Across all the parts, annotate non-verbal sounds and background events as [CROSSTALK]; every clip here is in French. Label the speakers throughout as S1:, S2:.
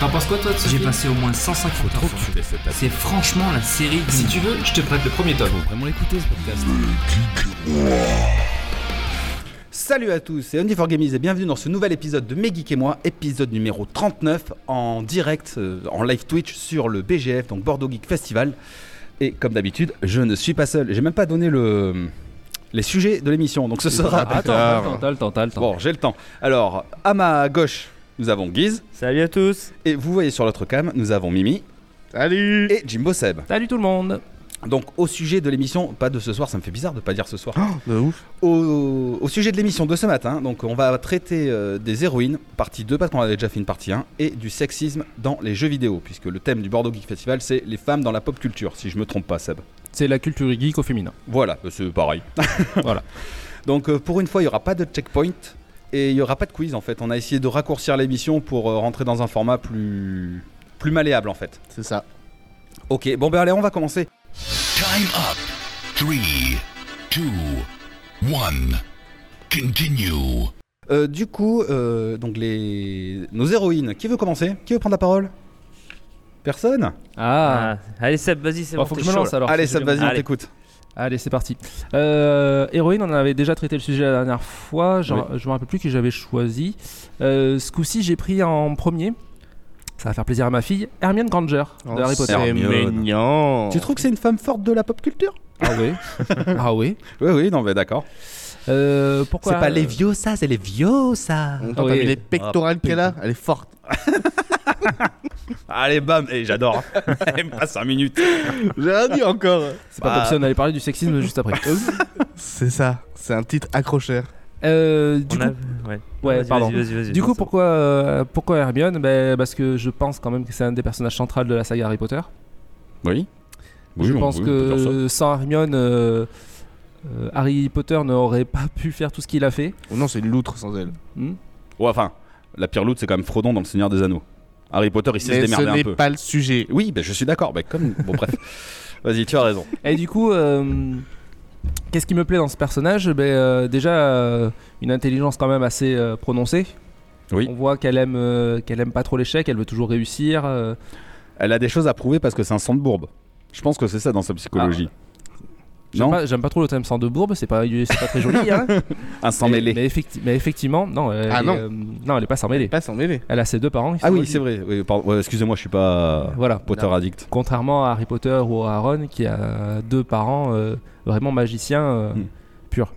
S1: T'en penses quoi toi de ce
S2: J'ai
S1: film
S2: passé au moins 150 heures. sur le film. C'est franchement la série. du-
S1: Si tu veux, je te prête le premier tome.
S2: vraiment l'écouter ce podcast.
S3: Salut à tous, c'est Andy for Gamies et bienvenue dans ce nouvel épisode de Megeek et moi, épisode numéro 39 en direct, euh, en live Twitch sur le BGF, donc Bordeaux Geek Festival. Et comme d'habitude, je ne suis pas seul, j'ai même pas donné le... les sujets de l'émission, donc ce sera...
S4: Attends, t'as le temps, t'as le temps.
S3: Bon, j'ai le temps. Alors, à ma gauche, nous avons Guise,
S4: Salut à tous.
S3: et vous voyez sur l'autre cam, nous avons Mimi
S5: Salut
S3: et Jimbo Seb.
S4: Salut tout le monde.
S3: Donc au sujet de l'émission, pas de ce soir, ça me fait bizarre de pas dire ce soir.
S5: Ah, De ouf
S3: Au, au sujet de l'émission de ce matin, donc on va traiter euh, des héroïnes, partie 2, parce qu'on avait déjà fait une partie 1, et du sexisme dans les jeux vidéo, puisque le thème du Bordeaux Geek Festival, c'est les femmes dans la pop culture, si je me trompe pas, Seb.
S4: C'est la culture geek au féminin.
S3: Voilà, euh, c'est
S5: [LAUGHS]
S3: pareil.
S4: Voilà.
S3: Donc euh, pour une fois, il n'y aura pas de checkpoint et il n'y aura pas de quiz en fait. On a essayé de raccourcir l'émission pour euh, rentrer dans un format plus, plus malléable en fait.
S5: C'est ça.
S3: Ok, bon ben allez, on va commencer.
S6: Time up. Three, two, one. Continue.
S3: Euh, du coup, euh, donc les... nos héroïnes, qui veut commencer Qui veut prendre la parole Personne
S4: Ah.
S7: Ah, Allez Seb, vas-y, c'est
S4: Bon,
S7: bon.
S4: faut que
S7: t'es
S4: je me
S7: chaud,
S4: lance
S7: là.
S4: alors.
S3: Allez,
S4: c'est
S3: Seb,
S4: bien.
S3: vas-y, on
S7: Allez.
S3: t'écoute.
S4: Allez, c'est parti. Euh, héroïne, on en avait déjà traité le sujet la dernière fois. Je, je me rappelle plus qui j'avais choisi. Euh, ce coup-ci, j'ai pris en premier. Ça va faire plaisir à ma fille. Hermione Granger de
S5: Oh,
S4: Harry Potter.
S5: c'est mignon
S3: Tu trouves que c'est une femme forte de la pop culture
S4: Ah oui. ah oui.
S3: Oui, oui, non, mais d'accord.
S4: Euh, pourquoi
S3: C'est pas les
S4: euh,
S3: vieux ça, c'est les vieux ça.
S5: On
S4: Ah oui.
S5: les pectorales qu'elle a Elle est forte
S3: Allez, bam, et j'adore. hein. [LAUGHS] Même pas 5 minutes.
S5: J'ai rien dit encore
S4: C'est pas
S3: Bah.
S4: comme si on allait parler du sexisme juste après.
S5: C'est ça, c'est un titre accrocheur.
S4: Euh, du
S7: On
S4: coup,
S7: a- ouais.
S4: Ouais,
S7: Vas-y,
S4: pardon.
S7: vas-y, vas-y, vas-y.
S4: Du coup, pourquoi, euh, pourquoi Hermione Ben, Parce que je pense quand même que c'est un des personnages centraux de la saga Harry Potter.
S3: Oui.
S4: je pense que sans Hermione, euh, euh, Harry Potter n'aurait pas [LAUGHS] pu faire tout ce qu'il a fait.
S5: Oh non, c'est une loutre sans elle.
S4: Hmm
S3: Ouais, enfin, la pire loot, c'est quand même Frodon dans Le Seigneur des Anneaux. Harry Potter, il sait se
S5: Mais ce
S3: démerder un
S5: n'est
S3: peu.
S5: pas le sujet.
S3: Oui, ben, je suis d'accord. Ben, comme... Bon, bref. Vas-y, tu as raison.
S4: Et du coup, euh, qu'est-ce qui me plaît dans ce personnage ben, euh, Déjà, euh, une intelligence quand même assez euh, prononcée.
S3: Oui.
S4: On voit qu'elle aime, euh, qu'elle aime pas trop l'échec, elle veut toujours réussir. euh,
S3: Elle a des choses à prouver parce que c'est un sang de bourbe. Je pense que c'est ça dans sa psychologie.
S4: J'aime
S3: non
S4: pas, j'aime pas trop le thème sans de bourbe, c'est pas, c'est pas très joli. hein.
S3: Un sang
S4: mais,
S3: mêlé.
S4: mais effecti- mais effectivement, non, elle,
S5: Ah
S4: est,
S5: non.
S4: euh, non, elle est pas sans mêlée.
S5: Pas sans mêler.
S4: Elle a ses deux parents. qui
S3: Ah
S4: sont
S3: oui,
S4: maudits.
S3: c'est vrai. Oui, pardon. Ouais, Excusez-moi, je suis pas
S4: Voilà.
S3: Potter addict.
S4: Contrairement à Harry Potter ou à Aaron qui a deux parents euh, vraiment magiciens euh,
S3: Hmm.
S4: purs.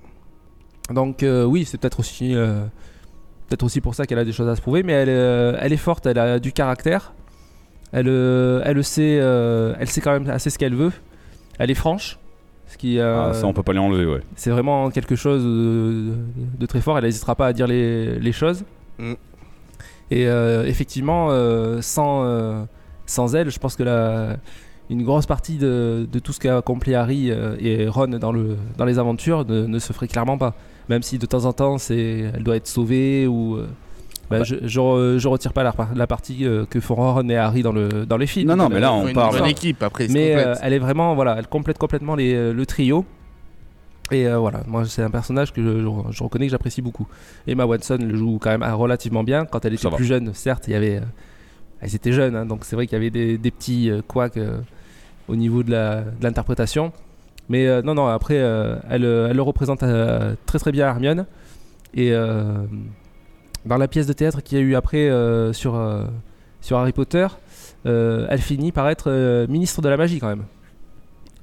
S4: Donc euh, oui, c'est peut-être aussi euh, peut-être aussi pour ça qu'elle a des choses à se prouver, mais elle, euh, elle est forte, elle a du caractère. Elle euh, elle sait euh, elle sait quand même assez ce qu'elle veut. Elle est franche, ce qui euh,
S3: Ah, ça, on peut pas les enlever, ouais.
S4: c'est vraiment quelque chose de, de très fort. Elle n'hésitera pas à dire les, les choses.
S5: Mm.
S4: Et euh, effectivement, euh, sans, euh, sans elle, je pense que la, une grosse partie de, de tout ce qu'a accompli Harry euh, et Ron dans, le, dans les aventures ne, ne se ferait clairement pas. Même si de temps en temps, c'est, elle doit être sauvée ou. euh, bah, je, je, re- je retire pas la, par- la partie euh, que font Ron et Harry dans le, dans les films.
S3: Non, non, mais là,
S5: Faut
S3: Ah, on
S5: une
S3: parle.
S5: bonne équipe après.
S4: Mais
S5: Mais
S4: euh, elle est vraiment, voilà, elle complète complètement les, euh, le trio. Et euh, voilà, moi c'est un personnage que je, je- je reconnais que j'apprécie beaucoup. Emma Watson le joue quand même euh, relativement bien. Quand elle
S3: Ça
S4: était
S3: va.
S4: plus jeune, certes, il y avait, euh, elles étaient jeunes, hein, donc c'est vrai qu'il y avait des, des petits euh, couacs euh, au niveau de la- de l'interprétation. Mais euh, non, non, après, euh, elle, euh, elle le représente euh, très très bien Hermione. Et euh, dans la pièce de théâtre qu'il y a eu après euh, sur, euh, sur Harry Potter, euh, elle finit par être euh, ministre de la magie quand même.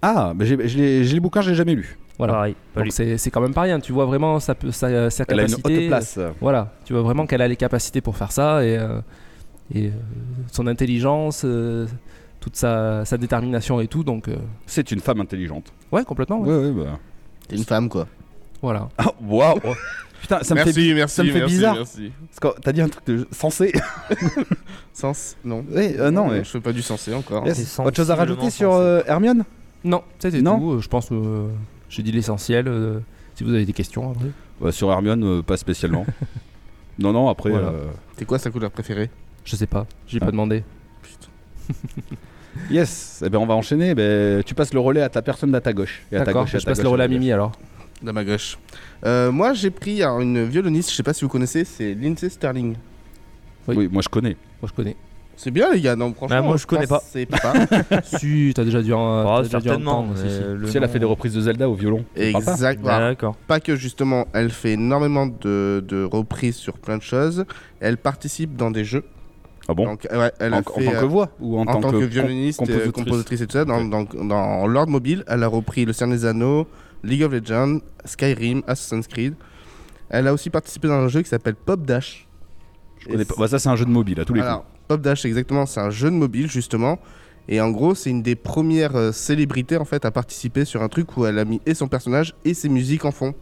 S3: Ah, mais j'ai je l'ai- j'ai les bouquins, je l'ai jamais lu.
S4: Voilà.
S7: Pareil, pas
S4: Donc
S7: lui.
S4: c'est c'est quand même pas rien. Tu vois vraiment sa, sa, sa
S3: Elle a une
S4: capacité. euh,
S3: haute place.
S4: Voilà. Tu vois vraiment qu'elle a les capacités pour faire ça et, euh, et euh, son intelligence, euh, toute sa, sa détermination et tout. Donc euh,
S3: C'est une femme intelligente.
S4: ouais, complètement. Ah ouais.
S3: Ouais, ouais, bah.
S5: T'es une femme quoi.
S4: Voilà.
S3: Ah, Waouh Putain, ça me fait.
S5: merci, merci,
S3: ça me fait
S5: merci,
S3: bizarre.
S5: merci.
S3: parce que T'as dit un truc de sensé.
S5: Sens Non.
S3: Ouais, euh, non, mais.
S5: Je fais pas du sensé encore.
S3: Yes.
S7: C'est sensiblement
S3: Autre chose à rajouter sur
S7: sensé.
S3: euh, Hermione
S4: Non, c'était
S3: Non.
S4: tout. Euh, Je pense que euh, j'ai dit l'essentiel. euh, si vous avez des questions hein, après.
S3: Bah, Sur Hermione, euh, pas [LAUGHS] spécialement. non, non, après.
S4: Voilà.
S3: euh,
S5: T'es quoi sa couleur préférée
S4: Je sais pas. J'ai
S3: Ah.
S4: pas demandé.
S3: Yes, eh ben, on va enchaîner. Eh ben, tu passes le relais à ta personne à ta gauche. Et à ta
S4: D'accord.
S3: gauche, et à
S4: Je
S3: ta
S4: passe le
S3: gauche,
S4: relais à
S3: ta gauche.
S4: Mimi alors.
S5: De ma gauche. Euh, moi j'ai pris alors, une violoniste, je sais pas si vous connaissez, c'est Lindsay Sterling.
S4: Oui.
S3: Oui, moi je connais.
S4: Moi je connais. [LAUGHS]
S5: C'est bien, les gars. Non, franchement,
S1: Bah, moi, je connais
S5: pense
S1: pas.
S5: que
S3: [LAUGHS]
S5: C'est pas.
S4: si, t'as déjà dû en,
S1: Oh,
S4: t'as déjà dû
S1: certainement.
S4: entendre, si,
S1: mais
S4: si.
S1: le
S3: Si elle a
S1: nom-
S3: fait des reprises de Zelda au violon. c'est pas ça.
S5: Exact.
S1: Ah,
S5: voilà.
S1: D'accord.
S5: Pas que justement, elle fait énormément de, de reprises sur plein de choses. Elle participe dans des jeux.
S3: Ah bon
S5: Donc, ouais, elle
S3: en,
S5: a
S3: en tant
S5: fait, euh,
S3: que voix ou en,
S5: en tant que, violoniste,
S3: com-
S5: euh, compositrice. et tout ça, dans, dans, dans Lord Mobile, elle a repris Le Seigneur des Anneaux, League of Legends, Skyrim, Assassin's Creed. Elle a aussi participé dans un jeu qui s'appelle Pop Dash.
S3: Je connais pas. Bah, ça, c'est un jeu de mobile à tous les
S5: Alors, Pop Dash, exactement, c'est un jeu de mobile justement. Et en gros, c'est une des premières euh, célébrités en fait à participer sur un truc où elle a mis et son personnage et ses musiques en fond.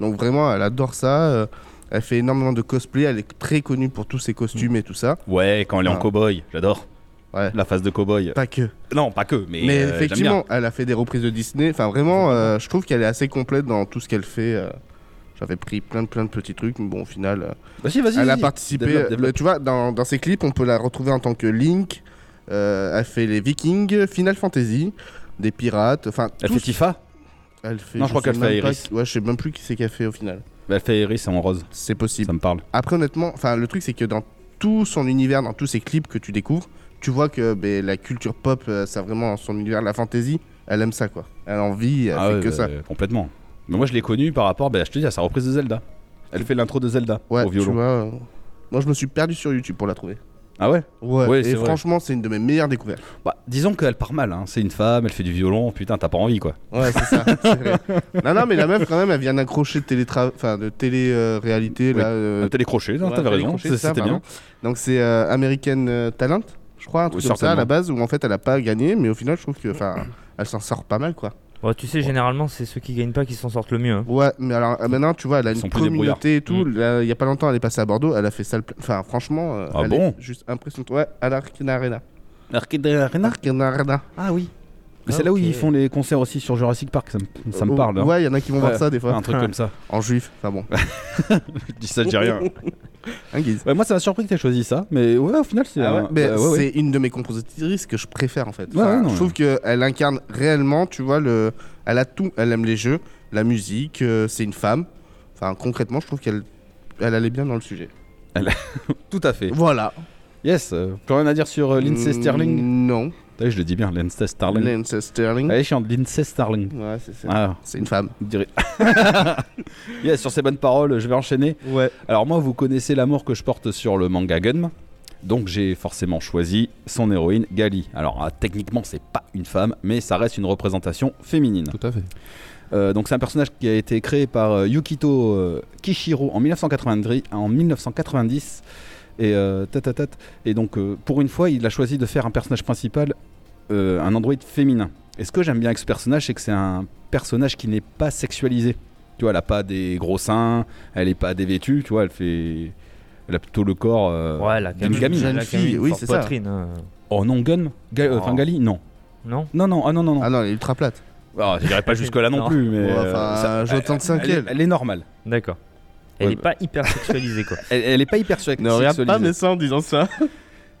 S5: Donc vraiment, elle adore ça. euh, elle fait énormément de cosplay. Elle est très connue pour tous ses costumes
S3: Mm.
S5: et tout ça.
S3: coups. Ouais, quand elle est en
S5: Ah.
S3: cow-boy, j'adore.
S5: Ouais.
S3: La phase de cow-boy.
S5: Pas que.
S3: Non, pas que, mais,
S5: Mais
S3: euh, j'aime bien.
S5: effectivement, elle a fait des reprises de Disney. Enfin, vraiment, euh, je trouve qu'elle est assez complète dans tout ce qu'elle fait. euh. J'avais pris plein de plein de petits trucs, mais bon, au final, euh,
S3: Vas-y, vas-y.
S5: elle a
S3: vas-y.
S5: participé.
S3: Développe, développe.
S5: euh, Tu vois, dans, dans ses clips, on peut la retrouver en tant que Link. euh, elle fait les Vikings, Final Fantasy, des pirates. Enfin,
S3: Elle
S5: tout
S3: fait
S5: ce-
S3: Tifa
S5: elle fait.
S3: Non, je crois
S5: sais
S3: qu'elle fait
S5: même pas
S3: Iris.
S5: qui- Ouais, je sais même plus qui c'est qu'elle fait au final.
S3: Bah, Elle fait Iris en rose.
S5: C'est possible.
S3: Ça me parle.
S5: Après, honnêtement, enfin, le truc, c'est que dans tout son univers, dans tous ses clips que tu découvres, tu vois que ben, la culture pop, euh, ça a vraiment son univers, la fantasy, elle aime ça, quoi. Elle en vit, elle
S3: Ah
S5: fait
S3: ouais,
S5: que ça.
S3: euh, Complètement. Mais moi, je l'ai connue par rapport, bah, je te dis, à sa reprise de Zelda. Elle fait l'intro de Zelda
S5: Ouais,
S3: au
S5: tu
S3: violon.
S5: vois. euh, Moi, je me suis perdu sur YouTube pour la trouver.
S3: Ah ouais
S5: Ouais,
S3: Ouais, c'est
S5: et
S3: vrai.
S5: franchement, c'est une de mes meilleures découvertes.
S3: Bah, disons qu'elle part mal, hein. c'est une femme, elle fait du violon, putain, t'as pas envie quoi.
S5: Ouais, c'est ça. c'est vrai. Non, non, mais la meuf, quand même, elle vient d'un crochet de télétra... enfin, de télé-réalité,
S3: Oui. Ah,
S5: là. euh,
S3: T'as les crochets,
S5: ouais,
S3: t'avais raison,
S5: télécrochet,
S3: c'est-
S5: ça, bah,
S3: c'était bien.
S5: pardon. Donc, c'est euh, American euh, Talent, je crois, un truc
S3: Oui,
S5: comme ça, à
S3: certainement.
S5: la base, où en fait, elle a pas gagné, mais au final, je trouve que, enfin, elle s'en sort pas mal, quoi.
S1: Bon, tu sais, généralement, c'est ceux qui gagnent pas qui s'en sortent le mieux. hein.
S5: Ouais, mais alors euh, maintenant, tu vois, elle a
S3: Ils sont
S5: une
S3: plus débrouillards. Mm.
S5: communauté et tout. Là, Il y a pas longtemps, elle est passée à Bordeaux. Elle a fait ça. le pla- Enfin, franchement, euh,
S3: Ah
S5: elle
S3: bon
S5: est juste impressionnante. Ouais, à l'Arkina Arena.
S3: Arena
S5: Arcana Arena.
S3: Ah oui. Mais
S1: Ah,
S3: c'est là où
S1: ok.
S3: ils font les concerts aussi sur Jurassic Park, ça me, ça me
S5: Oh,
S3: parle. hein.
S5: Ouais, il y en a qui vont voir
S3: Ouais.
S5: ça des fois.
S3: Un truc comme
S5: [LAUGHS]
S3: ça.
S5: En juif. Enfin bon,
S3: Je dis ça, je dis rien.
S5: un guise.
S3: Ouais, moi, ça m'a surpris que t'aies choisi ça, mais ouais, au final, c'est.
S5: Ah ouais,
S3: un-
S5: mais
S3: euh, ouais, ouais.
S5: c'est une de mes compositrices que je préfère en fait.
S3: Ouais, ouais, non,
S5: je trouve qu'elle incarne réellement, tu vois, le... elle a tout. Elle aime les jeux, la musique, euh, c'est une femme. Enfin, concrètement, je trouve qu'elle elle allait bien dans le sujet.
S3: Tout à fait.
S5: Voilà.
S3: Yes, euh, plus rien à dire sur euh, Lindsay Sterling
S5: Mm, Non.
S3: T'as vu, je le dis bien, Lindsay Sterling.
S5: Lindsay Mm. Sterling.
S3: Elle est chiante, Lindsay Sterling.
S5: Ouais, c'est ça.
S3: Ah,
S5: C'est une femme.
S3: on dirait- [LAUGHS] yes, sur ces bonnes paroles, je vais enchaîner.
S5: Ouais.
S3: Alors moi, vous connaissez l'amour que je porte sur le manga Gunm. Donc j'ai forcément choisi son héroïne Gali. Alors ah, techniquement c'est pas une femme, mais ça reste une représentation féminine.
S4: Tout à fait.
S3: Euh, donc c'est un personnage qui a été créé par euh, Yukito euh, Kishiro en 1990. En 1990 et, euh, tatatat. et donc euh, pour une fois il a choisi de faire un personnage principal, euh, un androïde féminin. Et ce que j'aime bien avec ce personnage c'est que c'est un personnage qui n'est pas sexualisé. Tu vois, elle a pas des gros seins, elle est pas dévêtue, tu vois, elle fait... Elle a plutôt le corps... euh,
S1: Ouais, la
S3: d'une gamine.
S5: Jeune
S1: la
S5: fille, oui,
S1: forte
S5: c'est ça.
S1: poitrine, hein.
S3: Oh non, Gun Ga- euh,
S1: Oh.
S3: Enfin Gali Non.
S1: Non
S3: Non, non, ah non, non, non.
S5: Ah non, elle est ultra plate.
S3: Ah, je dirais pas jusque-là non,
S1: Non.
S3: plus, mais...
S5: Ouais,
S3: euh,
S5: enfin,
S3: ça-
S5: j'entends de
S3: elle, est-
S5: cinquième.
S3: elle est normale.
S1: D'accord. Elle
S3: Ouais, bah.
S1: est pas hyper sexualisée
S3: [LAUGHS]
S1: quoi.
S3: Elle, elle est pas hyper sexualisée.
S5: ça en disant ça.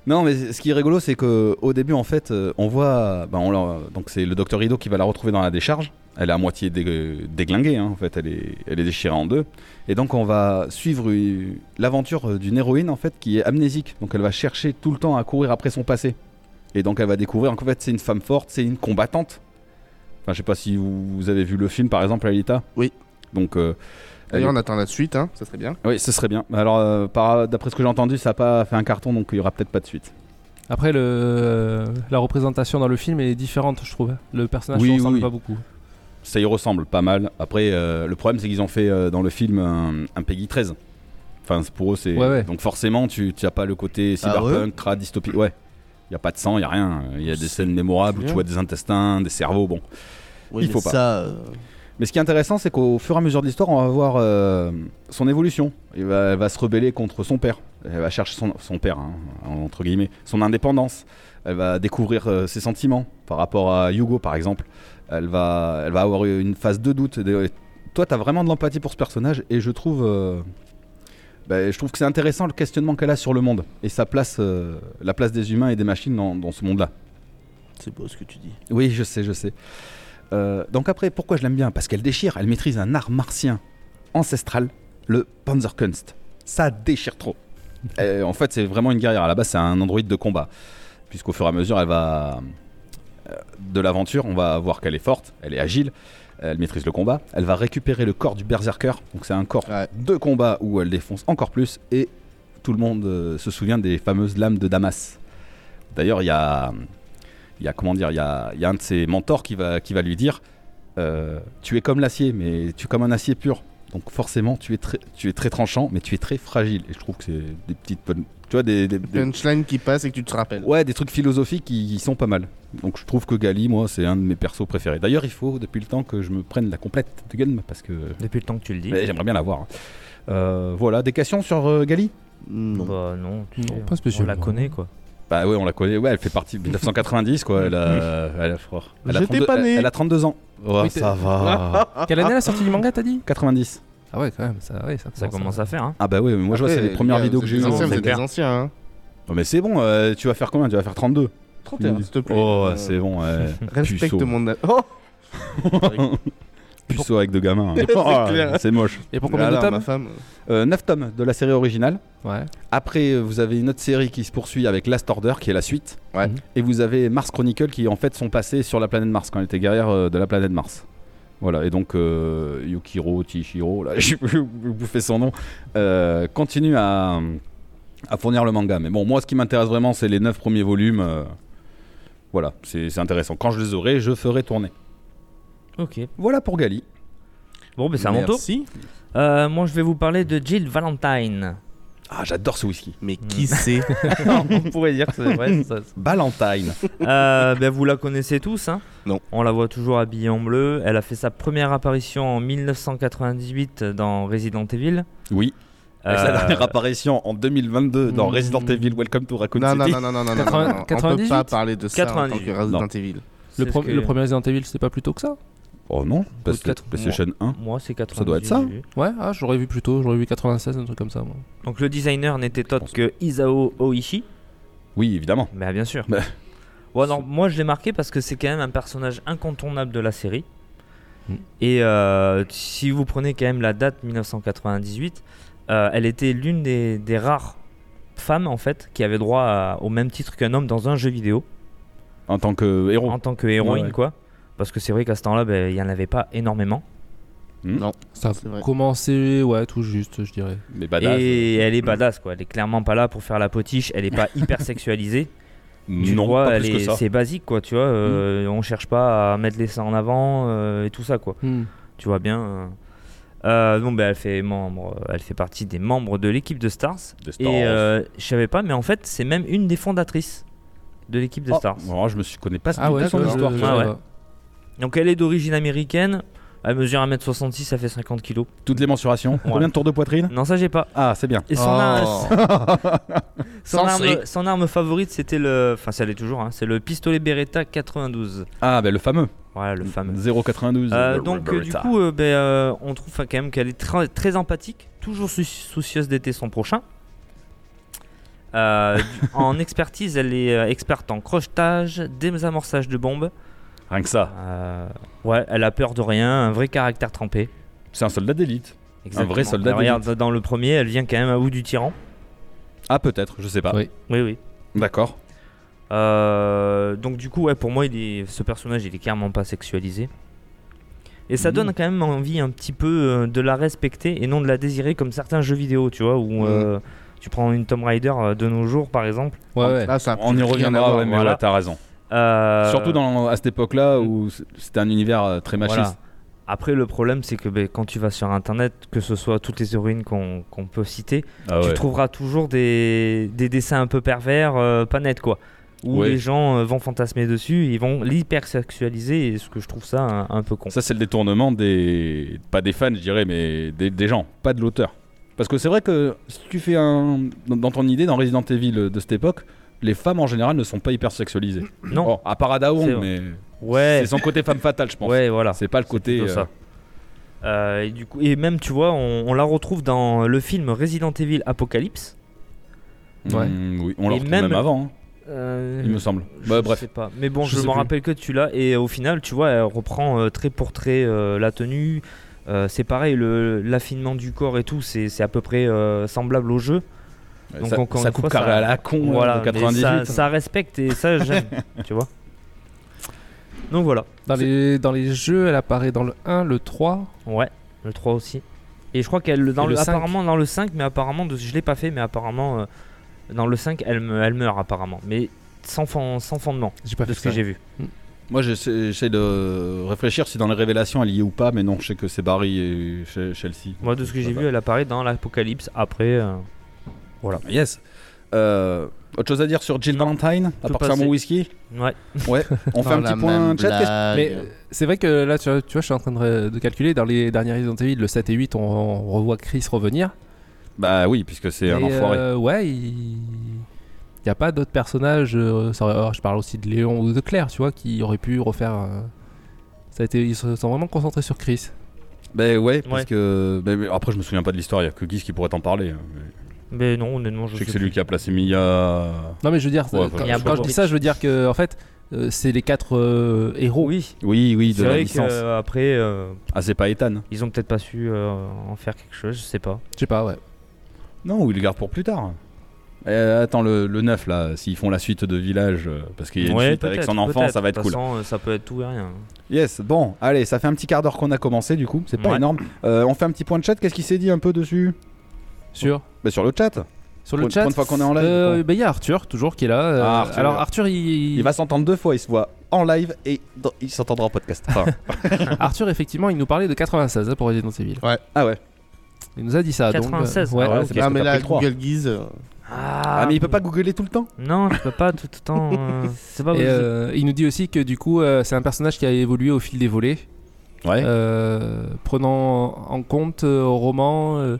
S3: Non, mais ce qui est rigolo, c'est que au début, en fait, euh, on voit. bah, on la- donc, c'est le docteur Rideau qui va la retrouver dans la décharge. Elle est à moitié dé- déglinguée, hein, en fait. Elle est, elle est déchirée en deux. Et donc, on va suivre euh, l'aventure euh, d'une héroïne, en fait, qui est amnésique. Donc, elle va chercher tout le temps à courir après son passé. Et donc, elle va découvrir qu'en fait, c'est une femme forte, c'est une combattante. Enfin, je sais pas si vous, vous avez vu le film, par exemple, Alita.
S5: Oui.
S3: Donc, euh, elle est-
S5: D'ailleurs, on attend la suite, hein. ça serait bien.
S3: oui, ce serait bien. Alors, euh, par- d'après ce que j'ai entendu, ça n'a pas fait un carton, donc il y aura peut-être pas de suite.
S4: Après, le, la représentation dans le film est différente, je trouve. Le personnage
S3: Oui,
S4: ne
S3: oui,
S4: ressemble
S3: oui.
S4: pas beaucoup.
S3: Ça y ressemble pas mal. Après, euh, le problème, c'est qu'ils ont fait euh, dans le film un, un Peggy 13. Enfin, c'est- pour eux, c'est.
S4: Ouais, Ah, ouais.
S3: Donc, forcément, tu n'as pas le côté cyberpunk, crade, dystopie. Ouais. Il n'y a pas de sang, il n'y a rien. Il y a des scènes mémorables où tu
S5: bien.
S3: vois des intestins, des cerveaux. Bon.
S5: Oui,
S3: Il faut
S5: mais
S3: pas.
S5: Ça, euh,
S3: Mais ce qui est intéressant, c'est qu'au fur et à mesure de l'histoire, on va voir euh, son évolution. Il va, elle va se rebeller contre son père. Elle va chercher son, son père, hein, entre guillemets, son indépendance. Elle va découvrir euh, ses sentiments par rapport à Hugo, par exemple. Elle va, elle va avoir eu une phase de doute. Des- Toi, t'as vraiment de l'empathie pour ce personnage et je trouve, euh, bah, je trouve que c'est intéressant le questionnement qu'elle a sur le monde et sa place, euh, la place des humains et des machines dans- dans ce monde-là.
S5: c'est beau ce que tu dis.
S3: Oui, je sais, je sais. Euh, donc après, pourquoi je l'aime bien Parce qu'elle déchire, elle maîtrise un art martien ancestral, le Panzerkunst. Ça déchire trop. Euh, en fait, c'est vraiment une guerrière. À la base, c'est un androïde de combat. Puisqu'au fur et à mesure, elle va. euh, De l'aventure, on va voir qu'elle est forte, elle est agile, elle maîtrise le combat. Elle va récupérer le corps du berserker. Donc, c'est un corps
S5: Ouais.
S3: de combat où elle défonce encore plus. Et tout le monde euh, se souvient des fameuses lames de Damas. D'ailleurs, il y a. Il y a comment dire Il y a, il y a un de ses mentors qui va, qui va lui dire euh, Tu es comme l'acier, mais tu es comme un acier pur. Donc forcément, tu es, très, tu es très tranchant, mais tu es très fragile. Et je trouve que c'est des petites... pun- Tu vois, des, des- des-
S5: Punchline qui passe et que tu te rappelles.
S3: ouais, des trucs philosophiques qui, qui sont pas mal. Donc je trouve que Gali, moi, c'est un de mes persos préférés. D'ailleurs, il faut, depuis le temps, que je me prenne la complète de Gun, parce que
S1: Depuis le temps que tu le dis.
S3: mais j'aimerais bien l'avoir. Euh, voilà, des questions sur euh, Gali
S5: Non.
S1: Bah non, tu
S4: Non,
S1: sais,
S4: pas
S1: on
S4: spécialement.
S1: la connaît quoi.
S3: Bah ouais, on la connaît. Ouais, elle fait partie de 1990, quoi. Elle a, elle a, frère, elle a
S5: J'étais
S3: 32,
S5: pas
S3: elle-
S5: né.
S3: elle a 32 ans. Oh,
S4: Oui, t'es- Ah,
S3: ça va.
S4: Quelle année la sortie du manga, t'as dit
S3: 90.
S4: Ah ouais, quand même, ça, ouais, ça,
S1: Ça commence à faire. Hein.
S3: Ah bah oui, moi je vois, c'est les premières vidéos que j'ai eues.
S5: Ah, Anciens,
S1: c'est
S5: vous êtes des
S1: clair.
S5: anciens, hein.
S3: Non, mais c'est bon, euh, tu vas faire combien Tu vas faire 32
S5: 31, s'il te plaît.
S3: Oh,
S5: Euh,
S3: c'est bon,
S5: [LAUGHS]
S3: ouais.
S5: Respecte
S3: puceau.
S5: mon. a- Oh
S3: [LAUGHS] Puceau avec deux gamins. hein.
S5: [LAUGHS] C'est
S3: Oh,
S5: clair.
S3: c'est moche.
S4: Et pour combien de
S5: Voilà,
S4: tomes
S5: ma femme.
S3: 9 tomes de la série originale.
S4: Ouais.
S3: Après, euh, vous avez une autre série qui se poursuit avec Last Order, qui est la suite.
S5: Ouais.
S3: Et vous avez Mars Chronicle, qui en fait sont passés sur la planète Mars, quand elle était guerrière euh, de la planète Mars. Voilà, et donc euh, Yukiro, Tishiro, là, [LAUGHS] j'ai bouffé son nom, euh, continue à, à fournir le manga. Mais bon, moi, ce qui m'intéresse vraiment, c'est les 9 premiers volumes. euh, voilà, c'est c'est intéressant. Quand je les aurai, je ferai tourner.
S1: [LAUGHS] Ok.
S3: Voilà pour Gali.
S1: Bon, ben c'est à mon tour.
S5: Merci.
S1: Euh, moi, je vais vous parler de Jill Valentine.
S3: [LAUGHS] Ah, j'adore ce whisky.
S5: Mais qui c'est
S1: On pourrait dire que c'est vrai. ça-
S3: Valentine.
S1: Euh, ben, vous la connaissez tous. Hein
S5: Non.
S1: On la voit toujours habillée en bleu. Elle a fait sa première apparition en 1998 dans Resident Evil.
S3: Oui. Et sa
S1: Euh,
S3: dernière apparition en 2022 dans
S1: Mm.
S3: Resident Evil Welcome to Raccoon
S5: [LAUGHS] hmm. Non, non,
S3: City.
S5: non, non, non, non, non,
S4: 80,
S5: non, non. On peut pas
S4: 98?
S5: parler de ça en tant que
S1: 98.
S5: Resident Evil.
S1: c'est
S4: Le,
S1: ce
S4: pro-
S1: que-
S4: le premier Resident Evil, c'était pas plus tôt que ça
S3: Oh non, parce
S1: Ou
S3: que
S1: peut-être
S3: PlayStation 1.
S1: Moi, c'est 98.
S3: Ça doit être ça.
S1: j'ai vu.
S4: Ouais, ah, j'aurais vu plus tôt, j'aurais vu 96, un truc comme ça. Moi.
S1: Donc, le designer n'était autre
S3: pense.
S1: que Isao Oishi.
S3: Oui, évidemment.
S1: Bah, bien sûr.
S3: Bah.
S1: Ouais, non, moi, je l'ai marqué parce que c'est quand même un personnage incontournable de la série.
S4: Mm.
S1: Et euh, si vous prenez quand même la date 1998, euh, elle était l'une des, des rares femmes en fait qui avait droit à- au même titre qu'un homme dans un jeu vidéo
S3: En tant que héros.
S1: en tant que héroïne
S3: Oh. ouais.
S1: quoi. Parce que c'est vrai qu'à ce temps-là, ben, il y en avait pas énormément.
S4: Ça
S5: C'est vrai.
S4: a commencé, ouais, tout juste, je dirais.
S3: Mais badass. Mm.
S1: Et elle est badass quoi. Elle est clairement pas là pour faire la potiche. Elle est
S3: [LAUGHS]
S1: pas hyper sexualisée. Tu
S3: non,
S1: vois,
S3: pas
S1: elle
S3: plus que
S1: est-
S3: ça. Mm.
S1: c'est basique quoi, tu vois. euh, On cherche pas à mettre les seins en avant euh, et tout ça quoi. Tu vois bien. euh. Euh, donc, ben, elle fait membre, elle fait partie des membres de l'équipe de Stars.
S3: Des Stars.
S1: Et euh, je savais pas, mais en fait, c'est même une des fondatrices de l'équipe de
S3: Oh,
S1: Stars.
S3: alors, je me suis connais pas
S4: Ah ouais,
S3: pas son
S4: ça,
S3: histoire.
S4: je-
S3: tu vois.
S1: Ah ouais.
S4: ouais.
S1: Donc, elle est d'origine américaine. Elle mesure 1m66, ça fait 50 kilos.
S3: Toutes les mensurations. Combien de tours de poitrine
S1: Non, ça j'ai pas.
S3: Ah, c'est bien.
S1: Et son,
S5: Oh.
S1: arme, son,
S5: Censé.
S1: arme, son arme favorite, c'était le. Enfin, ça l'est toujours, hein, c'est le pistolet Beretta 92.
S3: Ah, ben le fameux.
S1: Voilà, le fameux.
S3: 0,92.
S1: Euh,
S3: Le
S1: donc euh, du
S3: Beretta.
S1: coup, euh, ben, euh, on trouve enfin, quand même qu'elle est très, très empathique, toujours sou- soucieuse d'aider son prochain.
S3: [LAUGHS]
S1: Euh, du- en expertise, elle est euh, experte en crochetage, désamorçage de bombes.
S3: Rien que ça.
S1: Euh, ouais, elle a peur de rien, un vrai caractère trempé.
S3: C'est un soldat d'élite.
S1: Exactement.
S3: vrai soldat
S1: Ben, Regarde, dans le premier, elle vient quand même à bout du tyran.
S3: Ah, peut-être, je sais pas.
S4: Oui.
S1: Oui, oui.
S3: D'accord.
S1: Euh, donc du coup, ouais, pour moi, il est, ce personnage, il est clairement pas sexualisé. Et ça
S3: Mhm.
S1: donne quand même envie un petit peu euh, de la respecter et non de la désirer comme certains jeux vidéo, tu vois,
S3: Mmh.
S1: où euh, tu prends une Tomb Raider euh, de nos jours, par exemple.
S4: Ouais, ouais.
S5: Là, ça a
S3: On
S5: plus
S3: y
S5: rien à
S3: reviendra,
S5: voir.
S3: ouais, mais
S1: voilà.
S3: ouais, t'as raison.
S1: Euh,
S3: Surtout dans, à cette époque-là où c- c'était un univers euh, très
S1: voilà.
S3: machiste.
S1: Après, le problème, c'est que ben, quand tu vas sur Internet, que ce soit toutes les héroïnes qu'on qu'on peut citer,
S3: Ah
S1: tu
S3: ouais.
S1: trouveras toujours des, des dessins un peu pervers, euh, pas nets, quoi. Où
S3: Ouais.
S1: les gens euh, vont fantasmer dessus, ils vont l'hypersexualiser, et ce que je trouve ça un, un peu con.
S3: Ça, c'est le détournement des. Pas des fans, je dirais, mais des, des gens, pas de l'auteur. Parce que c'est vrai que si tu fais un. Dans, dans ton idée, dans Resident Evil euh, de cette époque, les femmes en général ne sont pas hyper sexualisées.
S1: Non,
S3: Oh, à part à Daon,
S1: C'est vrai.
S3: mais.
S1: ouais.
S3: C'est son côté femme fatale, je pense.
S1: Ouais, voilà.
S3: C'est pas le côté.
S1: plutôt
S3: euh,
S1: ça. Euh, et, du coup, et même, tu vois, on, on la retrouve dans le film Resident Evil Apocalypse.
S3: mm,
S4: Ouais.
S3: oui, on le
S1: Et
S3: retrouve même,
S1: même-
S3: avant, hein,
S1: Euh,
S3: il me semble.
S1: je
S3: Bah, bref.
S1: sais pas. Mais bon,
S3: Je
S1: je,
S3: sais
S1: me
S3: plus.
S1: rappelle que tu l'as. Et au final, tu vois, elle reprend euh, trait pour trait euh, la tenue. Euh, c'est pareil, le- l'affinement du corps et tout, c'est c'est à peu près euh, semblable au jeu.
S3: Ouais,
S1: Donc
S3: ça,
S1: encore
S3: ça
S1: une
S3: coupe
S1: fois,
S3: carré
S1: ça-
S3: à la con hein,
S1: voilà,
S3: de
S1: mais
S3: 98.
S1: ça, ça respecte et ça
S3: [LAUGHS]
S1: j'aime, tu vois. Donc voilà,
S4: Dans les, dans les jeux, elle apparaît dans le 1, le 3.
S1: ouais, le 3 aussi. Et je crois qu'elle dans
S4: Et
S1: le,
S4: le cinq.
S1: apparemment dans le 5 mais apparemment de, je l'ai pas fait mais apparemment euh, dans le 5 elle me, elle meurt apparemment mais sans fond- sans fondement
S4: J'ai
S3: Ah,
S4: pas
S1: de ce que j'ai vu.
S3: Moi, j'essaie j'essaie de réfléchir si dans les révélations elle y est ou pas, mais non, je sais que c'est Barry et Che- Chelsea.
S1: Moi de ce que
S3: Ça
S1: j'ai
S3: va.
S1: vu elle apparaît dans l'Apocalypse après euh,
S3: Yes. Euh, autre chose à dire sur Jill Valentine À
S1: Tout
S3: part ça,
S1: passé.
S3: mon whisky
S1: ouais.
S3: Ouais, on fait un petit point chat. qu'est-ce-
S4: Mais euh, c'est vrai que là, tu vois, tu vois, je suis en train de, de calculer. Dans les dernières Resident Evil, le 7 et 8, on, on revoit Chris revenir.
S3: Bah oui, puisque c'est un
S4: Mais,
S3: enfoiré.
S4: euh, ouais, il n'y a pas d'autres personnages. euh, ça aurait- alors, je parle aussi de Léon ou de Claire, tu vois, qui auraient pu refaire. euh, ça a été, ils se sont vraiment concentrés sur Chris.
S3: Bah ouais, parce
S1: Ouais.
S3: que. bah, mais après, je me souviens pas de l'histoire, il y a que Guise qui pourrait t'en parler. hein, mais
S1: Mais non, honnêtement, je
S3: Je sais que
S1: sais
S3: c'est
S1: plus.
S3: lui qui a placé Mia.
S4: Non, mais je veux dire,
S3: Ouais,
S4: euh,
S3: ouais,
S4: quand,
S1: Il y a
S4: quand je
S1: Bobo.
S4: dis ça, je veux dire que en fait, euh, c'est les quatre euh, héros.
S1: Oh, Oui,
S3: Oui, oui, de
S1: c'est
S3: la
S1: vrai euh,
S3: licence.
S1: qu'après
S3: Ah, c'est pas Ethan
S1: ils ont peut-être pas su euh, en faire quelque chose, je sais pas.
S4: Je sais pas, ouais.
S3: Non, ou il le garde pour plus tard. Euh, attends, le, le 9 là, s'ils font la suite de Village, euh, parce qu'il y a une
S1: Ouais,
S3: suite avec
S1: peut-être,
S3: son enfant,
S1: peut-être.
S3: ça va
S1: De
S3: être
S1: toute
S3: cool.
S1: façon, euh, ça peut être tout et rien.
S4: Ah,
S3: Yes, bon, allez, ça fait un petit quart d'heure qu'on a commencé du coup, c'est pas
S1: Ouais.
S3: énorme. Euh, on fait un petit point de chat, qu'est-ce qui s'est dit un peu dessus
S4: Sur,
S3: bah, Sur le chat
S4: sur le
S3: Pour-
S4: chat.
S3: pour une fois qu'on est en live,
S4: euh,
S3: quoi.
S4: bah, il y a Arthur toujours qui est là. euh,
S3: Ah, Arthur.
S4: Alors Arthur,
S3: Il va s'entendre deux fois, il se voit en live et dans- il s'entendra en podcast. Enfin,
S4: Arthur, effectivement, il nous parlait de 96 hein, pour Resident Evil.
S3: [LAUGHS] ah ouais,
S4: Il nous a dit ça. donc, euh,
S1: 96,
S4: ouais.
S3: ah ouais,
S4: ok.
S3: c'est parce
S5: Ah,
S3: que
S5: mais
S3: t'as
S5: là,
S3: pris le trois.
S5: Google Guise. euh,
S1: Ah,
S3: Ah, mais il peut pas googler tout le temps
S1: Non, je peux pas tout le temps. euh,
S3: [LAUGHS]
S1: c'est pas
S4: Et
S1: possible.
S4: euh, il nous dit aussi que du coup, euh, c'est un personnage qui a évolué au fil des volets,
S3: Ouais.
S4: euh, prenant en compte euh, roman, euh,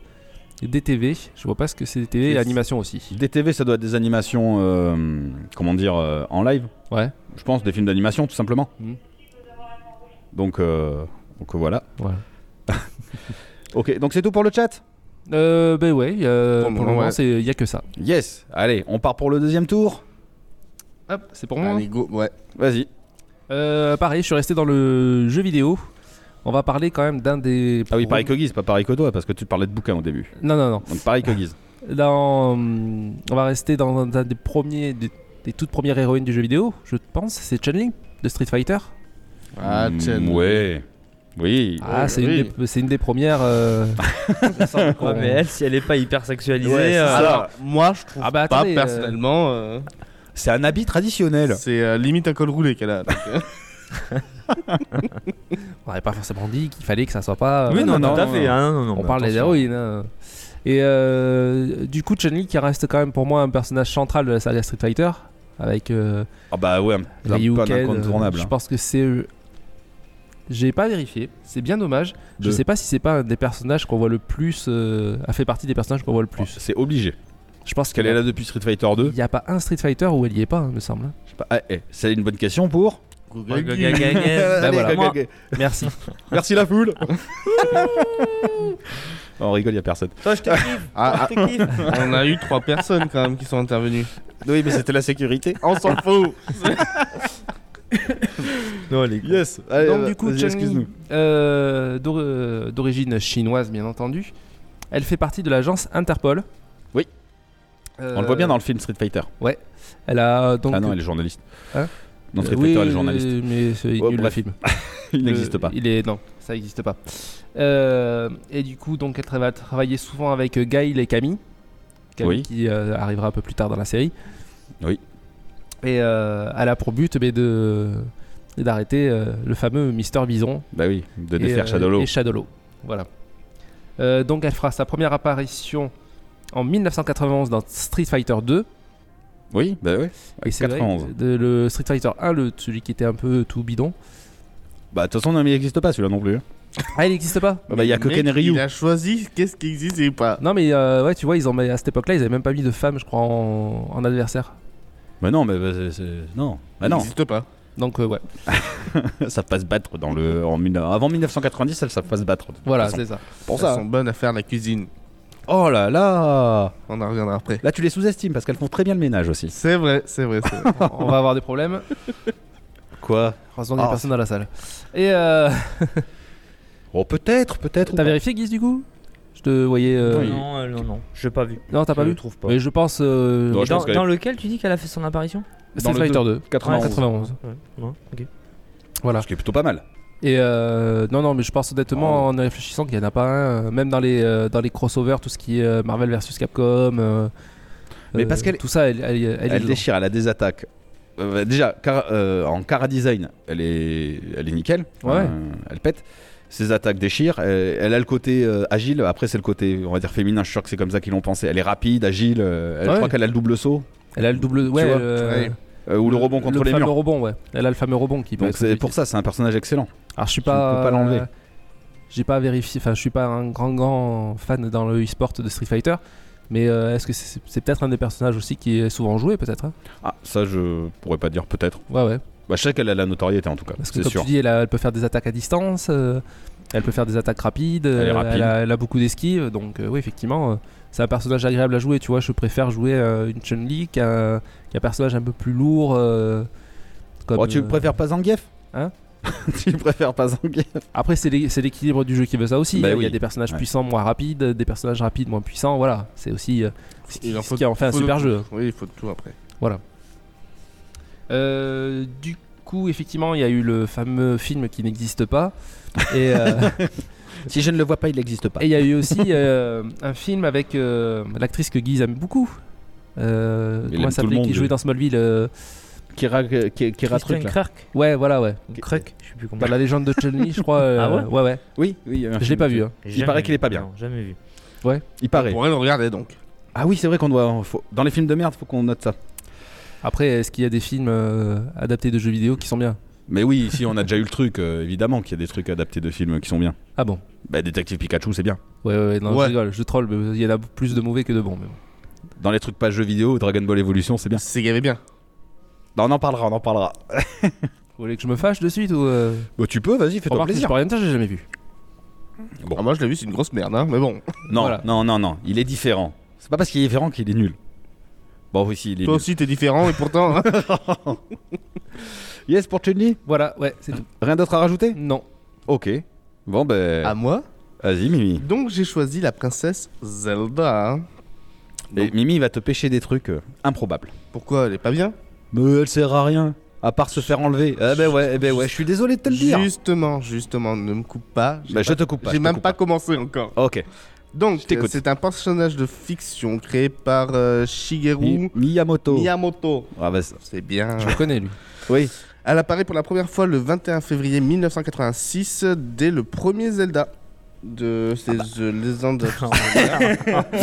S4: DTV. Je vois pas ce que c'est DTV et
S3: C'est-
S4: animation aussi.
S3: DTV, ça doit être des animations, euh, comment dire, euh, en live
S4: Ouais.
S3: Je pense, des films d'animation tout simplement.
S4: Mhm.
S3: Donc, euh, donc voilà.
S4: Voilà.
S3: Ok, donc c'est tout pour le chat
S4: Euh, ben ouais, il y a-
S5: Pour
S4: pour le
S5: le moment, ouais.
S4: moment, c'est- il y a que ça.
S3: Yes, allez, on part pour le deuxième tour.
S4: Hop, c'est pour moi. hein.
S5: Allez, go. Ouais.
S3: Vas-y.
S4: Euh, pareil, je suis resté dans le jeu vidéo. On va parler quand même d'un des.
S3: Ah oui,
S4: pro-
S3: pareil que Guise, pas pareil que toi, parce que tu parlais de bouquin au début.
S4: Non, non, non.
S3: Donc pareil que Guise.
S4: Dans, hum, on va rester dans un des premiers, des, des toutes premières héroïnes du jeu vidéo, je pense. C'est Chun-Li de Street Fighter.
S5: Ah,
S3: Mm,
S5: tiens.
S3: Ouais. Oui.
S4: Ah, c'est
S5: oui.
S4: une, des- c'est une des premières. euh,
S1: Ouais, mais elle, si elle est pas hyper sexualisée,
S5: Ouais, c'est
S1: euh,
S5: ça. Alors, moi, je trouve
S4: Ah bah,
S5: pas
S4: attendez, euh,
S5: personnellement. euh,
S3: C'est un habit traditionnel.
S5: C'est euh, limite un col roulé qu'elle a. donc,
S3: [LAUGHS]
S5: euh,
S4: on n'avait pas forcément dit qu'il fallait que ça soit pas.
S1: oui,
S3: Ah,
S1: non,
S3: non,
S1: tout à
S3: non,
S1: fait.
S3: non.
S1: hein, non, non,
S4: on
S1: mais
S4: parle des
S1: attention.
S4: héroïnes. hein. Et euh, du coup, Chun-Li qui reste quand même pour moi un personnage central de la saga Street Fighter. Avec euh,
S3: Ah bah ouais, c'est un
S4: Ryu,
S3: peu un
S4: Ken, euh,
S3: incontournable. hein.
S4: je pense que c'est. euh, J'ai pas vérifié, c'est bien dommage. Je
S3: Deux.
S4: sais pas si c'est pas un des personnages qu'on voit le plus. euh, a fait partie des personnages qu'on voit le plus.
S3: C'est obligé.
S4: Je pense
S3: Parce qu'elle est là depuis Street Fighter 2.
S4: Il n'y a pas un Street Fighter où elle y est pas, hein, me semble.
S3: Je sais pas. Ah, eh, c'est une bonne question pour.
S1: Ouais,
S5: Google
S1: go-
S5: Guise.
S1: go- go- go-
S4: Bah, voilà.
S3: go- go-
S1: Moi,
S3: go.
S4: Merci.
S3: Merci la foule. [LAUGHS] On rigole, y a personne.
S1: Toi, je te kiffe.
S5: Ah,
S1: Toi, je te kiffe.
S5: ah, on a eu trois personnes quand même qui sont intervenues.
S3: Oui, mais c'était la sécurité.
S5: On s'en fout.
S1: Non, les gars.
S3: Yes. [LAUGHS] Allez,
S4: Donc
S3: euh,
S4: du coup,
S3: vas-y,
S4: Chun-Li,
S3: excuse-nous.
S4: euh, d'or- euh, d'origine chinoise bien entendu, elle fait partie de l'agence Interpol.
S3: Oui. On le voit bien dans
S4: dans
S3: le film Street Fighter.
S4: Elle a donc.
S3: ah non, elle est journaliste.
S4: Hein
S3: non, Street
S4: Euh, oui,
S3: Fighter, elle est journaliste.
S4: Mais c'est
S3: Oh,
S4: nul le
S3: bref.
S4: film.
S3: Il
S4: Le-
S3: n'existe pas.
S4: Il est non, ça n'existe pas. Euh, et du coup, donc elle tra- va travailler souvent avec euh, Gail et Camille, Camille
S3: Oui.
S4: qui euh, arrivera un peu plus tard dans la série.
S3: Oui.
S4: Et euh, elle a pour but mais de d'arrêter euh, le fameux Mister Bison
S3: Bah oui, de
S4: et,
S3: défaire
S4: euh,
S3: Shadowlo.
S4: et Shadowlo. Voilà. Euh, donc elle fera sa première apparition en 1991 dans Street Fighter 2.
S3: Oui, bah oui.
S4: Et c'est vrai
S3: 91.
S4: que de- le Street Fighter 1, le, celui qui était un peu tout bidon.
S3: Bah de toute façon, non, mais il n'existe pas celui-là non plus. hein.
S4: Ah, il n'existe pas
S3: Bah, bah, il y a que
S5: Mec,
S3: Ken Ryu.
S5: Il a choisi qu'est-ce qui existe et pas.
S4: Non, mais euh, ouais, tu vois, ils ont, à cette époque-là, ils avaient même pas mis de femme, je crois, en, en adversaire.
S3: Bah non, mais bah, c'est- c'est- non. Bah non,
S5: Il n'existe pas.
S4: Donc, euh, ouais,
S3: [LAUGHS] ça passe battre dans le en mille- avant 1990, elles savent pas se battre. de toute
S4: voilà,
S3: façon.
S4: c'est ça.
S3: pour
S5: Elles
S3: ça. hein.
S5: sont bonnes à faire la cuisine.
S3: Oh là là.
S5: On en reviendra après.
S3: Là, tu les sous-estimes parce qu'elles font très bien le ménage aussi.
S5: C'est vrai, c'est vrai.
S3: [LAUGHS]
S5: c'est vrai.
S4: On va avoir des problèmes.
S3: Quoi
S4: Heureusement qu'il y a
S3: Ah.
S4: personne dans la salle. Et euh,
S1: [LAUGHS]
S3: Oh peut-être, peut-être. ou
S4: t'as
S3: pas.
S4: vérifié, Guise, du coup Je te voyais. euh,
S3: Oui.
S1: Non, euh, non, non, je pas vu.
S4: Non, t'as pas
S1: je
S4: vu
S1: le trouve pas.
S4: Mais je pense. euh,
S3: Non,
S1: Et
S3: je
S1: dans,
S3: pense qu'elle
S1: dans lequel tu dis qu'elle a fait son apparition
S4: Street
S3: le deux.
S4: Fighter 2.
S3: 91.
S4: 91.
S1: Ouais, ouais, ok.
S4: Voilà.
S3: Ce qui est plutôt pas mal.
S4: Et euh, non, non, mais je pense honnêtement
S1: Ah,
S4: en y réfléchissant qu'il n'y en a pas un, euh, même dans les, euh, dans les crossovers, tout ce qui est euh, Marvel versus Capcom. euh,
S3: Mais
S4: euh,
S3: parce qu'elle-
S4: Tout ça, elle, elle, elle, est
S3: Elle,
S4: dedans.
S3: déchire, elle a des attaques. Euh, déjà, cara- euh, en cara design, elle est, elle est nickel. Euh,
S4: Ouais.
S3: elle pète. Ses attaques déchirent. Elle, elle a le côté euh, agile. Après, c'est le côté, on va dire féminin. Je suis sûr que c'est comme ça qu'ils l'ont pensé. Elle est rapide, agile. euh, elle,
S4: Ouais.
S3: Je crois qu'elle a le double saut
S4: Elle a le double. Ouais,
S3: vois,
S4: elle, euh,
S5: ouais.
S3: euh, ou le rebond contre
S4: le
S3: les
S4: fameux
S3: murs.
S4: rebond, ouais. Elle a le fameux rebond qui peut
S3: Donc
S4: être
S3: c'est
S4: utile.
S3: pour ça, c'est un personnage excellent.
S4: Alors je suis
S3: ne
S4: pas.
S3: peux pas l'enlever.
S4: euh, J'ai pas vérifié. Enfin, je suis pas un grand grand fan dans le e-sport de Street Fighter. Mais euh, est-ce que c'est c'est peut-être un des personnages aussi qui est souvent joué, peut-être hein
S3: Ah, ça, je pourrais pas dire. Peut-être.
S4: Ouais, ouais.
S3: Bah, je sais qu'elle a la notoriété en tout cas.
S4: Parce que
S3: C'est
S4: comme
S3: sûr.
S4: tu dis, elle, a- elle peut faire des attaques à distance, euh, elle peut faire des attaques rapides, euh,
S3: est
S4: elle,
S3: rapide.
S4: a, elle a beaucoup d'esquives, donc euh, oui, effectivement, euh, c'est un personnage agréable à jouer, tu vois, je préfère jouer euh, une Chun-Li qu'un qu'un personnage un peu plus lourd. euh, comme,
S3: Oh, tu
S4: euh,
S3: préfères pas Zangief
S4: Hein
S3: [LAUGHS] Tu préfères pas Zangief
S4: Après, c'est l'é- c'est l'équilibre du jeu qui veut ça aussi,
S3: Bah
S4: hein, il y
S3: oui.
S4: a des personnages
S3: Ouais.
S4: puissants moins rapides, des personnages rapides moins puissants, voilà, c'est aussi euh, ce qui,
S5: Il en
S4: ce
S5: faut-
S4: qui en fait un
S5: faut de
S4: super
S5: tout.
S4: jeu.
S5: Oui, il faut de tout après.
S4: Euh, du coup, effectivement, il y a eu le fameux film qui n'existe [LAUGHS] pas. Et, euh,
S3: Si je ne le vois pas, il n'existe pas.
S4: et il y a eu aussi euh, un film avec euh, l'actrice que Guise aime beaucoup. Euh,
S3: Il
S4: comment
S3: aime
S4: elle
S3: tout le
S4: s'appelait
S3: monde,
S4: qui
S3: lui.
S4: jouait dans Smallville euh,
S3: Kira, Kira, Kira
S1: Kristen
S3: truc, là.
S1: Kirk
S4: Ouais, voilà, ouais.
S1: ou Krek, je sais plus comment.
S4: Dans la légende de Chun-Li, je crois. euh,
S1: Ah ouais
S4: Ouais, ouais.
S3: Oui, oui. il y a eu un
S4: Je l'ai
S3: film
S4: pas
S3: dessus.
S4: vu. hein.
S1: Jamais
S3: paraît
S1: vu.
S3: qu'il est pas bien.
S1: Non, jamais vu.
S3: Il paraît.
S5: Pour elle, regardez donc.
S3: Ah oui, c'est vrai qu'on doit. faut- Dans les films de merde, faut qu'on note ça.
S4: hein. Après, est-ce qu'il y a des films euh, adaptés de jeux vidéo qui sont bien
S3: Mais oui, ici on a déjà eu le truc, euh, évidemment, qu'il y a des trucs adaptés de films qui sont bien.
S4: Ah bon
S3: Bah, Détective Pikachu, c'est bien.
S4: Ouais, ouais, ouais, non,
S5: Ouais.
S4: je rigole, je troll, mais il y en a plus de mauvais que de bons. Mais bon.
S3: Dans les trucs pas jeux vidéo, Dragon Ball Evolution, c'est bien.
S5: C'est gavé bien.
S3: Non, Bah, on en parlera, on en parlera.
S4: Vous voulez que je me fâche de suite ou. euh,
S3: Bah, tu peux, vas-y, fais-toi
S4: Remarque, si je
S3: plaisir.
S4: peux rien dire, j'ai jamais vu.
S3: Bon.
S5: Ah, moi, je l'ai vu, c'est une grosse merde, hein, mais bon.
S3: Non,
S4: Voilà.
S3: non, non, non, il est différent. C'est pas parce qu'il est différent qu'il est nul. Bon, oui, si, il est
S5: Toi
S3: nul.
S5: aussi, t'es différent, et pourtant.
S3: [LAUGHS]
S5: hein.
S3: Yes pour Chun-Li
S4: Voilà, ouais, c'est tout.
S3: Rien d'autre à rajouter
S4: Hein Non.
S3: Ok. Bon, ben.
S5: À moi
S3: Vas-y, Mimi.
S5: Donc, j'ai choisi la princesse Zelda. hein.
S3: Et Mimi va te pêcher des trucs euh, improbables.
S5: Pourquoi elle est pas bien
S3: Mais elle sert à rien. À part se faire enlever. Eh ben ouais, eh ben ouais, je suis désolé de te le dire.
S5: Justement, justement, ne me coupe pas. J'ai
S3: Bah,
S5: pas-
S3: je te coupe pas.
S5: J'ai
S3: je te
S5: même
S3: coupe
S5: pas commencé encore.
S3: Ok.
S5: Donc,
S3: Je t'écoute.
S5: euh, c'est un personnage de fiction créé par euh, Shigeru
S3: Mi- Miyamoto.
S5: Miyamoto.
S3: Ah bah, c'est-
S5: C'est bien.
S4: Je le connais,
S5: [LAUGHS]
S4: lui.
S3: oui.
S5: Elle apparaît pour la première fois le 21 février 1986 dès le premier Zelda de ces euh, légendes.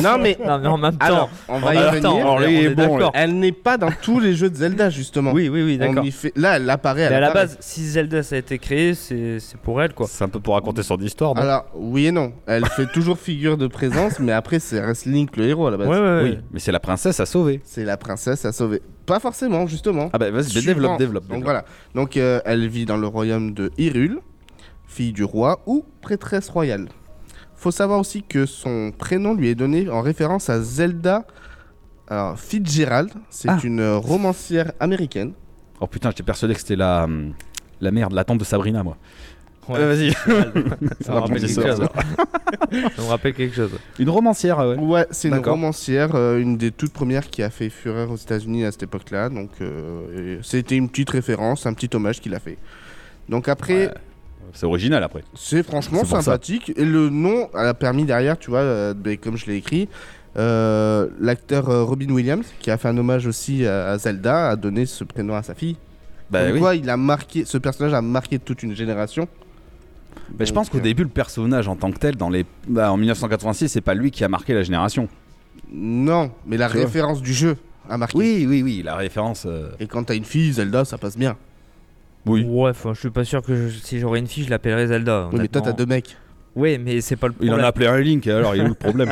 S5: non mais
S1: Ah bah. [LAUGHS] non, mais en même temps.
S5: alors, on va y
S1: Alors,
S5: revenir.
S1: attends,
S3: Alors, lui,
S1: on
S3: il
S1: est
S3: est bon,
S1: d'accord.
S5: Elle n'est pas dans tous les jeux de Zelda justement.
S1: Oui, oui, oui,
S5: On
S1: d'accord.
S5: y fait- Là, elle apparaît.
S1: Mais
S5: elle
S1: à la
S5: apparaît.
S1: base, si Zelda ça a été créé, c'est c'est pour elle quoi.
S3: C'est un peu pour raconter son histoire. non
S5: Alors oui et non. Elle fait toujours figure de présence, mais après c'est reste Link le héros à la base.
S1: Ouais, ouais, ouais.
S3: oui, mais c'est la princesse à sauver.
S5: C'est la princesse à sauver. Pas forcément justement.
S3: Ah bah vas-y, mais
S5: Suivant.
S3: développe, développe.
S5: Donc
S3: développe.
S5: voilà. Donc euh, elle vit dans le royaume de Hyrule, fille du roi ou prêtresse royale. Faut savoir aussi que son prénom lui est donné en référence à Zelda alors, Fitzgerald. C'est
S3: Ah.
S5: une euh, romancière américaine.
S3: Oh putain, j'étais persuadé que c'était la, hum, la merde, la tante de Sabrina, moi.
S1: Ouais.
S3: Euh, vas-y.
S1: Ça
S3: va
S1: me
S3: prendre
S1: rappelle
S3: des
S1: quelque
S3: heures,
S1: chose. Ça me rappelle quelque chose.
S3: Une romancière, ouais.
S5: Ouais, c'est une
S3: D'accord.
S5: romancière, euh, une des toutes premières qui a fait fureur aux États-Unis à cette époque-là. Donc euh, et c'était une petite référence, un petit hommage qu'il a fait. Donc après,
S3: Ouais. C'est original après.
S5: C'est franchement
S3: C'est pour ça.
S5: sympathique. Et le nom elle a permis derrière, tu vois, euh, ben, comme je l'ai écrit, euh, l'acteur euh, Robin Williams, qui a fait un hommage aussi à, à Zelda, a donné ce prénom à sa fille.
S3: Bah
S5: Comme
S3: oui.
S5: quoi, il a marqué, ce personnage a marqué toute une génération.
S3: Mais je
S5: Donc,
S3: pense qu'au
S5: euh,
S3: début, le personnage en tant que tel, dans les... bah, en 1986, c'est pas lui qui a marqué la génération.
S5: Non, mais la
S3: Tu vois.
S5: référence du jeu a marqué.
S3: Oui, oui, oui, la référence. euh,
S5: Et quand t'as une fille, Zelda, ça passe bien.
S3: Oui.
S1: Ouais, enfin, je suis pas sûr que je- si j'aurais une fille, je l'appellerais Zelda.
S5: Oui, mais toi,
S1: honnêtement.
S5: t'as deux mecs.
S1: Ouais, mais c'est pas le
S3: Il
S1: problème.
S3: en a appelé un Link, alors il est où le
S5: [LAUGHS]
S3: problème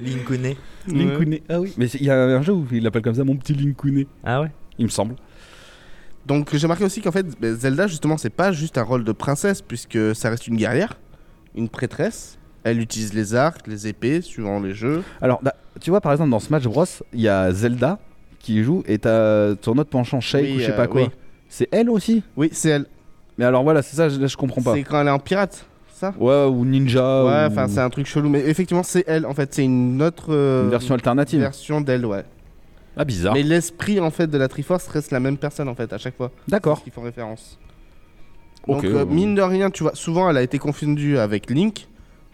S1: Lincolné.
S3: Linkouné. Ah oui. Mais il y a un jeu où il l'appelle comme ça, mon petit Linkouné,
S1: Ah ouais
S3: il me semble.
S5: Donc j'ai marqué aussi qu'en fait, ben, Zelda, justement, c'est pas juste un rôle de princesse, puisque ça reste une guerrière, une prêtresse. Elle utilise les arcs, les épées, suivant les jeux.
S3: Alors, là, tu vois, par exemple, dans Smash Bros, il y a Zelda qui joue et t'as ton autre penchant, Shake
S5: Oui,
S3: ou je sais
S5: euh,
S3: pas quoi.
S5: oui.
S3: C'est elle aussi
S5: Oui, c'est elle.
S3: Mais alors voilà, c'est ça, je, là, je comprends pas.
S5: C'est quand elle est en pirate. C'est ça
S3: Ouais, ou Ninja.
S5: Ouais,
S3: Euh, ou-
S5: enfin, c'est un truc chelou. Mais effectivement, c'est elle, en fait. C'est une autre euh,
S3: une version alternative.
S5: version d'elle, ouais.
S3: Ah, bizarre.
S5: Mais l'esprit, en fait, de la Triforce reste la même personne, en fait, à chaque fois.
S3: D'accord.
S5: Qui font référence.
S3: Ok,
S5: Donc, euh,
S3: euh,
S5: mine de rien, tu vois, souvent, elle a été confondue avec Link,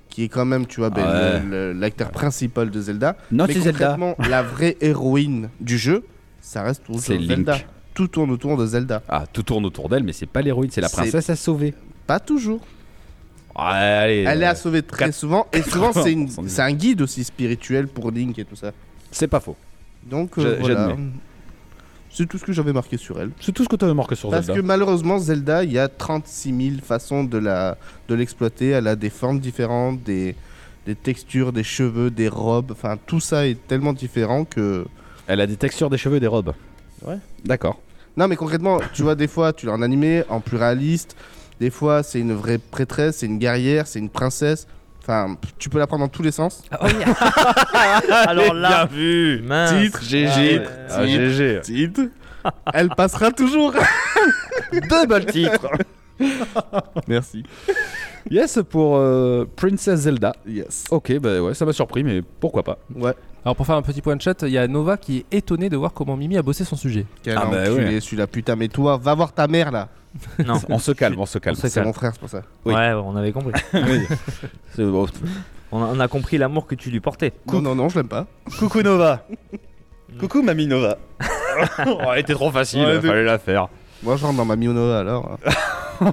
S5: qui est quand même, tu vois, ben,
S3: Ouais.
S5: le- le- l'acteur principal de Zelda.
S3: Non,
S5: mais
S3: c'est Zelda.
S5: concrètement, la vraie héroïne du jeu, ça reste toujours
S3: C'est Link.
S5: Zelda. Tout tourne autour de Zelda.
S3: Ah, tout tourne autour d'elle, mais c'est pas l'héroïne, c'est la
S5: C'est-
S3: princesse à sauver.
S5: Pas toujours.
S3: Ah, allez,
S5: Elle est
S3: euh,
S5: à sauver très
S3: quatre-
S5: souvent.
S3: [LAUGHS]
S5: Et souvent, c'est une-
S3: 90.
S5: c'est un guide aussi spirituel pour Link et tout ça.
S3: C'est pas faux.
S5: Donc, euh,
S3: J'a-
S5: voilà.
S3: j'admets.
S5: C'est tout ce que j'avais marqué sur elle.
S3: C'est tout ce que t'avais marqué sur
S5: Parce
S3: Zelda.
S5: que malheureusement, Zelda, il y a 36 000 façons de la de l'exploiter. Elle a des formes différentes, des, des textures, des cheveux, des robes. Enfin, tout ça est tellement différent que.
S3: Elle a des textures des cheveux et des robes.
S5: Ouais.
S3: D'accord.
S5: Non, mais concrètement, tu vois, des fois, tu l'as en animé, en plus réaliste. Des fois, c'est une vraie prêtresse, c'est une guerrière, c'est une princesse. Enfin, tu peux la prendre dans tous les sens.
S3: Ah, oh,
S1: [LAUGHS] Alors là, vu. Mince.
S3: GG.
S1: ouais.
S3: Ah, GG.
S5: Elle passera toujours.
S3: Double titre.
S5: Merci.
S3: Yes, pour euh, Princess Zelda.
S5: Yes.
S3: Ok, bah ouais, ça m'a surpris, mais pourquoi pas.
S5: Ouais.
S4: Alors pour faire un petit point de chat, il y a Nova qui est étonné de voir comment Mimi a bossé son sujet.
S5: Quel
S3: Ah, bah
S5: enculé,
S3: ouais.
S5: celui-là, putain, mais toi, va voir ta mère là.
S1: Non.
S3: On se calme, on se calme.
S1: On se
S5: C'est
S1: calme.
S5: mon frère, c'est pour ça.
S3: Oui.
S1: Ouais, on avait compris.
S3: C'est bon.
S1: On a, on a compris l'amour que tu lui portais.
S5: Non, non, non, je l'aime pas.
S3: Coucou Nova. Coucou Mamie Nova. [LAUGHS] Oh, elle était trop facile,
S5: Ouais, de-
S3: fallait la faire.
S5: Moi, je rentre dans ma Miono alors. hein.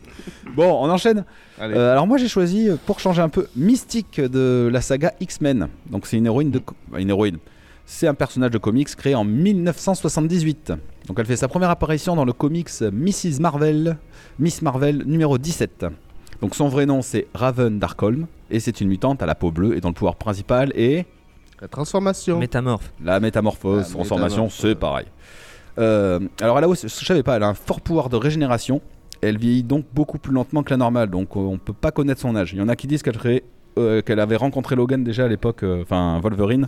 S1: [LAUGHS]
S3: Bon, on enchaîne.
S5: Allez.
S3: Euh, alors moi j'ai choisi euh, pour changer un peu Mystique de la saga X-Men. Donc c'est une héroïne de co- une héroïne. C'est un personnage de comics créé en 1978. Donc elle fait sa première apparition dans le comics Mrs Marvel, Miss Marvel numéro 17. Donc son vrai nom c'est Raven Darkholm et c'est une mutante à la peau bleue et dont le pouvoir principal est
S5: La transformation.
S1: Métamorphe.
S3: la métamorphose,
S5: La
S3: transformation,
S5: métamorphose.
S3: c'est pareil. Euh, alors elle a aussi, je savais pas, elle a un fort pouvoir de régénération. Elle vieillit donc beaucoup plus lentement que la normale, donc euh, on peut pas connaître son âge. Il y en a qui disent qu'elle serait- euh, qu'elle avait rencontré Logan déjà à l'époque, euh, enfin Wolverine,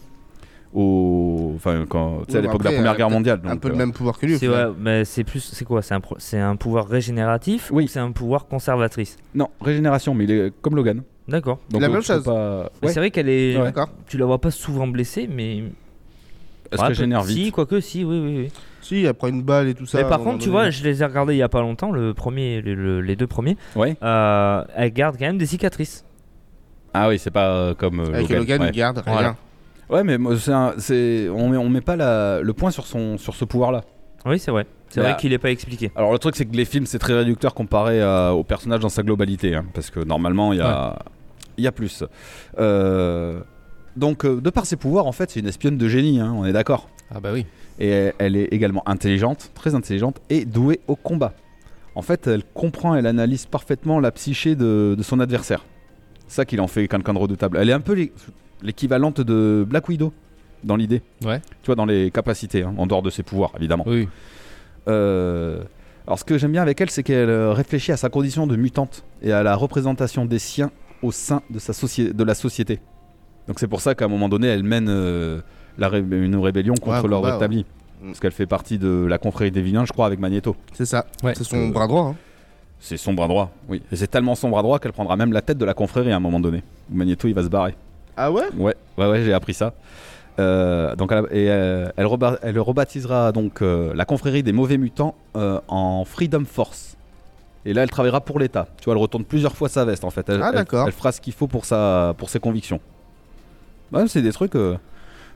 S3: au, enfin quand, tu sais, à
S5: Ouais, mais
S3: l'époque de la
S5: après,
S3: Première
S5: elle a
S3: Guerre
S5: peut-être
S3: mondiale.
S5: un
S3: donc,
S5: peu le
S3: euh,
S5: même pouvoir que lui. au
S1: C'est
S5: final.
S1: ouais, mais c'est plus, c'est quoi C'est un, pro- c'est un pouvoir régénératif
S3: Oui.
S1: ou c'est un pouvoir conservatrice
S3: Non, régénération, mais il est comme Logan.
S1: D'accord.
S3: Donc, euh,
S5: La même
S3: je peux
S5: chose.
S3: pas-
S1: Mais
S3: Ouais,
S1: C'est vrai qu'elle est.
S3: Ouais.
S5: D'accord.
S1: Tu la vois pas souvent blessée, mais.
S3: elle se
S1: Ouais,
S3: régénère
S1: peut-
S3: vite.
S1: Si, quoique, si, oui, oui. oui.
S5: Si, elle prend une balle et tout ça.
S1: mais
S5: à un
S1: par
S5: moment
S1: contre, tu
S5: donné.
S1: vois, je les ai regardés il y a pas longtemps, le premier, le- le- les deux premiers.
S3: Ouais.
S1: Euh, elle garde quand même des cicatrices.
S3: Ah oui, c'est pas euh, comme euh,
S5: Avec
S3: Logan.
S5: Logan,
S3: ouais.
S5: il garde rien.
S1: Voilà.
S3: Ouais, mais moi, c'est un- c'est- on met, on met pas la- le point sur son sur ce pouvoir là.
S1: Oui, c'est vrai. C'est
S3: Mais,
S5: Bah.
S1: vrai
S3: ah,
S1: qu'il est pas expliqué.
S3: Alors le truc c'est que les films c'est très réducteur comparé à- au personnage dans sa globalité hein, parce que normalement il y a il y a plus. Euh, donc euh, de par ses pouvoirs en fait c'est une espionne de génie hein, on est d'accord
S4: Ah bah oui.
S3: et elle- elle est également intelligente très intelligente et douée au combat. En fait elle comprend elle analyse parfaitement la psyché de, de son adversaire. C'est ça qui en fait quelqu'un de redoutable. Elle est un peu l'é- l'équivalente de Black Widow dans l'idée.
S4: Ouais.
S3: Tu vois dans les capacités hein, en dehors de ses pouvoirs évidemment.
S4: Oui.
S3: Euh, alors ce que j'aime bien avec elle, c'est qu'elle euh, réfléchit à sa condition de mutante et à la représentation des siens au sein de, sa socie- de la société. Donc c'est pour ça qu'à un moment donné, elle mène euh, la ré- une rébellion contre
S5: Ouais, Mm.
S3: l'ordre
S5: combat,
S3: établi.
S5: ouais.
S3: Parce qu'elle fait partie de la confrérie des vilains, je crois, avec Magneto.
S5: C'est ça.
S4: Ouais.
S5: C'est son
S3: Euh,
S5: bras droit. hein.
S3: C'est son bras droit, oui. Et c'est tellement son bras droit qu'elle prendra même la tête de la confrérie à un moment donné. Magneto, il va se barrer.
S5: Ah ouais
S3: Ouais, ouais, ouais, j'ai appris ça. Euh, donc, elle, et, euh, elle, reba- elle rebaptisera donc euh, la confrérie des mauvais mutants euh, en Freedom Force. Et là, elle travaillera pour l'État. Tu vois, elle retourne plusieurs fois sa veste en fait. Elle,
S5: Ah,
S3: elle-
S5: d'accord.
S3: Elle, fera ce qu'il faut pour, sa, pour ses convictions. Ouais, c'est des trucs. euh,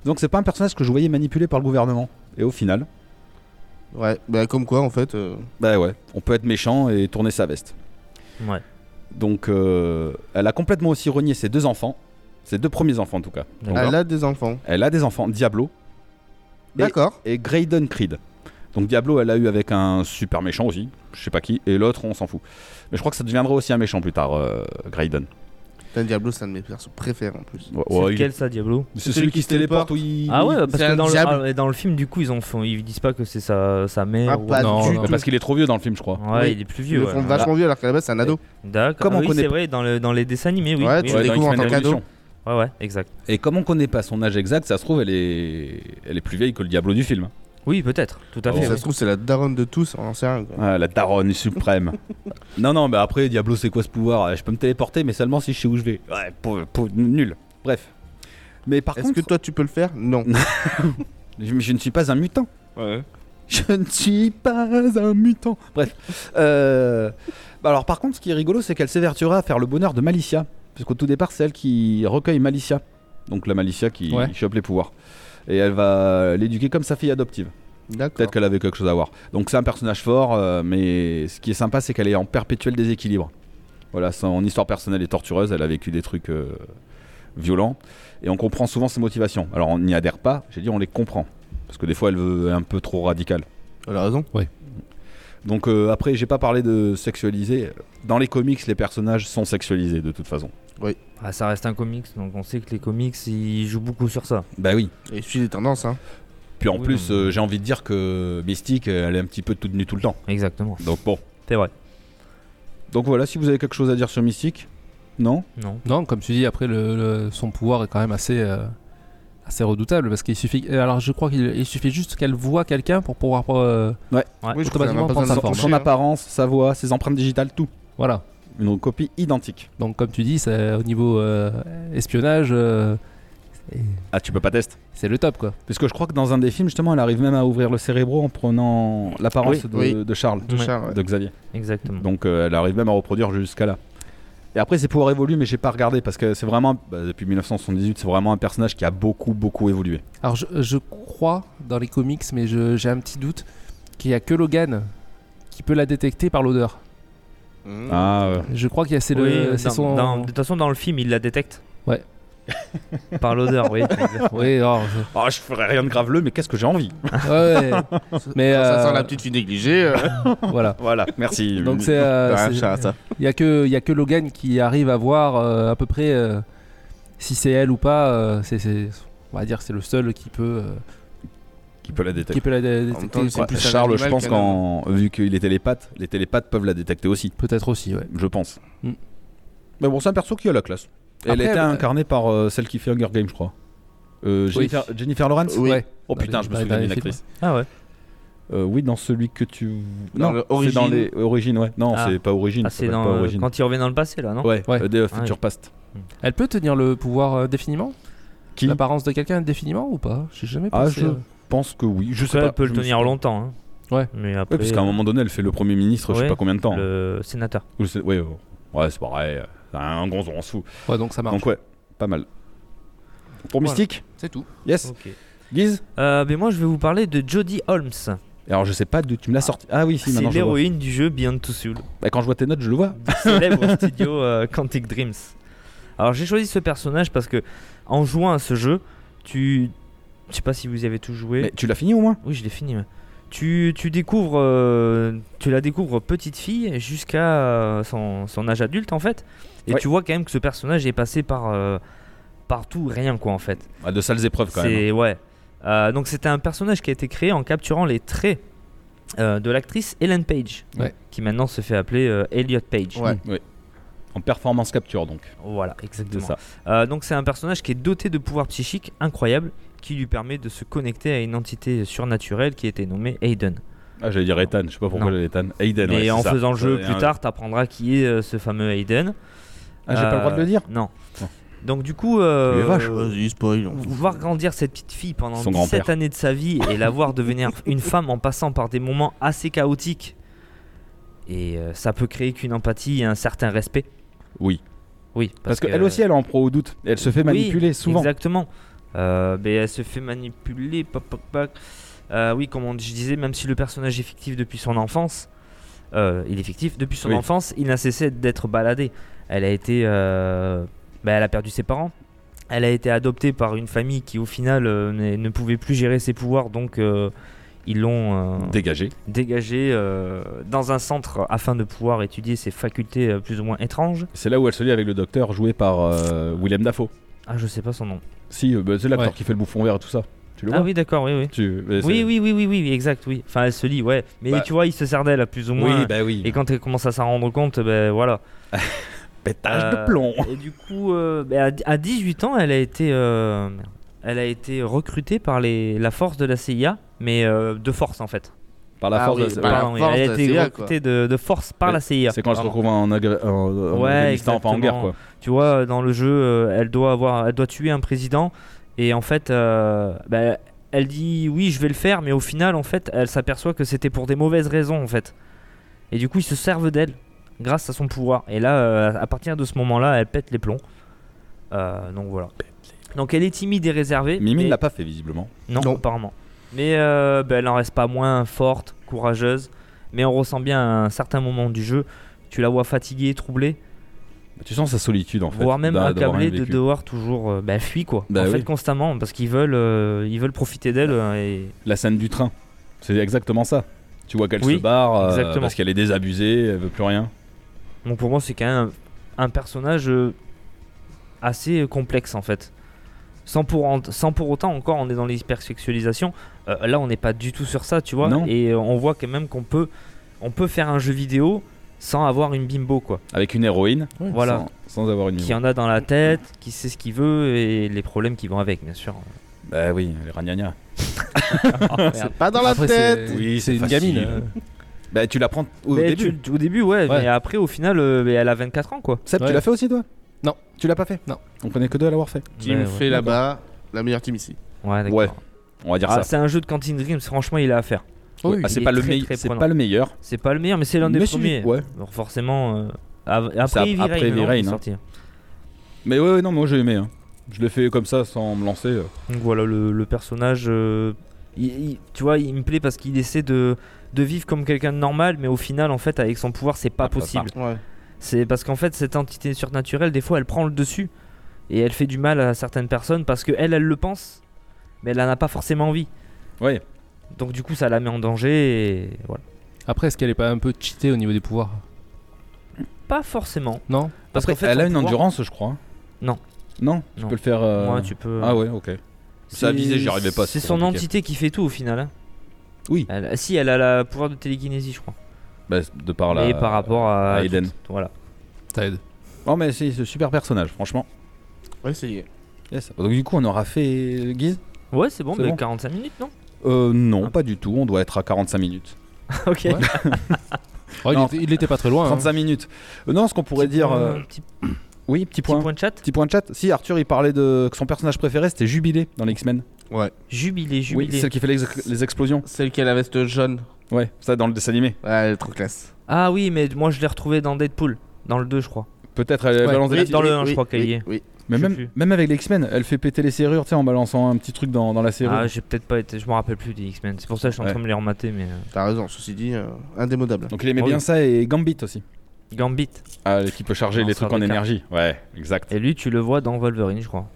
S3: Donc, c'est pas un personnage que je voyais manipulé par le gouvernement. Et au final,
S5: Ouais. Bah, comme quoi, en fait. euh,
S3: bah ouais, on peut être méchant et tourner sa veste.
S1: Ouais.
S3: Donc, euh, elle a complètement aussi renié ses deux enfants, ses deux premiers enfants en tout cas.
S1: D'accord.
S5: Elle a des enfants.
S3: Elle a des enfants, Diablo, Et-
S5: D'accord.
S3: et Graydon Creed. Donc Diablo, elle a eu avec un super méchant aussi, je sais pas qui, et l'autre, on s'en fout. Mais je crois que ça deviendra aussi un méchant plus tard, euh, Graydon.
S5: Putain, Diablo, c'est un de mes persos préférés en plus.
S3: Ouais,
S1: C'est
S3: ouais,
S1: lequel ça, Diablo
S3: il- C'est celui qui se téléporte, oui.
S1: Ah ouais, parce
S5: c'est
S1: que
S5: un
S1: dans le,
S5: diable.
S1: ah, dans le film, du coup, ils, en font, ils disent pas que c'est sa, sa mère.
S5: Ah,
S1: ou-
S5: pas
S4: non,
S5: du
S4: non,
S5: tout.
S3: Parce qu'il est trop vieux dans le film, je crois.
S1: Ouais,
S5: Oui.
S1: il est plus
S5: Ils
S1: vieux.
S5: le
S1: ouais.
S5: font vachement vieux alors qu'à la base, c'est un ado.
S1: D'accord.
S3: Comme
S1: Ah
S3: on
S1: oui,
S3: connaît
S1: c'est
S3: pas-
S1: vrai, dans, le, dans les dessins animés, oui.
S5: Ouais,
S1: oui,
S5: tu
S1: oui.
S5: le
S3: dans
S5: découvres en
S3: X-Men
S5: tant qu'ado.
S3: Evolution.
S1: Ouais, ouais, exact.
S3: Et comme on connaît pas son âge exact, ça se trouve, elle est, elle est plus vieille que le Diablo du film.
S1: Oui, peut-être, tout à
S5: Si
S1: fait.
S5: ça
S1: oui.
S5: se trouve, c'est la daronne de tous, on en sait rien. quoi.
S3: Ah, la daronne suprême. [LAUGHS] non, non, mais après, Diablo, c'est quoi ce pouvoir Euh, Je peux me téléporter, mais seulement si je sais où je vais. Ouais, pauvre- pauvre- nul. Bref. Mais par
S5: Est-ce
S3: contre,
S5: que toi, tu peux le faire Non.
S3: je, je ne suis pas un mutant. Je ne suis pas un mutant. Bref. Euh, bah alors, par contre, ce qui est rigolo, c'est qu'elle s'évertuera à faire le bonheur de Malicia. Puisqu'au tout départ, c'est elle qui recueille Malicia. Donc, la Malicia qui
S4: Ouais.
S3: chope les pouvoirs. Et elle va l'éduquer comme sa fille adoptive.
S5: D'accord.
S3: Peut-être qu'elle avait quelque chose à voir. Donc c'est un personnage fort, euh, mais ce qui est sympa, c'est qu'elle est en perpétuel déséquilibre. Voilà, son histoire personnelle est tortureuse, elle a vécu des trucs euh, violents, et on comprend souvent ses motivations. Alors on n'y adhère pas, j'ai dit on les comprend, parce que des fois elle veut un peu trop radicale.
S5: Elle a raison.
S3: Donc euh, après, j'ai pas parlé de sexualiser. Dans les comics, les personnages sont sexualisés de toute façon.
S1: Ah, ça reste un comics, donc on sait que les comics, ils jouent beaucoup sur ça.
S3: Bah oui.
S5: Et suis les tendances, hein.
S3: Puis en
S1: Oui,
S3: plus,
S1: non, mais-
S3: euh, j'ai envie de dire que Mystique, elle est un petit peu toute nue tout le temps.
S1: Exactement.
S3: Donc bon.
S1: C'est vrai.
S3: Donc voilà, si vous avez quelque chose à dire sur Mystique, non
S1: Non.
S4: Non, comme tu dis, après, le, le- son pouvoir est quand même assez, euh, assez redoutable parce qu'il suffit. euh, Alors, je crois qu'il il suffit juste qu'elle voit quelqu'un pour pouvoir. euh,
S1: Ouais.
S5: Oui, je crois qu'elle a
S4: Automatiquement,
S5: même pas
S4: prend
S5: besoin de
S4: sa
S5: la
S4: forme.
S3: Son,
S5: toucher,
S3: son
S5: hein.
S3: apparence, sa voix, ses empreintes digitales, tout.
S4: voilà.
S3: Une copie identique.
S4: Donc, comme tu dis, c'est- au niveau euh, espionnage, euh,
S3: Ah, tu peux pas tester
S4: c'est le top, quoi.
S3: Parce que je crois que dans un des films, justement, elle arrive même à ouvrir le cérébro en prenant l'apparence
S5: Oui,
S3: de,
S5: oui.
S3: de Charles,
S5: Toucher,
S1: Ouais.
S5: ouais.
S3: de Xavier.
S1: Exactement.
S3: Donc euh, elle arrive même à reproduire jusqu'à là. Et après, ses pouvoirs évoluent, mais j'ai pas regardé parce que c'est vraiment, bah, depuis 1978, c'est vraiment un personnage qui a beaucoup, beaucoup évolué.
S4: Alors, je, je crois dans les comics, mais je- j'ai un petit doute qu'il n'y a que Logan qui peut la détecter par l'odeur.
S5: Mmh.
S3: Ah, euh,
S4: Je crois qu'il y a c'est
S1: Oui,
S4: le.
S1: dans-
S4: c'est son...
S1: dans- de toute façon, dans le film, il la détecte.
S4: Ouais.
S1: Par l'odeur,
S5: [LAUGHS]
S1: oui.
S4: Oui, alors, je-
S3: oh, je ferais rien de graveleux, mais qu'est-ce que j'ai envie
S4: Ouais, [LAUGHS] ouais, Mais,
S5: Quand ça
S4: euh,
S5: sent la petite fille négligée. euh, [LAUGHS]
S4: voilà.
S3: Voilà,
S4: [LAUGHS]
S3: merci.
S4: Donc c'est, euh,
S5: ah,
S4: c'est-
S5: ça, ça.
S4: il y a que il y a que Logan qui arrive à voir euh, à peu près euh, si c'est elle ou pas. euh, c'est, c'est- on va dire que c'est le seul qui peut euh,
S3: qui peut la détecter.
S4: qui peut la dé-
S5: En même temps,
S4: détecter.
S5: c'est
S4: quoi.
S5: plus un
S3: Charles, je
S5: animal
S3: pense
S5: qu'un
S3: qu'en vu qu'il est télépathe, les télépathes peuvent la détecter aussi,
S4: Peut-être aussi, ouais.
S3: je pense.
S4: Mm.
S3: Mais bon, c'est un perso qui a la classe. elle
S4: Après,
S3: était
S4: euh,
S3: incarnée par euh, celle qui fait Hunger Games, je crois. Euh, Jennifer, Jennifer Lawrence
S5: Oui.
S4: Ouais.
S3: Oh
S4: Dans
S3: putain,
S4: les-
S3: je me
S4: dans les
S3: souviens d'une
S4: derniers films,
S3: actrice.
S1: Ah ouais.
S3: Euh, oui, dans celui que tu.
S5: Dans le
S3: c'est dans
S5: Origine.
S3: les origines, ouais. Non,
S1: Ah.
S3: c'est pas origine.
S1: Ah,
S3: ça
S1: c'est
S3: s'appelle
S1: dans,
S3: pas
S1: euh,
S3: origine.
S1: quand il revient dans le passé, là, non
S3: Ouais,
S4: Ouais.
S3: euh, des
S1: Ah,
S3: Future Past.
S4: Elle peut tenir le pouvoir euh, définiment
S3: Qui
S4: L'apparence de quelqu'un définiment ou pas J'ai jamais
S3: Ah,
S4: pensé.
S3: je
S4: euh.
S3: pense que oui. Je sais
S1: Après,
S3: pas.
S1: elle peut
S3: je
S1: le
S3: me
S1: tenir
S3: souviens.
S1: longtemps. hein.
S4: Ouais.
S1: Mais après,
S3: Ouais, parce qu'à un moment donné, elle fait le premier ministre, je sais
S1: Ouais.
S3: pas combien de temps. hein.
S1: le sénateur.
S3: Ou c'est- Ouais, ouais, ouais, c'est pareil. Un gonzon en sous.
S4: Ouais, donc ça marche.
S3: Donc, ouais, pas mal. Pour
S4: Voilà.
S3: Mystique
S4: C'est tout.
S3: Yes.
S1: Ok.
S3: Guise
S1: Euh, mais moi, je vais vous parler de Jodie Holmes.
S3: Alors je sais pas d'où tu me l'as sorti. Ah oui, si,
S1: c'est
S3: maintenant je le vois.
S1: l'héroïne du jeu Beyond Two Souls.
S3: Bah, quand je vois tes notes, je le vois.
S1: du célèbre
S3: [LAUGHS]
S1: studio euh, Quantic Dreams. Alors j'ai choisi ce personnage parce que en jouant à ce jeu, tu, je sais pas si vous y avez tous joué.
S3: Mais tu l'as fini au moins
S1: Oui, je l'ai fini. ouais. Tu, tu découvres, euh, tu la découvres petite fille jusqu'à euh, son, son âge adulte en fait, et
S3: Ouais.
S1: tu vois quand même que ce personnage est passé par euh, partout rien quoi en fait.
S3: ah, De sales épreuves quand même.
S1: C'est ouais. Euh, donc c'était un personnage qui a été créé en capturant les traits euh, de l'actrice Ellen Page,
S4: Ouais.
S1: qui maintenant se fait appeler euh, Elliot Page.
S5: Ouais.
S3: hein. En performance capture donc.
S1: Voilà,
S3: C'est
S1: exactement.
S3: ça.
S1: Euh, donc c'est un personnage qui est doté de pouvoirs psychiques incroyables qui lui permet de se connecter à une entité surnaturelle qui était nommée Aiden.
S3: Ah, j'allais dire Ethan, je sais pas pourquoi
S1: Non.
S3: j'allais Ethan. Aiden,
S1: Mais
S3: ouais, c'est
S1: en
S3: ça.
S1: faisant le
S3: Ça,
S1: jeu
S3: il y a
S1: plus
S3: un-
S1: tard, t'apprendras qui est euh, ce fameux Aiden.
S3: Ah, j'ai pas le droit de le dire
S1: Non.
S3: Non.
S1: Donc du coup, euh,
S3: Les vaches.
S5: Vas-y, spoil. on s'en
S1: voir
S5: fout.
S1: grandir cette petite fille pendant
S3: Son
S1: 17
S3: grand-père.
S1: années de sa vie et la
S3: [LAUGHS]
S1: voir devenir une femme en passant par des moments assez chaotiques, et euh, ça peut créer qu'une empathie et un certain respect.
S3: Oui.
S1: Oui,
S3: Parce, qu'elle aussi, elle est en pro au doute. Et elle se fait manipuler
S1: Oui,
S3: souvent.
S1: Exactement. Euh, ben, elle se fait manipuler. Pac, pac, pac. Euh, oui, comme on- je disais, même si le personnage est fictif depuis son enfance, euh, il est fictif depuis son
S3: Oui.
S1: enfance, il n'a cessé d'être baladé. Elle a été, euh, ben, elle a perdu ses parents. Elle a été adoptée par une famille qui, au final, euh, ne- ne pouvait plus gérer ses pouvoirs, donc euh, ils l'ont euh,
S3: Dégagée.
S1: dégagée euh, dans un centre afin de pouvoir étudier ses facultés euh, plus ou moins étranges.
S3: C'est là où elle se lie avec le docteur joué par euh, William Dafoe.
S1: Ah, je sais pas son nom.
S3: Si, euh, bah, c'est l'acteur
S4: Ouais.
S3: qui fait le bouffon vert et tout ça. Tu le
S1: Ah
S3: vois
S1: oui, d'accord, oui, oui.
S3: Tu- mais c'est-
S1: Oui, oui, oui, oui, oui, oui, exact, oui. Enfin, elle se lie, ouais. Mais
S3: Bah.
S1: tu vois, il se sert d'elle, plus ou
S3: Oui,
S1: moins.
S3: bah oui.
S1: Et quand elle commence à s'en rendre compte, ben voilà.
S3: Pétage
S1: Euh,
S3: de plomb.
S1: Et du coup, euh, ben, à à 18 ans, elle a été, euh, elle a été recrutée par les, la force de la CIA mais euh, de force en fait.
S3: Par la
S5: Ah
S3: force
S5: oui,
S3: de la-
S5: bah,
S1: Pardon,
S5: force
S1: elle
S5: de
S1: a
S5: la
S1: été
S5: CIA,
S1: recrutée de, de force par
S3: Mais
S1: la CIA.
S3: C'est quand elle se
S1: Pardon.
S3: retrouve en, Agra- en- en
S1: Ouais,
S3: Afghanistan, enfin en guerre
S1: exactement.
S3: quoi.
S1: Tu vois, dans le jeu, euh, elle doit avoir, elle doit tuer un président et en fait, euh, bah, elle dit oui, je vais le faire, mais au final, en fait, elle s'aperçoit que c'était pour des mauvaises raisons en fait. Et du coup, ils se servent d'elle grâce à son pouvoir. Et là, euh, à partir de ce moment-là, elle pète les plombs. Euh, donc voilà. Donc elle est timide et réservée.
S3: Mimi
S1: mais-
S3: ne l'a pas fait visiblement.
S1: Non,
S5: Non.
S1: apparemment. Mais euh, bah, elle n'en reste pas moins forte, courageuse. Mais on ressent bien à un certain moment du jeu, tu la vois fatiguée, troublée,
S3: Bah, Tu sens sa solitude en fait.
S1: voire même
S3: d'a- d'avoir
S1: accablée
S3: rien
S1: de
S3: vécu.
S1: devoir toujours. euh, bah, elle fuit quoi.
S3: Bah
S1: en fait,
S3: oui.
S1: constamment, parce qu'ils veulent, euh, ils veulent profiter d'elle. hein, et...
S3: La scène du train, c'est exactement ça. Tu vois qu'elle
S1: Oui,
S3: se barre euh,
S1: exactement.
S3: parce qu'elle est désabusée, elle veut plus rien.
S1: Donc pour moi, c'est quand même un, un personnage euh, assez complexe en fait. Sans pour, en- sans pour autant, encore, on est dans l'hypersexualisation. Euh, là, on n'est pas du tout sur ça, tu vois.
S3: Non.
S1: Et euh, on voit quand même qu'on peut, on peut faire un jeu vidéo sans avoir une bimbo quoi.
S3: Avec une héroïne,
S1: Voilà.
S3: sans, sans avoir une.
S1: qui en a dans la tête, qui sait ce qu'il veut et les problèmes qui vont avec, bien sûr.
S3: Bah oui, les ragnagnas.
S1: Merde.
S5: Pas dans la
S4: Après,
S5: tête
S4: c'est-
S3: Oui,
S4: c'est
S3: c'est
S4: une
S3: facile.
S4: gamine. hein.
S3: Bah tu la prends au
S1: Mais
S3: début.
S1: tu- tu- au début, ouais,
S4: Ouais.
S1: mais après, au final, euh, mais elle a 24 ans, quoi.
S3: Seb,
S4: Ouais.
S3: tu l'as fait aussi toi
S4: Non.
S3: Tu l'as pas fait
S4: Non.
S3: On connaît que deux à l'avoir fait.
S1: ouais,
S5: Team
S1: ouais.
S5: fait là-bas, la meilleure team ici.
S1: Ouais, d'accord.
S3: Ouais, On va dire
S1: Ah,
S3: ça.
S1: c'est un jeu de Canteen Dreams, franchement, il a à faire.
S3: Ouais,
S4: Oui,
S3: ah, c'est
S1: il
S3: pas
S1: est
S3: le
S1: très,
S3: meille-
S1: très
S3: c'est
S1: prenant.
S3: pas le meilleur.
S1: C'est pas le meilleur, mais c'est l'un des
S3: Mais
S1: premiers.
S3: celui- Ouais.
S1: Alors, forcément, euh, av- après,
S3: ap-
S1: Heavy
S3: après
S1: Rain,
S3: Heavy
S1: non, qui est
S3: Rain, hein.
S1: sorti.
S3: Mais ouais, ouais, non, moi j'ai aimé. hein. Je l'ai fait comme ça sans me lancer. euh.
S1: Donc voilà, le, le personnage, euh, il- il- tu vois, il me plaît parce qu'il essaie de, de vivre comme quelqu'un de normal, mais au final, en fait, avec son pouvoir, c'est pas
S3: Ah, bah,
S1: possible.
S5: Ouais.
S1: C'est parce qu'en fait, cette entité surnaturelle, des fois, elle prend le dessus et elle fait du mal à certaines personnes parce que elle, elle le pense, mais elle en a pas forcément envie.
S3: Ouais.
S1: Donc du coup, ça la met en danger. Et voilà.
S4: Après, est-ce qu'elle est pas un peu cheatée au niveau des pouvoirs
S1: Pas forcément.
S4: Non
S1: Parce
S3: Après,
S1: qu'en fait,
S3: elle a
S1: son
S3: une
S1: pouvoir-
S3: endurance, je crois.
S1: Non.
S3: Non, tu
S1: Non.
S3: peux le faire. euh,
S1: Ouais, tu peux.
S3: Ah ouais, ok. Ça
S1: C'est-
S3: visé, j'y arrivais pas.
S1: C'est
S3: trop
S1: son
S3: compliqué.
S1: entité qui fait tout au final. hein.
S3: Oui.
S1: Elle- euh, si, elle a le pouvoir de télékinésie, je crois.
S3: Bah, de par la.
S1: Et par rapport à,
S3: à Eden.
S1: tout- voilà.
S4: Ça aide.
S3: Oh, mais c'est ce super personnage, franchement.
S5: Essayez.
S3: Yes. Donc, du coup, on aura fait Guise
S1: Ouais, c'est bon,
S3: C'est
S1: mais
S3: bon.
S1: 45 minutes,
S3: [LAUGHS]
S1: non
S3: Euh, non,
S1: Ah.
S3: pas du tout. On doit être à 45 minutes.
S1: Ok.
S4: Ouais. Oh, il,
S3: Non.
S4: était, il était pas très loin. hein.
S3: 35 minutes. Euh, non, ce qu'on pourrait
S1: Petit
S3: dire.
S1: point-
S3: euh,
S1: petit, petit
S3: Oui, petit point.
S1: point.
S3: petit point.
S1: de chat.
S3: de chat. Si Arthur il parlait de que son personnage préféré c'était Jubilé dans les X-Men.
S1: Jubilé,
S3: Oui,
S1: jubilé.
S3: celle qui fait les, ex- les explosions.
S5: Celle qui a la veste jaune.
S3: Ouais, ça dans le dessin animé.
S5: Ouais, elle est trop classe.
S1: ah oui, mais moi je l'ai retrouvé dans Deadpool, dans le 2, je crois.
S3: Peut-être elle
S4: Ouais.
S3: balance des
S1: Oui,
S3: petits-
S1: dans le un, je crois qu'elle y
S5: oui,
S1: est.
S5: oui.
S3: Mais
S1: Je sais
S3: même,
S1: plus.
S3: même avec les X-Men, elle fait péter les serrures, tu sais, en balançant un petit truc dans, dans la serrure.
S1: Ah, j'ai peut-être pas été, je me rappelle plus des X-Men. C'est pour ça que je suis en
S3: Ouais.
S1: train de les remater, mais euh,
S5: T'as raison, ceci dit, euh, indémodable.
S3: Donc il aimait
S1: Oh
S3: bien
S1: oui.
S3: ça et Gambit aussi.
S1: Gambit.
S3: Ah, qui peut charger
S1: Non,
S3: les
S1: ça
S3: trucs en
S1: va,
S3: énergie. Ouais, exact.
S1: Et lui, tu le vois dans Wolverine, je crois.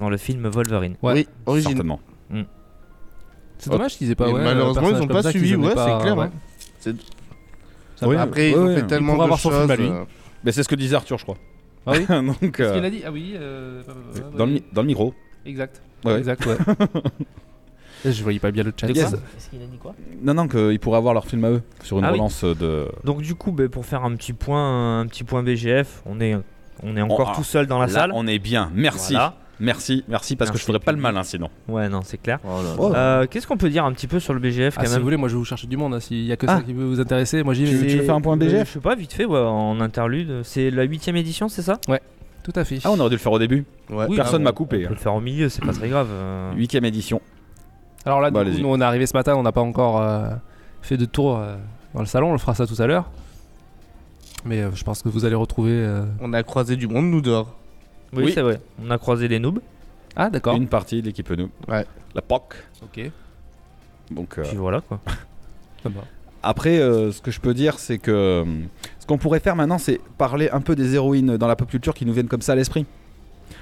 S1: Dans le film Wolverine.
S4: Ouais.
S5: Oui, origine.
S3: Certainement.
S4: C'est dommage qu'ils aient pas.
S5: Et
S4: ouais,
S5: malheureusement,
S4: un
S5: ils ont
S4: personnage
S5: pas
S4: comme ça qu'ils
S5: suivi,
S4: aiment
S5: ouais,
S4: pas,
S5: c'est clair,
S4: ouais.
S5: hein.
S3: Ça peut-
S5: Après, ils
S3: ouais,
S5: ont
S3: ouais.
S5: fait tellement
S4: pourrait
S5: de
S4: avoir son
S5: choses.
S4: film à lui.
S5: euh,
S3: Mais c'est ce que disait Arthur, je crois.
S4: Ah oui
S3: [LAUGHS] Donc,
S4: Qu'est-ce
S3: euh,
S4: qu'il a dit Ah oui. bah,
S3: dans, le, mi- dans le micro.
S4: Exact.
S3: Ouais.
S4: Exact, ouais. [LAUGHS] Je voyais pas bien le chat.
S3: Yes. quoi Non, non, qu'ils pourraient avoir leur film à eux sur une
S1: Ah oui.
S3: relance de.
S1: Donc du coup, ben, pour faire un petit point, un petit point BGF, on est, on est encore
S3: ah,
S1: tout seul dans la
S3: Là,
S1: salle.
S3: on est bien. Merci.
S1: Voilà.
S3: Merci, merci, parce que je
S1: Merci,
S3: ferais pas le
S1: public.
S3: malin sinon.
S1: Ouais, non, c'est clair.
S5: oh là là.
S3: Oh.
S1: Euh, Qu'est-ce qu'on peut dire un petit peu sur le BGF
S4: Ah, si
S1: quand
S4: vous
S1: même
S4: voulez, moi je vais vous chercher du monde. hein. S'il y a que
S3: Ah.
S4: ça qui peut vous intéresser, moi j'y
S3: Tu-
S4: vais.
S3: tu veux faire un point
S1: C'est-
S3: BGF
S1: Euh, Je sais pas, vite fait, ouais, en interlude. C'est la huitième édition, c'est ça
S4: Tout à fait.
S3: Ah, on aurait dû le faire au début.
S4: Oh,
S5: Ouais.
S1: Oui,
S3: Personne
S1: bah,
S3: m'a
S1: on-
S3: coupé,
S1: On
S3: hein.
S1: peut le faire au milieu, c'est pas très grave. euh.
S3: Huitième édition.
S4: Alors là, du
S3: Bah,
S4: coup,
S3: allez-y.
S4: nous on est arrivé ce matin, on n'a pas encore euh, fait de tour euh, dans le salon, on le fera ça tout à l'heure. Mais euh, je pense que vous allez retrouver. euh,
S5: On a croisé du monde, nous, dehors.
S1: Oui,
S3: Oui.
S1: c'est vrai. On a croisé les noobs.
S4: Ah, d'accord.
S3: Une partie de l'équipe nous.
S5: Ouais.
S3: La POC.
S4: Ok.
S3: Donc, euh,
S1: Puis voilà quoi.
S4: Ça va.
S3: Après, euh, ce que je peux dire, c'est que hum, ce qu'on pourrait faire maintenant, c'est parler un peu des héroïnes dans la pop culture qui nous viennent comme ça à l'esprit.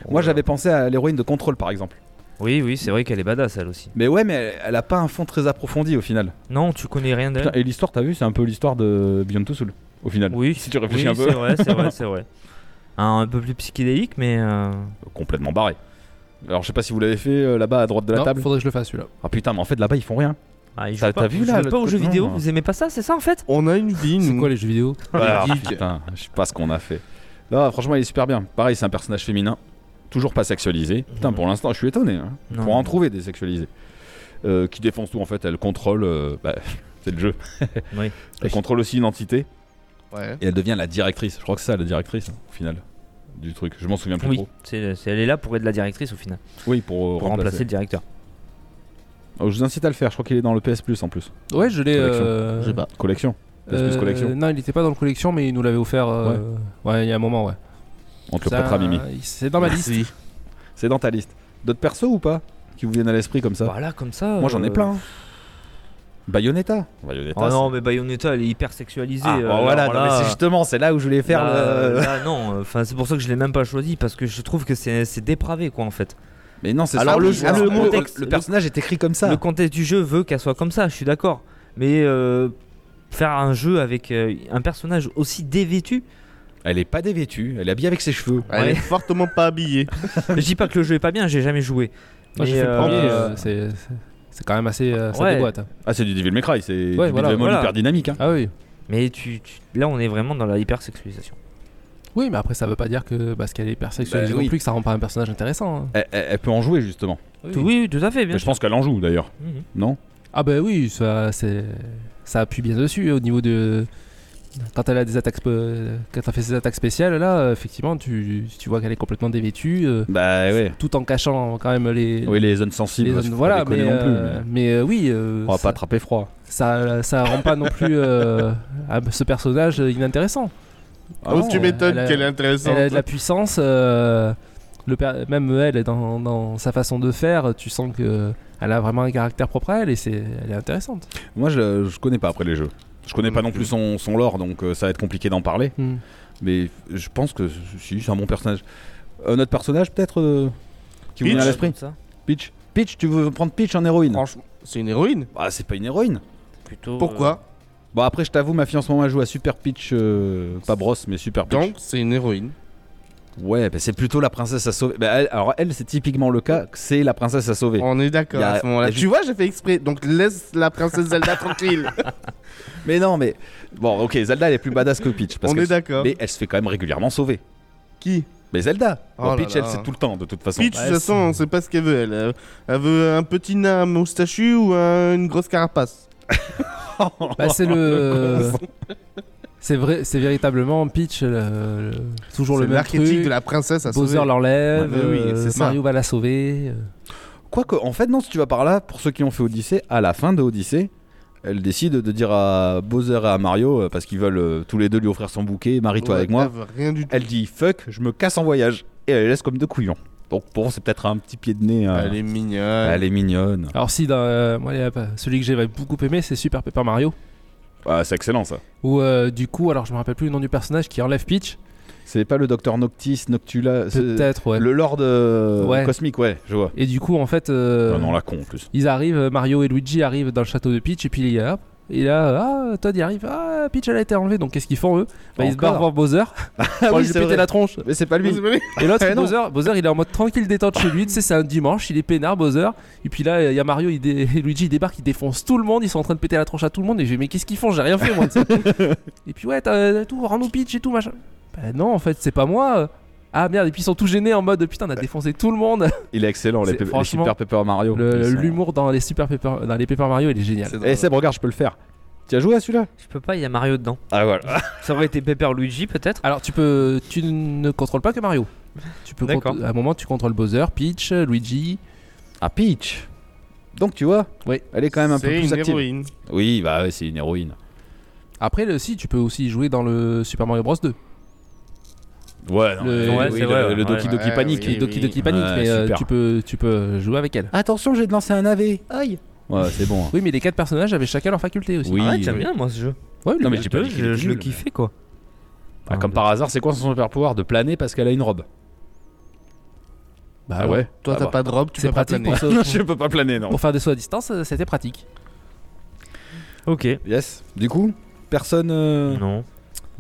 S1: Oh
S3: Moi, j'avais pensé à l'héroïne de Control, par exemple.
S1: Oui, oui, c'est vrai qu'elle est badass elle aussi.
S3: Mais ouais, mais elle, elle a pas un fond très approfondi au final.
S1: Non, tu connais rien d'elle.
S3: Putain, et l'histoire, t'as vu, c'est un peu l'histoire de Beyond Two Souls, au final.
S1: Oui,
S3: Si tu réfléchis
S1: oui,
S3: un peu.
S1: C'est vrai, c'est vrai, c'est vrai. Un, un peu plus psychédélique, mais. euh,
S3: Complètement barré. Alors, je sais pas si vous l'avez fait euh, là-bas à droite de la
S4: Non,
S3: table.
S4: faudrait que je le fasse celui-là.
S3: Ah putain, mais en fait, là-bas, ils font rien.
S1: Ah, ils
S3: T'as-
S1: jouent pas-
S3: t'as vu,
S1: vous
S3: là,
S1: jouez
S3: l'autre
S1: pas aux jeux
S3: côté, non,
S1: vidéo
S3: hein.
S1: Vous aimez pas ça, c'est ça en fait
S5: On a une vie,
S4: C'est
S5: nous.
S4: quoi les jeux vidéo
S3: Ah,
S5: geeks.
S3: putain, je sais pas ce qu'on a fait. Là, franchement, il est super bien. Pareil, c'est un personnage féminin, toujours pas sexualisé. Putain,
S1: Mhm.
S3: pour l'instant, je suis étonné. hein.
S1: Non.
S3: Pour en trouver des sexualisés. euh, qui défonce tout en fait. Elle contrôle, euh, bah, [LAUGHS] c'est le jeu.
S1: Oui.
S3: Elle contrôle aussi une entité
S5: Ouais.
S3: et elle devient la directrice. Je crois que c'est ça la directrice hein, au final du truc. Je m'en souviens plus
S1: Oui,
S3: trop.
S1: c'est- c'est- elle est là pour être la directrice au final,
S3: Oui, pour, euh,
S1: pour remplacer,
S3: remplacer.
S1: le directeur.
S3: Oh, je vous incite à le faire. Je crois qu'il est dans le PS Plus en plus.
S4: Ouais, je l'ai.
S3: Collection.
S4: euh,
S5: Je sais pas.
S3: Collection. PS Plus
S4: euh,
S3: collection.
S4: Non, il était pas dans le collection, mais il nous l'avait offert. euh, Ouais, il y a un moment, ouais.
S3: On te le
S4: Ça, euh,
S3: prêtera, Mimi.
S4: C'est dans ma liste.
S5: Merci.
S3: C'est dans ta liste. D'autres persos ou pas qui vous viennent à l'esprit comme ça
S1: Voilà, comme ça.
S3: Moi j'en ai
S1: euh,
S3: plein. hein. Bayonetta. Bayonetta.
S1: Oh
S3: c'est-
S1: non, mais Bayonetta, elle est hyper sexualisée.
S3: Ah,
S1: euh, Bah,
S3: bah voilà,
S1: alors
S3: non, mais
S1: là,
S3: c'est justement, c'est là où je voulais faire
S1: là, euh,
S3: le.
S1: [LAUGHS] là, non, enfin c'est pour ça que je l'ai même pas choisi parce que je trouve que c'est c'est dépravé quoi en fait.
S3: Mais non, c'est
S1: Alors,
S3: ça.
S1: le-
S3: Ah,
S1: le
S3: le, mot-
S1: contexte-
S3: le personnage est écrit comme ça.
S1: Le contexte du jeu veut qu'elle soit comme ça, je suis d'accord. Mais euh, faire un jeu avec euh, un personnage
S3: [LAUGHS]
S1: aussi dévêtu,
S3: Elle est pas dévêtue, elle est habillée avec ses cheveux.
S5: Elle
S1: Ouais.
S5: est fortement pas habillée.
S1: je dis pas que le jeu est pas bien, j'ai jamais joué.
S4: Moi, j'ai
S1: Mais,
S4: fait le premier,
S1: euh,
S4: euh, c'est- c'est- c'est quand même assez. euh, ça
S1: Ouais.
S4: déboîte. hein.
S3: Ah, c'est du Devil May Cry, c'est du
S4: Ouais,
S3: beat'em
S4: voilà,
S3: up
S1: voilà.
S3: hyper dynamique. hein.
S4: Ah oui.
S1: Mais tu, tu- là, on est vraiment dans la hypersexualisation.
S4: Oui, mais après, ça veut pas dire que parce qu'elle est hypersexualisée
S3: Bah, oui.
S4: non plus, que ça rend pas un personnage intéressant. hein.
S3: Elle, elle- elle peut en jouer justement.
S1: Tout- Oui, oui, tout à fait,
S3: Mais
S1: bien
S3: je
S1: sûr.
S3: pense qu'elle en joue d'ailleurs,
S1: Mhm.
S3: non
S4: Ah bah oui, ça, c'est, ça appuie bien dessus au niveau de quand elle a des attaques, sp- quand elle fait ses attaques spéciales là, euh, effectivement, tu, tu vois qu'elle est complètement dévêtue, euh,
S3: Bah ouais.
S4: tout en cachant quand même les,
S3: Oui, les zones
S4: les
S3: sensibles. parce
S4: zones-
S3: qu'on
S4: voilà,
S3: les
S4: mais,
S3: connaît non plus,
S4: euh,
S3: mais
S4: mais, euh, oui, euh,
S3: On va pas
S4: ça,
S3: attraper froid.
S4: ça, ça rend pas non plus euh, à ce personnage euh, inintéressant.
S3: Ah
S5: Donc
S3: non,
S5: Oh, tu
S4: euh,
S5: m'étonnes
S4: elle a-
S5: qu'elle est intéressante.
S4: Elle a de la puissance. euh, le per- même elle, dans, dans sa façon de faire, tu sens que elle a vraiment un caractère propre à elle et c'est, elle est intéressante.
S3: Moi je, je connais pas après les jeux. Je connais pas
S5: Non
S3: non plus son, son lore, donc euh, ça va être compliqué d'en parler.
S5: Hmm.
S3: Mais je pense que si, c'est un bon personnage. Un autre personnage peut-être euh, qui vous
S5: Peach.
S3: vient à l'esprit
S1: Comme ça.
S3: Peach. Peach, tu veux prendre Peach en héroïne
S5: Franchement, c'est une héroïne.
S3: Bah c'est pas une héroïne.
S1: Plutôt, euh,
S5: Pourquoi
S4: Euh,
S3: Bon après je t'avoue ma fille en ce moment elle joue à Super Peach, euh, pas Bros mais Super Peach.
S5: Donc c'est une héroïne.
S3: Ouais, bah, c'est plutôt la princesse à sauver. Bah, elle- alors elle c'est typiquement le cas, que c'est la princesse à sauver.
S5: On est
S3: Il
S5: d'accord
S3: y a-
S5: à ce moment-là.
S3: il y a
S5: Tu vois, j'ai fait exprès. Donc laisse la princesse
S4: [LAUGHS]
S5: Zelda tranquille.
S3: Mais non mais bon ok Zelda elle est plus badass que Peach parce
S5: On
S3: que
S5: est d'accord.
S3: mais elle se fait quand même régulièrement sauver.
S5: Qui
S3: Mais Zelda,
S5: Oh
S3: Bon,
S5: là
S3: Peach
S5: là.
S3: elle c'est tout le temps de toute façon.
S5: Peach, de toute façon, on sait pas ce qu'elle veut. Elle, euh, elle veut un petit nain moustachu ou un- une grosse carapace.
S4: Bah,
S5: [LAUGHS]
S4: c'est le. [LAUGHS] C'est vrai, c'est véritablement Peach, le- le- toujours
S5: C'est
S4: le même
S5: l'archétype
S4: truc.
S5: de la princesse à
S4: Bowser
S5: sauver.
S4: l'enlève,
S5: Ouais, mais oui,
S4: euh,
S5: c'est ça.
S4: Mario va la sauver. euh.
S3: Quoique en fait non si tu vas par là pour ceux qui ont fait Odyssée à la fin de Odyssée elle décide de dire à Bowser et à Mario euh, parce qu'ils veulent euh, tous les deux lui offrir son bouquet marie-toi
S5: Ouais,
S3: avec moi.
S5: elle veut Rien du tout.
S3: Elle dit fuck je me casse en voyage et elle les laisse comme deux couillons. Donc pour eux, c'est peut-être un petit pied de nez. euh,
S5: Elle est mignonne.
S3: elle est mignonne.
S4: Alors si, dans, euh, moi, il y a pas- celui que j'avais beaucoup aimé, c'est Super Paper Mario.
S3: Ah, c'est excellent ça.
S4: Où euh, du coup, alors je me rappelle plus le nom du personnage qui enlève Peach.
S3: C'est pas le docteur Noctis, Noctula, c'est-
S4: Peut-être, ouais.
S3: le Lord euh,
S4: Ouais.
S3: cosmique, ouais, je vois.
S4: Et du coup, en fait, euh,
S3: Ah Non, non, la con en plus.
S4: ils arrivent, euh, Mario et Luigi arrivent dans le château de Peach et puis il y a, hop, et là, euh, ah, Todd y arrive, ah, Peach elle a été enlevée, donc qu'est-ce qu'ils font eux Bah ils se
S3: Encore. Ah
S4: barrent voir Bowser pour
S3: oui,
S4: lui
S3: c'est
S4: péter
S3: vrai.
S4: la tronche.
S3: Mais c'est pas lui.
S4: Et l'autre,
S3: Eh non.
S4: Bowser, Bowser, il est en mode tranquille détente chez lui. Tu sais, c'est un dimanche, il est peinard, Bowser. Et puis là, il y a Mario il dé- [LAUGHS] et Luigi, ils débarquent, ils défoncent tout le monde. Ils sont en train de péter la tronche à tout le monde. Et je dis, mais qu'est-ce qu'ils font J'ai rien fait, moi. tu sais. et puis, ouais, t'as tout, rends-nous pitch et tout, machin. Bah non, en fait, c'est pas moi. Ah merde, et puis ils sont tous gênés en mode putain, on a défoncé tout le monde.
S3: Il est excellent, les,
S4: C'est-
S3: pe- les
S4: franchement,
S3: Super Pepper Mario. Ils
S4: Le-
S3: sont-
S4: L'humour dans les Super Paper, dans les Paper Mario, il est génial.
S3: Eh, Seb, regarde, je peux le faire. Tu as joué à celui-là
S1: Je peux pas, il y a Mario dedans.
S3: Ah, voilà.
S1: Ça aurait été Pepper Luigi peut-être
S4: Alors, tu peux, tu ne contrôles pas que Mario. Tu peux
S1: D'accord.
S4: contr- à un moment, tu contrôles Bowser, Peach, Luigi.
S3: Ah, Peach. Donc, tu vois,
S4: Oui.
S3: elle est quand même un peu
S5: C'est
S3: plus
S5: une
S3: active.
S5: héroïne.
S3: Oui, bah, ouais, c'est une héroïne.
S4: Après, le- si, tu peux aussi jouer dans le Super Mario Bros 2.
S3: Ouais, non,
S4: Le-
S3: mais-
S4: Ouais,
S3: oui,
S1: c'est
S3: le,
S1: vrai,
S3: le
S1: ouais.
S3: Doki Doki
S5: Ouais,
S3: Panic.
S5: oui.
S4: qui Doki Doki Panic,
S3: Ah Ouais,
S4: mais euh,
S3: super.
S4: tu, peux, tu peux jouer avec elle.
S3: Attention, j'ai de lancer un AV. Aïe. Ouais, c'est bon. hein.
S4: Oui, mais les quatre personnages avaient chacun leur faculté aussi.
S3: Oui.
S1: Ah ouais, j'aime bien moi ce jeu.
S4: Ouais,
S3: Non, mais
S1: Le
S3: j'ai pas
S1: deux,
S3: dit qu'il
S1: je,
S3: est
S1: je le
S3: nul, mais-
S1: kiffais quoi.
S3: Ah, comme par hasard, c'est quoi son super pouvoir De planer parce qu'elle a une robe.
S4: Bah
S3: Ah
S4: alors,
S3: ouais
S5: Toi,
S3: Ah
S5: t'as
S3: bah.
S5: pas de robe, tu
S4: C'est
S5: peux pas
S4: pratique
S5: planer.
S4: pour, se-
S1: Euh,
S3: [LAUGHS]
S5: [LAUGHS]
S3: Je peux pas planer, non.
S4: pour faire des sauts à distance, euh, c'était pratique.
S1: Ok.
S3: Yes. Du coup, personne. euh,
S1: Non.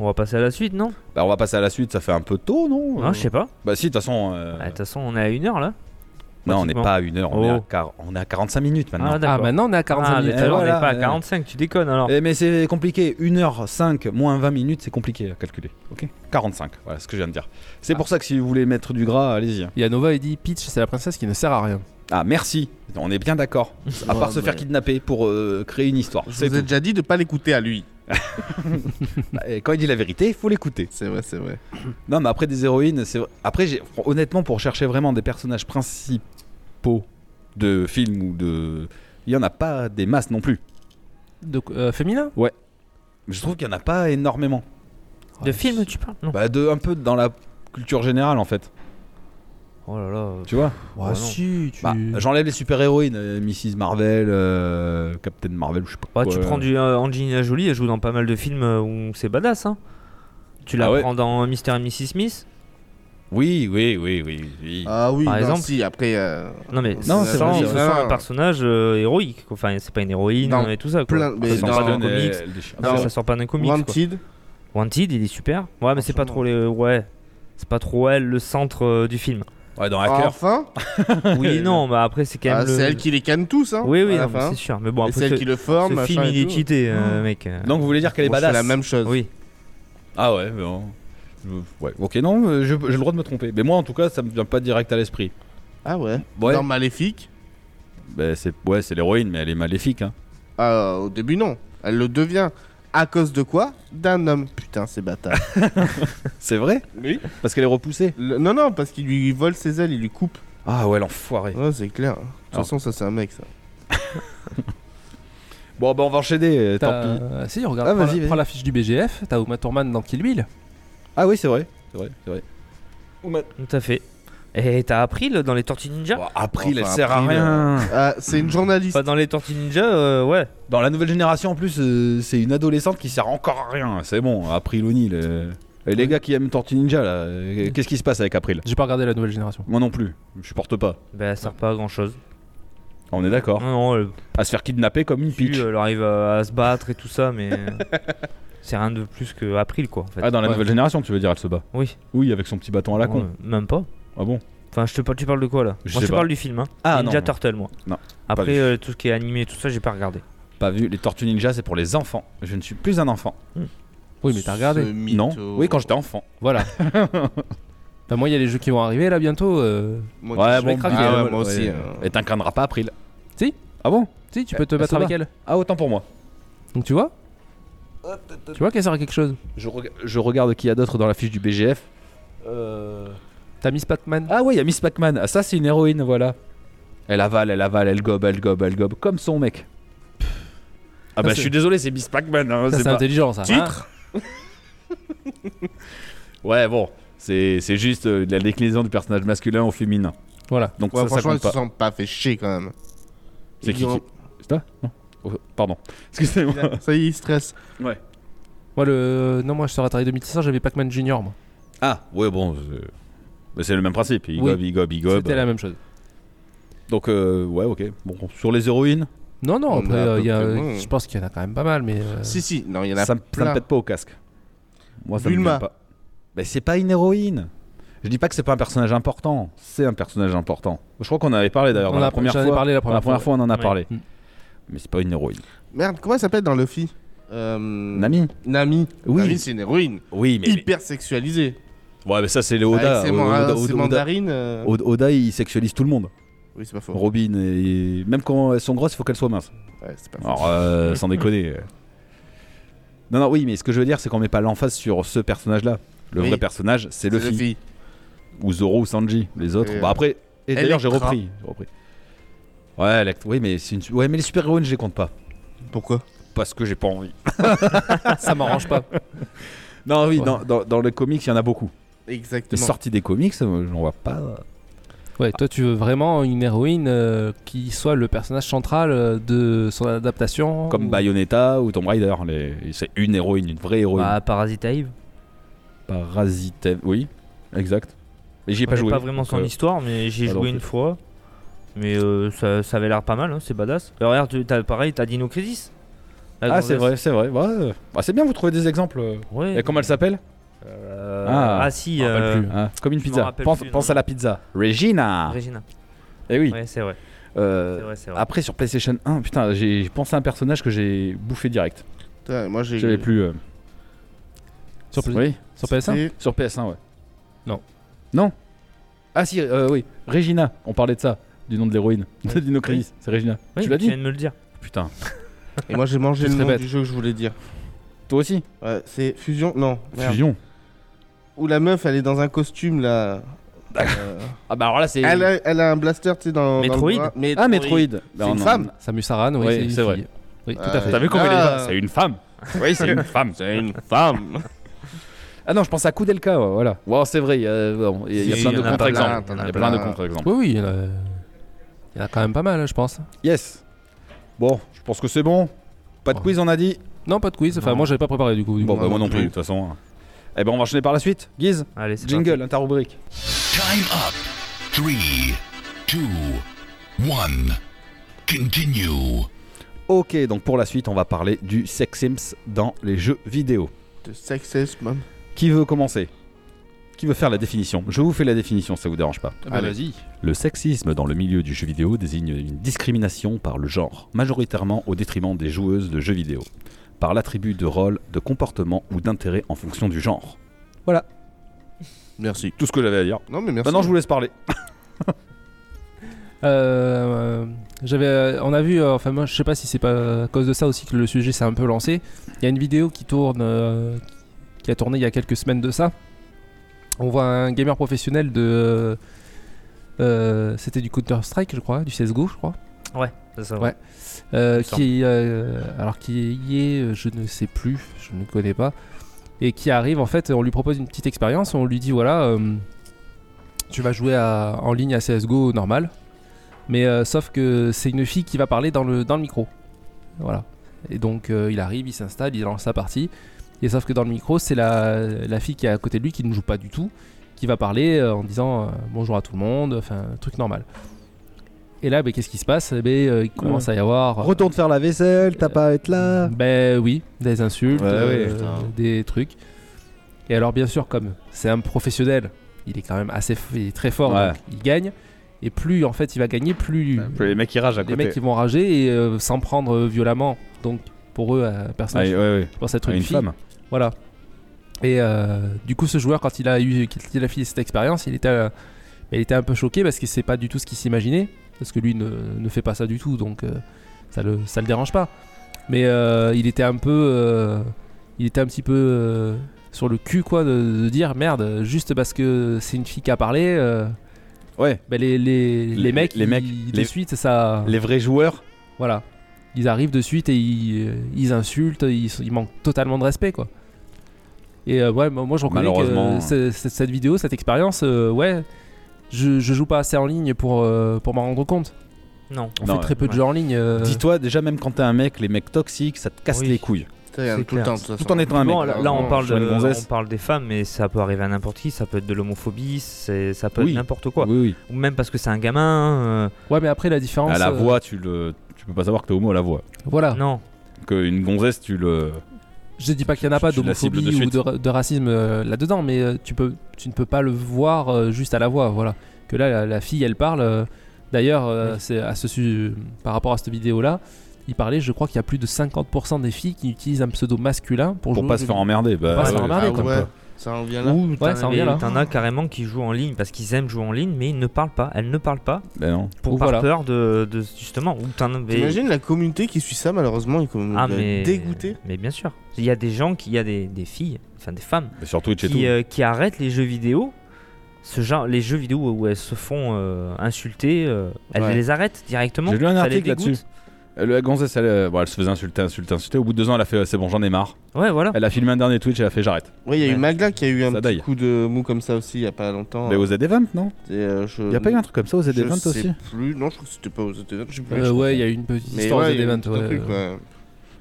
S1: On va passer à la suite, non
S3: Bah, on va passer à la suite, ça fait un peu tôt, non
S1: Non, je sais pas.
S3: Bah, si, de toute façon. euh,
S1: Ah, De toute façon, on est à une heure là.
S3: non, on n'est
S1: pratiquement.
S3: pas à une heure, on, est à
S1: Oh.
S3: quar- on est à 45 minutes maintenant.
S1: Ah, d'accord.
S4: Ah, maintenant on est à 45
S1: Ah, mais
S4: minutes.
S1: tout à
S3: Eh,
S1: l'heure, on
S3: voilà,
S1: n'est pas à
S3: eh.
S1: 45, tu déconnes
S5: Hein.
S1: alors.
S3: Eh, mais c'est compliqué, 1h05 moins 20 minutes, c'est compliqué à calculer. Ok 45,
S5: Ah.
S3: voilà ce que je viens de dire. C'est pour ça que si vous voulez mettre du gras, allez-y. hein.
S4: Yanova, il dit Peach, c'est la princesse qui ne sert à rien.
S3: Ah, merci. On est bien
S5: [LAUGHS]
S3: d'accord. À part se faire kidnapper pour euh, créer une histoire.
S5: Je
S3: C'est
S5: vous ai déjà dit de pas l'écouter à lui.
S3: tout. Et quand il dit la vérité, il faut l'écouter.
S5: C'est vrai, c'est vrai.
S3: Non, mais après des héroïnes, c'est vrai- après j'ai honnêtement pour chercher vraiment des personnages principaux de films ou de il y en a pas des masses non plus.
S4: De, qu- euh, féminin
S3: Je trouve qu'il y en a pas énormément.
S1: De film, tu parles Non.
S3: Bah de un peu dans la culture générale en fait,
S1: Oh là là. euh,
S3: tu vois.
S1: Ouais, non.
S4: si, tu...
S3: Bah, j'enlève les super-héroïnes, euh, Mrs Marvel, euh, Captain Marvel, je sais pas
S1: Ouais,
S3: quoi.
S1: tu prends du euh, Angelina Jolie, elle joue dans pas mal de films euh, où c'est badass. Hein. Tu la
S3: Ah ouais.
S1: prends dans Mr. et Mrs. Smith
S3: Oui, oui, oui, oui. oui.
S5: Ah oui,
S1: Par
S5: non,
S1: exemple.
S5: si, après. euh,
S1: Non, mais sans,
S5: Non, c'est vrai,
S1: que
S5: c'est
S1: ce
S5: vrai.
S1: soit un personnage euh, héroïque. quoi. Enfin, c'est pas une héroïne
S5: Dans
S1: et tout ça. Quoi.
S5: plein- mais
S1: ça, sort pas
S5: dans-
S1: d'un comics.
S3: Elle déchire.
S5: dans-
S1: Ah, ça, ça sort pas d'un comics. quoi.
S5: Wanted. Ah,
S1: Wanted, il est super. Ouais, mais c'est pas
S5: Franchement.
S1: trop les. Ouais. C'est pas trop elle le centre euh, du
S5: [LAUGHS]
S1: film.
S3: Ouais, dans Hacker.
S5: Enfin,
S1: Oui, non, mais après c'est quand même.
S5: Ah,
S1: le-
S5: c'est elle qui les canne tous, hein.
S1: Oui, oui,
S5: à la
S1: non, mais
S5: fin.
S1: c'est sûr. Mais bon,
S5: Et
S1: après
S5: c'est elle
S1: ce-
S5: qui le forme.
S1: ce
S5: machin
S1: film
S5: et
S1: il est
S5: tout. Ah.
S1: cheaté, euh, mec. euh,
S3: Donc vous voulez dire qu'elle est
S5: Bon, c'est
S3: badass
S5: la même chose.
S1: Oui.
S3: Ah ouais, bon. Je- Ouais, ok, non, euh, je- j'ai le droit de me tromper. Mais moi, en tout cas, ça me vient pas direct à l'esprit.
S5: Ah ouais.
S3: Ouais,
S5: Dans Maléfique,
S3: bah, c'est ouais, c'est l'héroïne, mais elle est maléfique. Hein.
S5: ah, au début non, elle le devient. À cause de quoi D'un homme. Putain, c'est bâtard.
S3: [LAUGHS] C'est vrai
S5: Oui.
S3: Parce qu'elle est repoussée.
S5: Le- Non, non, parce qu'il lui vole ses ailes, il lui coupe.
S3: Ah ouais, l'enfoiré.
S5: Ouais, c'est clair. De toute
S3: Alors.
S5: façon, ça, c'est un mec, ça.
S3: Bon, bah, on va enchaîner, euh,
S4: t'as-
S3: tant pis.
S4: euh, Si, regarde,
S3: Ah,
S4: prends,
S3: vas-y,
S4: la,
S3: vas-y.
S4: prends la fiche du BGF, t'as Uma Thurman dans Kill Bill.
S3: Ah oui, c'est vrai. C'est vrai, c'est vrai.
S1: Tout à fait. Et t'as appris là, dans les Tortues Ninja
S3: Bon, April,
S5: Enfin,
S3: elle sert à
S5: April,
S3: rien.
S5: Ah, c'est une journaliste.
S1: Pas dans les Tortues Ninja, euh, ouais.
S3: Dans la nouvelle génération, en plus, euh, c'est une adolescente qui sert encore à rien. C'est bon, April O'Neil. euh. Et les gars qui aiment Tortue Ninja, là, euh, qu'est-ce qui se passe avec April
S4: J'ai pas regardé la nouvelle génération.
S3: Moi non plus. Je supporte pas.
S1: Bah, ça sert pas à grand chose.
S3: On est d'accord.
S1: Non, non, euh,
S3: À se faire kidnapper comme une
S1: puis,
S5: euh,
S3: pitch.
S1: elle arrive à, à se battre et tout ça,
S5: [LAUGHS]
S1: mais. euh, c'est rien de plus que April, quoi, en fait.
S3: Ah, dans la
S4: Ouais.
S3: nouvelle génération, tu veux dire, elle se bat
S1: Oui.
S3: Oui, avec son petit bâton à la con.
S1: Ouais, Même pas.
S3: Ah bon
S1: Enfin, je te parle, tu parles de quoi là
S3: Je sais
S1: Moi, je te
S3: pas.
S1: parle du film, hein.
S3: Ah,
S1: Ninja
S3: non.
S1: Turtle, moi.
S3: Non, pas
S1: Après,
S3: vu.
S1: euh, tout ce qui est animé, tout ça, j'ai pas regardé.
S3: Pas vu, les Tortues Ninja c'est pour les enfants. Je ne suis plus un enfant.
S4: Oui, mais t'as regardé.
S5: Ce mytho.
S3: Non Oui, quand j'étais enfant. [LAUGHS]
S4: Voilà. bah, moi, il y a les jeux qui vont arriver là bientôt. euh.
S5: Moi,
S3: ouais,
S5: je vais
S3: bon,
S5: craquer.
S3: ah
S5: Ah
S3: ouais,
S5: ouais, moi
S3: ouais.
S5: aussi. hein.
S3: Et t'incarneras pas April.
S4: Si.
S3: Ah bon
S4: Si, tu peux te
S3: elle se
S4: battre avec
S3: bat.
S4: elle.
S3: Ah, autant pour moi.
S4: Donc, tu vois Tu vois qu'elle sert à quelque chose.
S3: Je, reg- je regarde qui y a d'autre dans la fiche du BGF.
S4: T'as Miss Pac-Man
S3: Ah ouais, il y a Miss Pac-Man. Ah, ça c'est une héroïne, voilà. Elle avale, elle avale, elle gobe, elle gobe, elle gobe, comme son mec. Ah bah
S4: c'est-
S3: je suis désolé, c'est Miss Pac-Man. hein,
S4: Ça,
S3: c'est
S4: c'est
S3: pas-
S4: intelligent ça. hein.
S3: [LAUGHS] Ouais, bon. C'est c'est juste euh, la déclinaison du personnage masculin au féminin.
S4: Ah, Voilà.
S3: Donc ça,
S5: Ouais,
S3: ça
S5: franchement,
S3: compte
S5: ils se
S3: pas.
S5: sont pas fait chier quand même.
S3: C'est
S5: Ils
S3: qui
S5: ont-
S3: qui- C'est toi Non Oh, Pardon. [LAUGHS] Excusez-moi.
S5: [LAUGHS] Ça y est, ils stressent.
S3: Euh,
S4: Moi, le. Non, moi, je serais Atari 2600, j'avais Pac-Man Junior, moi.
S3: Ah, ouais, bon. euh, bah, C'est le même principe. Il
S4: Oui.
S3: gobe, il gobe, il gobe.
S4: C'était la même chose.
S3: Donc, euh, ouais, ok. Bon, sur les héroïnes,
S4: Non, non,
S5: On
S4: après,
S5: est à
S4: euh,
S5: peu
S4: il y a-
S5: près bon.
S4: je pense qu'il y en a quand même pas mal, mais. euh,
S5: Si, si, non, il y en a
S3: ça, me- ça me
S5: plein.
S3: pète pas au casque. Moi, ça
S5: Bulma.
S3: me pète pas. Mais c'est pas une héroïne. Je dis pas que c'est pas un personnage important. C'est un personnage important. Je crois qu'on en avait parlé d'ailleurs
S4: On
S3: dans
S4: en
S3: la
S4: a-
S3: première
S4: j'en ai
S3: fois.
S4: parlé la
S3: Dans
S4: première fois,
S3: on en a
S1: Ouais.
S3: parlé.
S4: Mm.
S3: Mais c'est pas une héroïne.
S5: Merde, comment elle s'appelle dans Luffy euh... Nami.
S3: Nami
S5: Nami.
S3: Oui.
S5: c'est une héroïne.
S3: Oui, mais.
S5: Hyper sexualisée.
S3: Ouais, mais ça, c'est les Oda.
S5: Avec ses,
S3: Oda-
S5: man-
S3: Oda-
S5: ses
S3: Oda-
S5: mandarines. euh,
S3: Oda- Oda, il sexualise tout le monde.
S5: Oui, c'est pas faux.
S3: Robin, et... même quand elles sont grosses, il faut qu'elles soient minces.
S5: Ouais, c'est pas faux.
S3: Alors, [LAUGHS] euh, sans déconner. euh. Non, non, oui, mais ce que je veux dire, c'est qu'on met pas l'emphase sur ce personnage-là. Le
S5: Oui.
S3: vrai personnage, c'est
S5: C'est
S3: Luffy, ou Zoro ou Sanji. Les autres,
S5: Et,
S3: bah
S5: euh,
S3: après. Et d'ailleurs, j'ai
S5: Electra.
S3: repris. j'ai repris. Ouais, Elect- oui, mais c'est une... ouais, mais les super héroïnes, je les compte pas
S5: Pourquoi
S3: parce que j'ai pas envie.
S4: [LAUGHS] ça m'arrange pas.
S3: Non, oui,
S4: Ouais.
S3: dans, dans- dans les comics, il y en a beaucoup. Les
S5: Exactement.
S3: sorties des comics, euh, on va pas.
S4: Ouais, toi, tu veux vraiment une héroïne euh, qui soit le personnage central euh, de son adaptation
S3: Comme
S4: ou-
S3: Bayonetta ou Tomb Raider, les- c'est une héroïne, une vraie héroïne.
S1: Bah, Parasite Eve.
S3: Parasite, oui, exact. Mais j'y ai pas
S1: J'ai
S3: joué.
S1: pas vraiment
S3: donc,
S1: son
S3: euh,
S1: histoire, mais j'ai
S3: pas non
S1: joué une
S3: plus.
S1: fois. Mais euh, ça, ça avait l'air pas mal, hein, c'est badass. Alors, regarde, tu- t'as pareil, t'as Dino Crisis. La
S3: Ah, c'est
S1: gonzesse.
S3: vrai, c'est vrai. Ouais, euh, bah, c'est bien, vous trouvez des exemples. euh.
S1: Ouais.
S3: Et comment elle s'appelle
S1: Euh,
S3: Ah.
S1: ah. si,
S4: Je me rappelle
S1: euh,
S4: plus.
S3: Ah, Comme une
S1: je m'en
S3: pizza.
S1: rappelle
S3: Pense,
S1: plus,
S3: pense
S1: non,
S3: à la pizza. Regina.
S1: Regina.
S3: Eh Ah, oui.
S1: Ouais, c'est vrai.
S3: euh,
S1: C'est vrai, c'est vrai.
S3: après sur PlayStation 1, putain, j'ai j'ai pensé à un personnage que j'ai bouffé direct.
S5: Putain, moi, j'ai.
S3: J'avais plus. euh,
S4: Sur, plus-
S3: Oui.
S4: sur PS1
S5: C'est-
S3: Sur PS1, ouais.
S4: Non.
S3: Non. Ah si, euh, oui. Regina. On parlait de ça. du nom de l'héroïne [LAUGHS] de Dino Crisis. C'est Regina.
S1: Oui,
S3: tu l'as dit
S1: viens de me le dire.
S3: Putain.
S5: Et moi j'ai mangé
S4: C'est
S5: le
S4: très
S5: nom
S4: bête.
S5: du jeu que je voulais dire.
S3: Toi aussi
S5: Ouais, c'est Fusion Non. merde.
S3: Fusion.
S5: Où la meuf elle est dans un costume là. Euh,
S3: Ah bah alors là c'est.
S5: elle, a, elle a un blaster, tu sais, dans. dans le
S1: Metroid
S5: bras.
S3: Ah Metroid. Bah,
S5: C'est
S3: on
S5: une
S3: en-
S5: femme.
S4: Samus Aran, oui,
S3: Oui,
S4: une
S3: c'est vrai.
S4: fille. Oui, tout
S5: Euh,
S4: à fait.
S3: T'as vu comment il est
S5: Ah.
S3: C'est une femme.
S5: Oui,
S3: C'est une femme.
S5: C'est une femme.
S3: Ah non, je pense à Kudelka, ouais, voilà. Wow, c'est vrai, il y a- bon, il y a, il y a
S1: Si,
S3: plein
S1: il y
S3: de
S1: en a
S5: plein,
S3: contre-exemples.
S5: t'en as
S3: Il y a plein
S5: plein.
S3: de contre-exemples.
S4: Oui, oui, il y en a, il y en a quand même pas mal, hein, je pense.
S3: Yes. Bon, je pense que c'est bon. Pas de
S4: Ouais.
S3: quiz, on a dit.
S4: Non, pas de quiz. Enfin,
S1: Non.
S4: moi, j'avais pas préparé du coup. du
S3: Bon,
S4: coup.
S3: bah moi non plus, de toute façon. Eh ben, on va enchaîner par la suite. Guise,
S1: Allez, c'est
S3: jingle, interrubrique.
S6: Time up. Three, two, one. Continue.
S3: Ok, donc pour la suite, on va parler du sex sims dans les jeux vidéo.
S5: De sexisme. Mom.
S3: Qui veut commencer Qui veut faire la définition Je vous fais la définition, ça vous dérange pas.
S5: bah,
S3: Allez. Le sexisme dans le milieu du jeu vidéo désigne une discrimination par le genre, majoritairement au détriment des joueuses de jeux vidéo, par l'attribut de rôle, de comportement ou d'intérêt en fonction du genre.
S5: Merci.
S3: Tout ce que j'avais à dire.
S5: Non mais merci.
S3: Maintenant, Bah je vous laisse parler.
S4: Euh, j'avais, euh, on a vu, euh, enfin moi je sais pas si c'est pas à cause de ça aussi que le sujet s'est un peu lancé. Il y a une vidéo qui tourne, euh, qui a tourné il y a quelques semaines de ça. On voit un gamer professionnel de, euh, euh, c'était du Counter Strike je crois, du CS:GO je crois,
S1: parti. Ouais, c'est ça.
S4: Ouais. euh,
S1: Il me semble.
S4: qui, euh, alors qui y est, euh, je ne sais plus, je ne connais pas, et qui arrive en fait, on lui propose une petite expérience, on lui dit voilà, euh, tu vas jouer à- en ligne à CS:GO normal, mais euh, sauf que c'est une fille qui va parler dans le dans le micro, voilà. Et donc euh, il arrive, il s'installe, il lance sa partie, et sauf que dans le micro c'est la, la fille qui est à côté de lui qui ne joue pas du tout, qui va parler euh, en disant euh, bonjour à tout le monde, enfin truc normal. Et là, ben, qu'est-ce qui se passe Eh ben, euh, Il commence à y avoir. euh,
S3: Retourne faire la vaisselle, t'as pas à être là.
S4: ben oui, des insultes,
S3: Ouais,
S4: euh,
S3: ouais,
S5: putain.
S4: des trucs. Et alors bien sûr, comme c'est un professionnel, il est quand même assez, f- il est très fort,
S3: Ouais.
S4: donc il gagne. Et plus en fait il va gagner, plus
S3: Les mecs qui ragent à
S4: les
S3: côté.
S4: mecs ils vont rager et euh, s'en prendre euh, violemment. Donc pour eux, euh,
S3: Ah,
S4: personne
S3: ouais, ouais.
S4: je pense être
S3: Ah,
S4: une,
S3: une
S4: fille.
S3: femme.
S4: Voilà. Et euh, du coup, ce joueur, quand il a eu, quand il a fini cette expérience, il était, euh, il était un peu choqué parce que c'est pas du tout ce qu'il s'imaginait, parce que lui ne, ne fait pas ça du tout, donc euh, ça le, ça le dérange pas. Mais euh, il était un peu, euh, il était un petit peu euh, sur le cul, quoi, de, de dire merde, juste parce que c'est une fille qui a parlé. euh,
S3: Ouais.
S4: ben, les, les, les
S3: Les-
S4: mecs,
S3: les mecs,
S4: ils- de
S3: les-
S4: suite, ça.
S3: Les vrais joueurs.
S4: Voilà. Ils arrivent de suite et ils, euh, ils insultent, ils, sont- ils manquent totalement de respect, quoi. Et euh, ouais, moi moi, je reconnais
S3: Malheureusement,
S4: que euh, ce- ce- cette vidéo, cette expérience, euh, ouais, je, je joue pas assez en ligne pour, euh, pour m'en rendre compte.
S1: Non.
S4: On
S3: Non,
S4: fait très peu de
S1: ouais.
S4: jeux en ligne. euh,
S3: Dis-toi, déjà, même quand t'es un mec, les mecs toxiques, ça te casse
S1: Oui.
S3: les couilles.
S5: Putain, il y en a
S1: C'est
S5: tout le
S1: clair.
S5: temps. de toute
S3: Tout
S5: façon.
S3: en étant un mec.
S1: Bon, là, là, on,
S5: non,
S1: parle
S3: je vois une
S1: de,
S3: gonzesse.
S1: on parle des femmes, mais ça peut arriver à n'importe qui. Ça peut être de l'homophobie, c'est- ça peut
S3: Oui.
S1: être n'importe quoi.
S3: Oui, oui.
S1: Ou même parce que c'est un gamin. euh,
S4: Ouais, mais après la différence.
S3: À Ah, la
S4: euh,
S3: voix, tu le. Tu peux pas savoir que t'es homo à la voix.
S1: euh,
S4: voilà.
S1: Non.
S3: Qu'une gonzesse, tu le.
S4: Je dis pas qu'il y en a
S3: Tu-
S4: pas
S3: tu la cibles
S4: d'homophobie
S3: de
S4: ou
S3: suite.
S4: de, ra- de racisme euh, là-dedans, mais euh, tu, peux, tu ne peux pas le voir euh, juste à la voix, voilà. Que là, la, la fille, elle parle. euh, D'ailleurs, euh, c'est à ce su- par rapport à cette vidéo-là, il parlait, je crois qu'il y a plus de 50% des filles qui utilisent un pseudo masculin pour,
S3: Pour
S4: jouer
S3: pas
S4: aux
S3: se
S4: jeux
S3: faire
S4: vidéo.
S3: emmerder. Bah,
S4: Pas se faire
S3: ouais.
S4: emmerder,
S5: Ah
S4: comme
S5: ouais,
S4: quoi.
S5: ça en vient là.
S1: Ou
S4: Ouais, ça en vient
S1: mais
S4: là.
S1: t'en as carrément qui jouent en ligne parce qu'ils aiment jouer en ligne, mais ils ne parlent pas. Elles ne parlent pas
S3: Bah non.
S1: pour
S4: Ou
S1: par
S4: voilà.
S1: peur de, de- justement. Ou t'en as- mais-
S5: T'imagines la communauté qui suit ça, malheureusement, ils commencent
S1: Ah,
S5: à
S1: mais
S5: être dégoûtés.
S1: Mais bien sûr. Il y a des gens qui, il y a des, des filles, enfin des femmes,
S3: Mais sur Twitch et tout.
S1: qui, euh, qui arrêtent les jeux vidéo. Ce genre, les jeux vidéo où elles se font euh, insulter, euh, elles
S5: Ouais.
S1: les arrêtent directement.
S3: J'ai lu un
S1: ça les
S3: article là-dessus.
S1: dégoûte.
S3: Euh, Le gonzesse, elle, euh, bon, elle se faisait insulter, insulter, insulter. Au bout de deux ans, elle a fait euh, c'est bon, j'en ai marre.
S1: Ouais, voilà.
S3: Elle a filmé un dernier Twitch, elle a fait j'arrête.
S5: Ouais, il y a eu
S1: Ouais.
S5: Magla qui a eu un
S3: Ça
S5: petit
S3: daille.
S5: coup de mou comme ça aussi il y a pas longtemps.
S3: Mais aux Z20, non
S5: Et, euh, je...
S3: Il y a pas eu un truc comme ça aux
S5: je
S3: Z20
S5: sais
S3: aussi
S5: plus. Non, je crois que c'était pas aux Z20. je sais plus,
S4: Euh,
S5: je
S4: ouais,
S5: confonds.
S4: il y a eu une petite
S5: Mais
S4: histoire
S5: ouais,
S4: de
S5: il y a eu
S4: event,
S5: tout
S4: ouais,
S5: un truc,
S4: euh,
S5: ouais.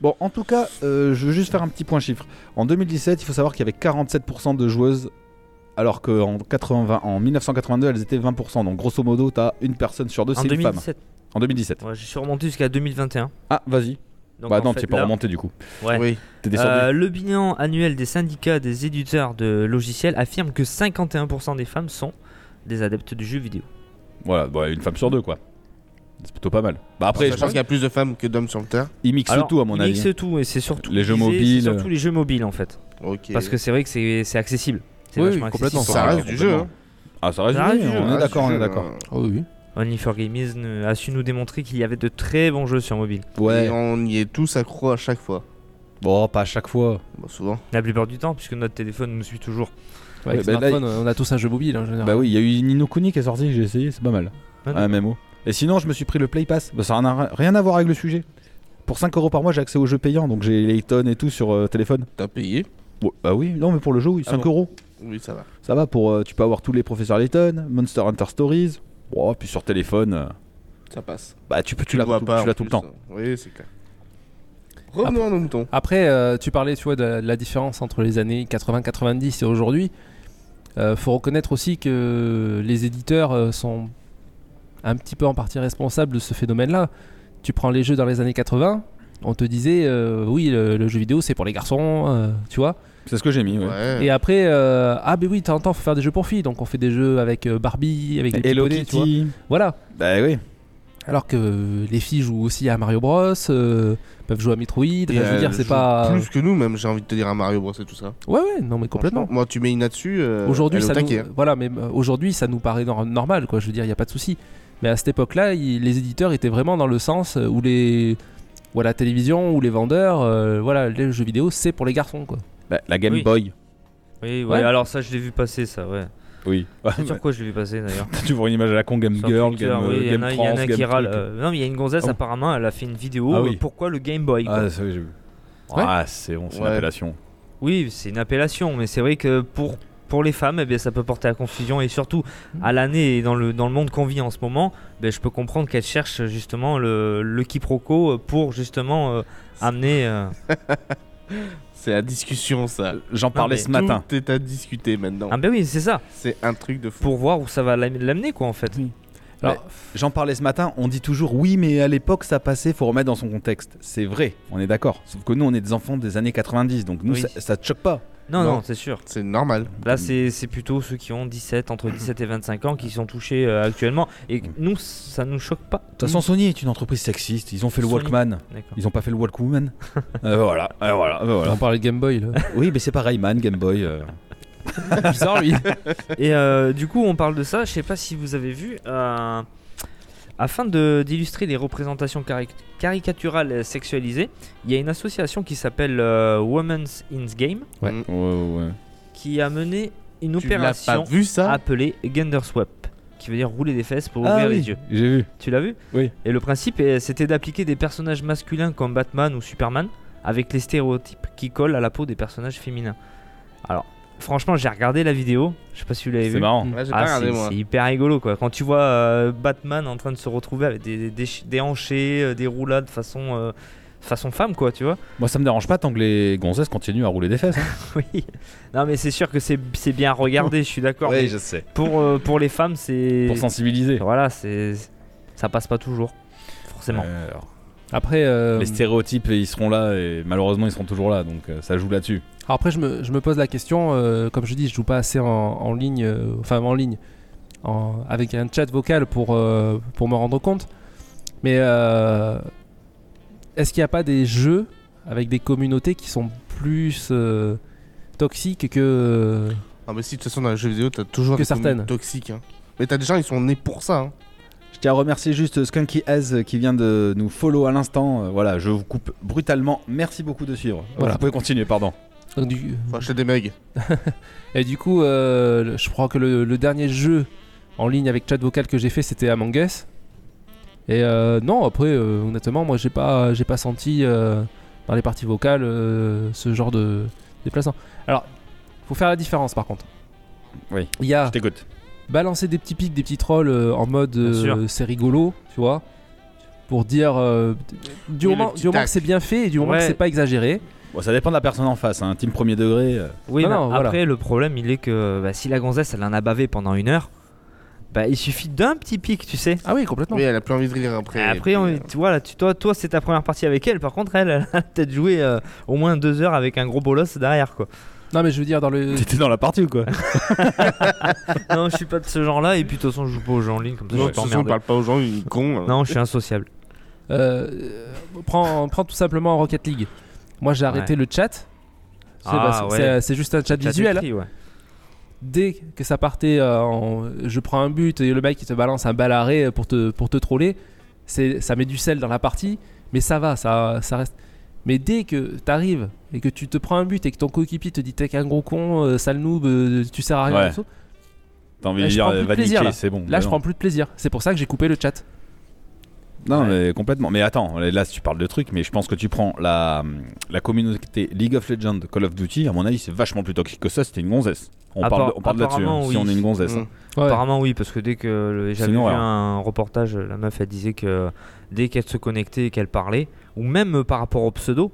S3: Bon, en tout cas, euh, je veux juste faire un petit point chiffre. En 2017, il faut savoir qu'il y avait 47% de joueuses, alors qu'en 80 en 1982, elles étaient 20%. Donc, grosso modo, t'as une personne sur deux,
S1: En
S3: c'est une femme.
S1: 2017.
S3: En 2017.
S1: Ouais, j'ai surmonté jusqu'à 2021.
S3: Ah, vas-y.
S1: Donc,
S3: bah
S1: en
S3: non,
S1: fait,
S3: t'es pas
S1: là-
S3: remonté du coup.
S1: Ouais.
S5: Oui.
S3: T'es descendu.
S1: Euh, le bilan annuel des syndicats des éditeurs de logiciels affirme que 51% des femmes sont des adeptes du jeu vidéo.
S3: Voilà, bah, une femme sur deux, quoi. C'est plutôt pas mal. Bah après,
S5: je pense qu'il y a plus de femmes que d'hommes sur le terrain.
S3: ils mixent
S1: Ah, Alors,
S3: tout, à mon
S1: ils
S3: avis. hein.
S1: mixent tout et c'est surtout
S3: Les jeux
S1: visé, c'est
S3: mobiles.
S1: surtout les jeux mobiles en fait,
S5: Ok.
S1: parce que c'est vrai que c'est c'est accessible. C'est
S4: Oui,
S1: vachement
S4: oui, complètement.
S1: accessible.
S5: ça reste du jeu. hein.
S3: Ah, ça reste
S1: Ça
S3: du
S1: reste
S3: jeu,
S1: du jeu.
S3: on
S5: Ah,
S3: est d'accord,
S5: c'est
S3: on
S5: du
S3: est
S5: jeu,
S3: d'accord.
S5: hein.
S4: oh oui.
S1: Only for Gamers ne- a su nous démontrer qu'il y avait de très bons jeux sur mobile.
S5: Et
S3: Ouais.
S5: on y est tous accro à chaque fois.
S3: Bon, pas à chaque fois.
S5: Bon, souvent.
S1: La plupart du temps, puisque notre téléphone nous suit toujours.
S4: Ouais, avec
S3: bah,
S5: ben
S3: là,
S4: smartphone, on a tous un jeu mobile hein, en général.
S3: Bah oui, il y a eu Ninokuni qui est sorti, j'ai essayé, c'est pas mal.
S1: Ah,
S3: Un MMO. Et sinon, je me suis pris le Play Pass. Bah, ça n'a rien à voir avec le sujet. Pour 5 euros par mois, j'ai accès aux jeux payants, donc j'ai Layton et tout sur euh, téléphone.
S5: T'as payé
S3: Ouais, bah oui, non, mais pour le jeu, oui,
S5: Ah
S3: 5
S5: bon.
S3: euros.
S5: Oui, ça va.
S3: Ça va, pour, euh, tu peux avoir tous les professeurs Layton, Monster Hunter Stories. Oh, puis sur téléphone, euh,
S5: Ça passe.
S3: bah tu peux, tu,
S5: le
S3: l'as
S5: vois
S3: tout,
S5: pas,
S3: tu
S5: en
S3: l'as tout le
S5: plus.
S3: temps.
S5: Oui, c'est clair. Revenons à nos moutons.
S4: Après, euh, tu parlais, tu vois, de la, de la différence entre les années 80-90 et aujourd'hui. Euh, faut reconnaître aussi que les éditeurs euh, sont un petit peu en partie responsables de ce phénomène-là. Tu prends les jeux dans les années 80, on te disait, euh, oui, le, le jeu vidéo c'est pour les garçons, euh, tu vois.
S3: C'est ce que j'ai mis, ouais.
S5: Ouais.
S4: Et après, euh, ah ben oui, de temps en temps, faut faire des jeux pour filles, donc on fait des jeux avec euh, Barbie, avec des petits
S3: Hello
S4: poneys, tu vois.
S3: Kitty.
S4: Voilà.
S3: Bah oui.
S4: Alors que euh, les filles jouent aussi à Mario Bros, euh, peuvent jouer à Metroid. Enfin, je veux
S5: Euh,
S4: dire, c'est
S5: joue
S4: pas.
S5: Plus que nous, même, j'ai envie de te dire à Mario Bros et tout ça.
S4: Ouais, ouais, non, mais complètement.
S5: Franchement, Moi, tu mets une là-dessus. euh,
S4: Aujourd'hui,
S5: elle est au
S4: ça nous...
S5: taquet, hein.
S4: voilà, mais euh, aujourd'hui, ça nous paraît nor- normal, quoi. Je veux dire, il y a pas de souci. Mais à cette époque-là, il- les éditeurs étaient vraiment dans le sens euh, où les, ou à la télévision, ou les vendeurs, euh, voilà, les jeux vidéo, c'est pour les garçons, quoi.
S3: Bah, la Game
S1: Oui.
S3: Boy.
S1: Oui, ouais,
S4: Ouais.
S1: alors ça, je l'ai vu passer, ça, ouais.
S3: Oui.
S1: [LAUGHS] C'est sur quoi je l'ai vu passer d'ailleurs
S3: [LAUGHS] tu vois une image à la con Ah Game
S1: Sur
S3: Girl,
S1: Twitter,
S3: Game,
S1: oui,
S3: euh,
S1: il y en
S3: Game
S1: a- il y en a
S3: France,
S1: qui
S3: Game
S1: râle.
S3: truc.
S1: euh, non, mais il y a une gonzesse,
S3: Ah bon
S1: apparemment, elle a fait une vidéo.
S3: Ah oui.
S1: euh, Pourquoi le Game Boy quoi.
S3: Ah, ça, oui, j'ai vu.
S4: Ouais.
S3: Ah, c'est bon, c'est une
S5: Ouais.
S3: appellation.
S1: Oui, c'est une appellation, mais c'est vrai que pour, pour les femmes, eh bien, ça peut porter à confusion. Et surtout,
S3: Mmh.
S1: à l'année et dans le, dans le monde qu'on vit en ce moment, ben, je peux comprendre qu'elles cherchent justement le, le quiproquo pour justement euh, amener. euh,
S5: C'est la discussion, ça.
S3: J'en parlais
S1: mais
S3: Euh, ce matin.
S5: Tout est à discuter maintenant.
S1: Ah, ben oui, c'est ça,
S5: C'est un truc de fou.
S1: pour voir où ça va l'am- l'amener, quoi, en fait.
S4: Alors,
S3: J'en parlais ce matin, on dit toujours oui, mais à l'époque ça passait, faut remettre dans son contexte. C'est vrai, on est d'accord. Sauf que nous, on est des enfants des années 90, donc nous,
S1: Oui.
S3: ça, ça te choque pas.
S1: Non, non,
S5: Non.
S1: c'est sûr.
S5: C'est normal.
S1: Là, c'est c'est plutôt ceux qui ont 17, entre 17 et 25 ans qui sont touchés euh, actuellement. Et nous, ça nous choque pas.
S3: De toute façon, Sony est une entreprise sexiste, ils ont fait le
S1: Sony.
S3: Walkman.
S1: D'accord.
S3: Ils ont pas fait le [LAUGHS] Walkman. Euh, voilà, euh, voilà, euh, voilà.
S4: on parlait de Game Boy,
S3: [LAUGHS]
S4: là.
S3: Oui, mais c'est pas Rayman, Game Boy. euh.
S4: Bizarre, lui.
S1: Et euh, du coup, on parle de ça. Je sais pas si vous avez vu. euh, afin de- d'illustrer les représentations cari- caricaturales euh, sexualisées, il y a une association qui s'appelle euh, Women's in Game
S4: Ouais.
S5: Mm.
S1: qui a mené une
S5: Tu l'as pas
S1: opération
S5: vu ça
S1: appelée Genderswap, qui veut dire rouler des fesses pour ouvrir
S3: Ah oui,
S1: les yeux.
S3: j'ai vu.
S1: Tu l'as vu
S3: Oui.
S1: Et le principe, euh, c'était d'appliquer des personnages masculins comme Batman ou Superman avec les stéréotypes qui collent à la peau des personnages féminins. Alors, franchement, j'ai regardé la vidéo. Je sais pas si vous l'avez
S3: C'est
S1: vu.
S3: marrant.
S5: Ouais, j'ai
S1: Ah,
S5: pas regardé,
S1: c'est
S5: moi.
S1: c'est hyper rigolo quoi. Quand tu vois euh, Batman en train de se retrouver avec des, des, des, des hanchés, euh, des roulades façon, euh, façon femme quoi, tu vois. [LAUGHS]
S3: Moi, ça me dérange pas tant que les gonzesses continuent à rouler des fesses. [LAUGHS] hein.
S1: oui. Non mais c'est sûr que c'est c'est bien regardé, je suis d'accord. mais
S3: sais.
S1: pour, euh, pour les femmes, c'est.
S3: Pour sensibiliser.
S1: Voilà, c'est. Ça passe pas toujours. Forcément.
S3: Euh,
S4: Après, euh,
S3: Les stéréotypes, ils seront là et malheureusement, ils seront toujours là, donc euh, ça joue là-dessus.
S4: Alors après, je me, je me pose la question, euh, comme je dis, je joue pas assez en, en ligne, euh, enfin en ligne, en- avec un chat vocal pour, euh, pour me rendre compte. Mais euh, est-ce qu'il n'y a pas des jeux avec des communautés qui sont plus euh, toxiques que. euh,
S5: Ah, mais si, de toute façon, dans les jeux vidéo, t'as toujours
S4: Que
S5: des communes
S4: certaines.
S5: toxiques. hein. Mais t'as des gens, ils sont nés pour ça. hein.
S3: Je tiens à remercier juste Skunky Az euh, qui vient de nous follow à l'instant. Euh, Voilà, je vous coupe brutalement. Merci beaucoup de suivre. Euh,
S4: Voilà.
S3: Vous pouvez continuer, pardon.
S4: Donc, du-
S5: Faut acheter des mugs.
S4: Et du coup, euh, le- je crois que le, le dernier jeu en ligne avec chat vocal que j'ai fait, c'était Among Us. Et euh, non, après, euh, honnêtement, moi, j'ai pas, j'ai pas senti euh, dans les parties vocales euh, ce genre de déplacement. Alors, faut faire la différence, par contre.
S3: Oui.
S4: Il y a
S3: Je t'écoute.
S4: balancer des petits pics, des petits trolls euh, en mode
S1: Bien
S4: euh,
S1: sûr.
S4: c'est rigolo, tu vois, pour dire euh, du,
S5: Oui,
S4: moment,
S5: le petit
S4: du moment
S5: tac.
S4: que c'est bien fait et du moment
S1: Ouais.
S4: que c'est pas exagéré.
S3: Bon, ça dépend de la personne en face. Un team premier
S4: [LAUGHS]
S3: degré. euh,
S1: Oui,
S4: Non,
S1: mais
S4: non,
S1: après,
S4: voilà.
S1: le problème, il est que bah, si la gonzesse, elle en a bavé pendant une heure, bah, il suffit d'un petit pic, tu sais.
S4: Ah oui, complètement.
S5: Oui, elle a plus envie de rire après.
S1: Après, on-
S5: Puis, euh,
S1: tu vois, là, tu, toi, toi c'est ta première partie avec elle. Par contre, elle, elle a peut-être joué euh, au moins deux heures avec un gros bolos derrière, quoi.
S4: Non, mais je veux dire, dans le.
S3: T'étais dans la partie ou quoi
S1: [LAUGHS] non, je suis pas de ce genre-là. Et puis, de toute façon, je joue pas aux jeux en ligne, comme ça, je
S5: Non, de
S1: vais
S5: toute
S1: pas
S5: façon, on
S1: emmerder.
S5: parle pas aux gens, ils cons. hein.
S1: Non, je suis
S5: [LAUGHS]
S1: insociable.
S4: Euh, euh, prends, prends tout simplement Rocket League. Moi j'ai arrêté le chat. C'est
S1: Ah,
S4: parce-
S1: ouais.
S4: c'est- c'est juste un chat
S1: Chat
S4: visuel.
S1: écrit, ouais.
S4: dès que ça partait euh, en je prends un but et le mec il te balance un bal arrêt pour te, pour te troller, c'est, ça met du sel dans la partie, mais ça va, ça, ça reste. Mais dès que tu arrives et que tu te prends un but et que ton coéquipier te dit t'es qu'un gros con, euh, sale noob, euh, tu sers à rien,
S3: Ouais.
S4: perso,
S3: T'as envie
S4: Là,
S3: de
S4: je
S3: dire,
S4: prends plus
S3: euh,
S4: de
S3: va
S4: plaisir,
S3: niquer, c'est bon.
S4: là
S3: Bah
S4: je
S3: non.
S4: prends plus de plaisir. C'est pour ça que j'ai coupé le chat.
S3: Ouais.
S8: Non, mais complètement. Mais attends, là, si tu parles de trucs, mais je pense que tu prends la, la communauté League of Legends, Call of Duty, à mon avis, c'est vachement plus toxique que ça, c'était une gonzesse. On
S1: Appar-
S3: parle, de- on parle là-dessus, hein,
S1: apparemment,
S3: si
S1: oui. Mm.
S3: on est une
S5: Euh,
S3: gonzesse. hein.
S1: Apparemment oui, parce que dès que le- j'avais vu
S3: une horreur.
S1: un reportage, la meuf elle disait que dès qu'elle se connectait et qu'elle parlait, ou même euh, par rapport au pseudo,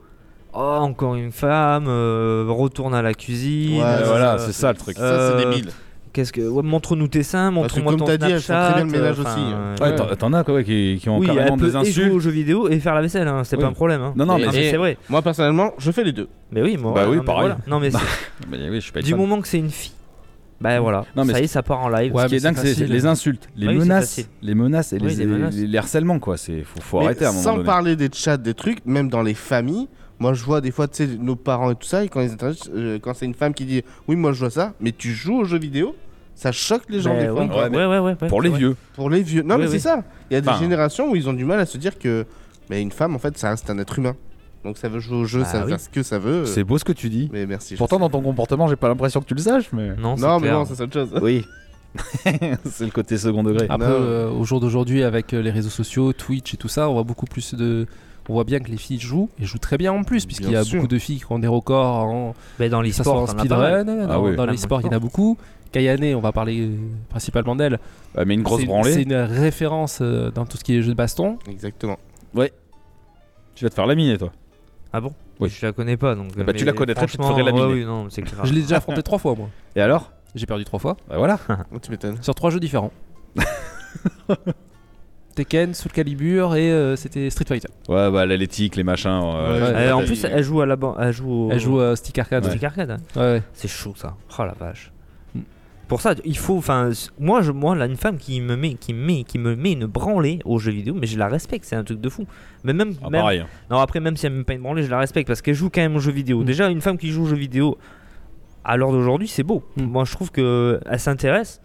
S1: oh encore une femme, euh, retourne à la cuisine.
S5: Ouais,
S3: Ouais,
S1: euh,
S3: voilà, c'est ça le truc.
S5: Ça, c'est
S1: euh,
S5: débile.
S1: Qu'est-ce que ouais, montre-nous tes seins, montre-moi
S5: comme
S1: ton
S5: t'as dit, elles font
S1: Snapchat,
S5: très bien le ménage
S1: euh,
S5: aussi. hein. Ah,
S1: enfin,
S3: Ouais,
S1: euh,
S3: t'en- T'en as quoi, ouais, qui, qui ont
S1: oui,
S3: carrément
S1: elle peut
S3: des
S1: et jouer
S3: insultes.
S1: aux jeux vidéo et faire la vaisselle, hein, c'est
S8: Oui.
S1: pas un problème. hein.
S8: Non, non, mais-
S1: Ah,
S5: et-
S1: c'est vrai.
S5: Moi, personnellement, je fais les deux.
S1: Mais oui, moi.
S3: Bah oui,
S1: non, mais
S3: pareil.
S1: voilà. Non mais c'est-
S8: Mais oui, je suis pas
S1: du moment que c'est une fille, bah voilà.
S8: Non, mais
S1: ça
S8: c'est-
S1: y est, ça part en live.
S4: Ouais,
S8: Ce qui
S4: mais
S8: est dingue,
S4: c'est
S8: c'est
S4: facile.
S8: les insultes, les
S1: Ah oui, c'est
S8: menaces,
S1: facile.
S8: les menaces et
S1: Oui,
S8: les,
S1: les menaces.
S8: les- les harcèlements, quoi. C'est faut, faut
S5: Mais
S8: arrêter à un moment
S5: sans
S8: donné.
S5: parler des chats, des trucs, même dans les familles, moi je vois des fois, tu sais, nos parents et tout ça, et quand, ils interagissent, euh, quand c'est une femme qui dit Oui, moi je vois ça, mais tu joues aux jeux vidéo, ça choque les gens
S1: Mais
S5: des fois.
S1: oui,
S5: quoi.
S1: ouais, ouais, ouais, ouais,
S8: Pour les
S1: ouais.
S8: vieux.
S5: Pour les vieux. Non,
S1: Oui,
S5: mais
S1: oui.
S5: c'est ça. Il y a des
S3: Enfin.
S5: générations où ils ont du mal à se dire que mais une femme, en fait, ça reste un être humain. Donc ça veut jouer au jeu,
S1: Bah
S5: ça veut
S1: oui.
S5: faire ce que ça veut.
S8: C'est beau ce que tu dis.
S5: Mais merci. je
S8: Pourtant,
S5: sais.
S8: dans ton comportement, j'ai pas l'impression que tu le saches, mais.
S1: Non, c'est
S5: Non, mais
S1: clair.
S5: non, ça, c'est autre chose.
S8: Oui. [LAUGHS] c'est le côté second degré.
S4: Après,
S5: Non.
S4: euh, au jour d'aujourd'hui, avec euh, les réseaux sociaux, Twitch et tout ça, on voit beaucoup plus de. On voit bien que les filles jouent et jouent très bien en plus, puisqu'il y
S5: Bien
S4: a
S5: sûr.
S4: beaucoup de filles qui ont des records en,
S1: Mais dans
S4: que ça soit
S1: l'e-sport,
S4: en
S1: t'en as pas mal.
S4: speedrun, dans,
S3: Ah oui.
S4: dans
S1: Ah,
S4: les sports, il y en a beaucoup. Kayane, on va parler euh, principalement d'elle.
S3: Ouais, mais une grosse
S4: C'est-
S3: branlée,
S4: C'est une référence euh, dans tout ce qui est jeu de baston.
S5: Exactement.
S3: tu vas te faire laminer, toi.
S1: Ah bon
S3: Oui.
S1: Je la connais pas donc.
S3: bah, tu la connaîtrais, tu te ferais
S1: la
S3: laminer.
S1: oui, non, c'est
S3: Ah.
S1: clair.
S4: Je l'ai déjà affronté [LAUGHS] trois fois, moi.
S3: Et alors
S4: J'ai perdu trois fois
S3: Bah voilà.
S5: Oh, tu m'étonnes.
S4: sur trois jeux
S3: [LAUGHS]
S4: différents. Tekken, Soul Calibur et euh, c'était Street Fighter.
S3: Ouais, bah les tics, les machins. euh,
S5: Ouais.
S1: Euh, en
S3: Et-
S1: plus, elle joue à la ban- elle
S3: Oh.
S1: joue. au-
S4: Elle joue à Stick Arcade.
S1: au stick arcade. hein.
S4: Ouais, ouais.
S1: C'est chaud ça. Oh la vache.
S4: Mm.
S1: Pour ça, il faut. Enfin, s- moi, je, moi, là, une femme qui me met, qui me met, qui me met une branlée aux jeux vidéo, mais je la respecte. C'est un truc de fou. Mais même,
S3: Ah,
S1: même-
S8: hein.
S3: pareil.
S1: non, après, même si elle me met pas une branlée, je la respecte parce qu'elle joue quand même aux jeux vidéo.
S4: Mm.
S1: Déjà, une femme qui joue aux jeux vidéo à l'heure d'aujourd'hui, c'est beau.
S4: Mm.
S1: Moi, je trouve que elle s'intéresse.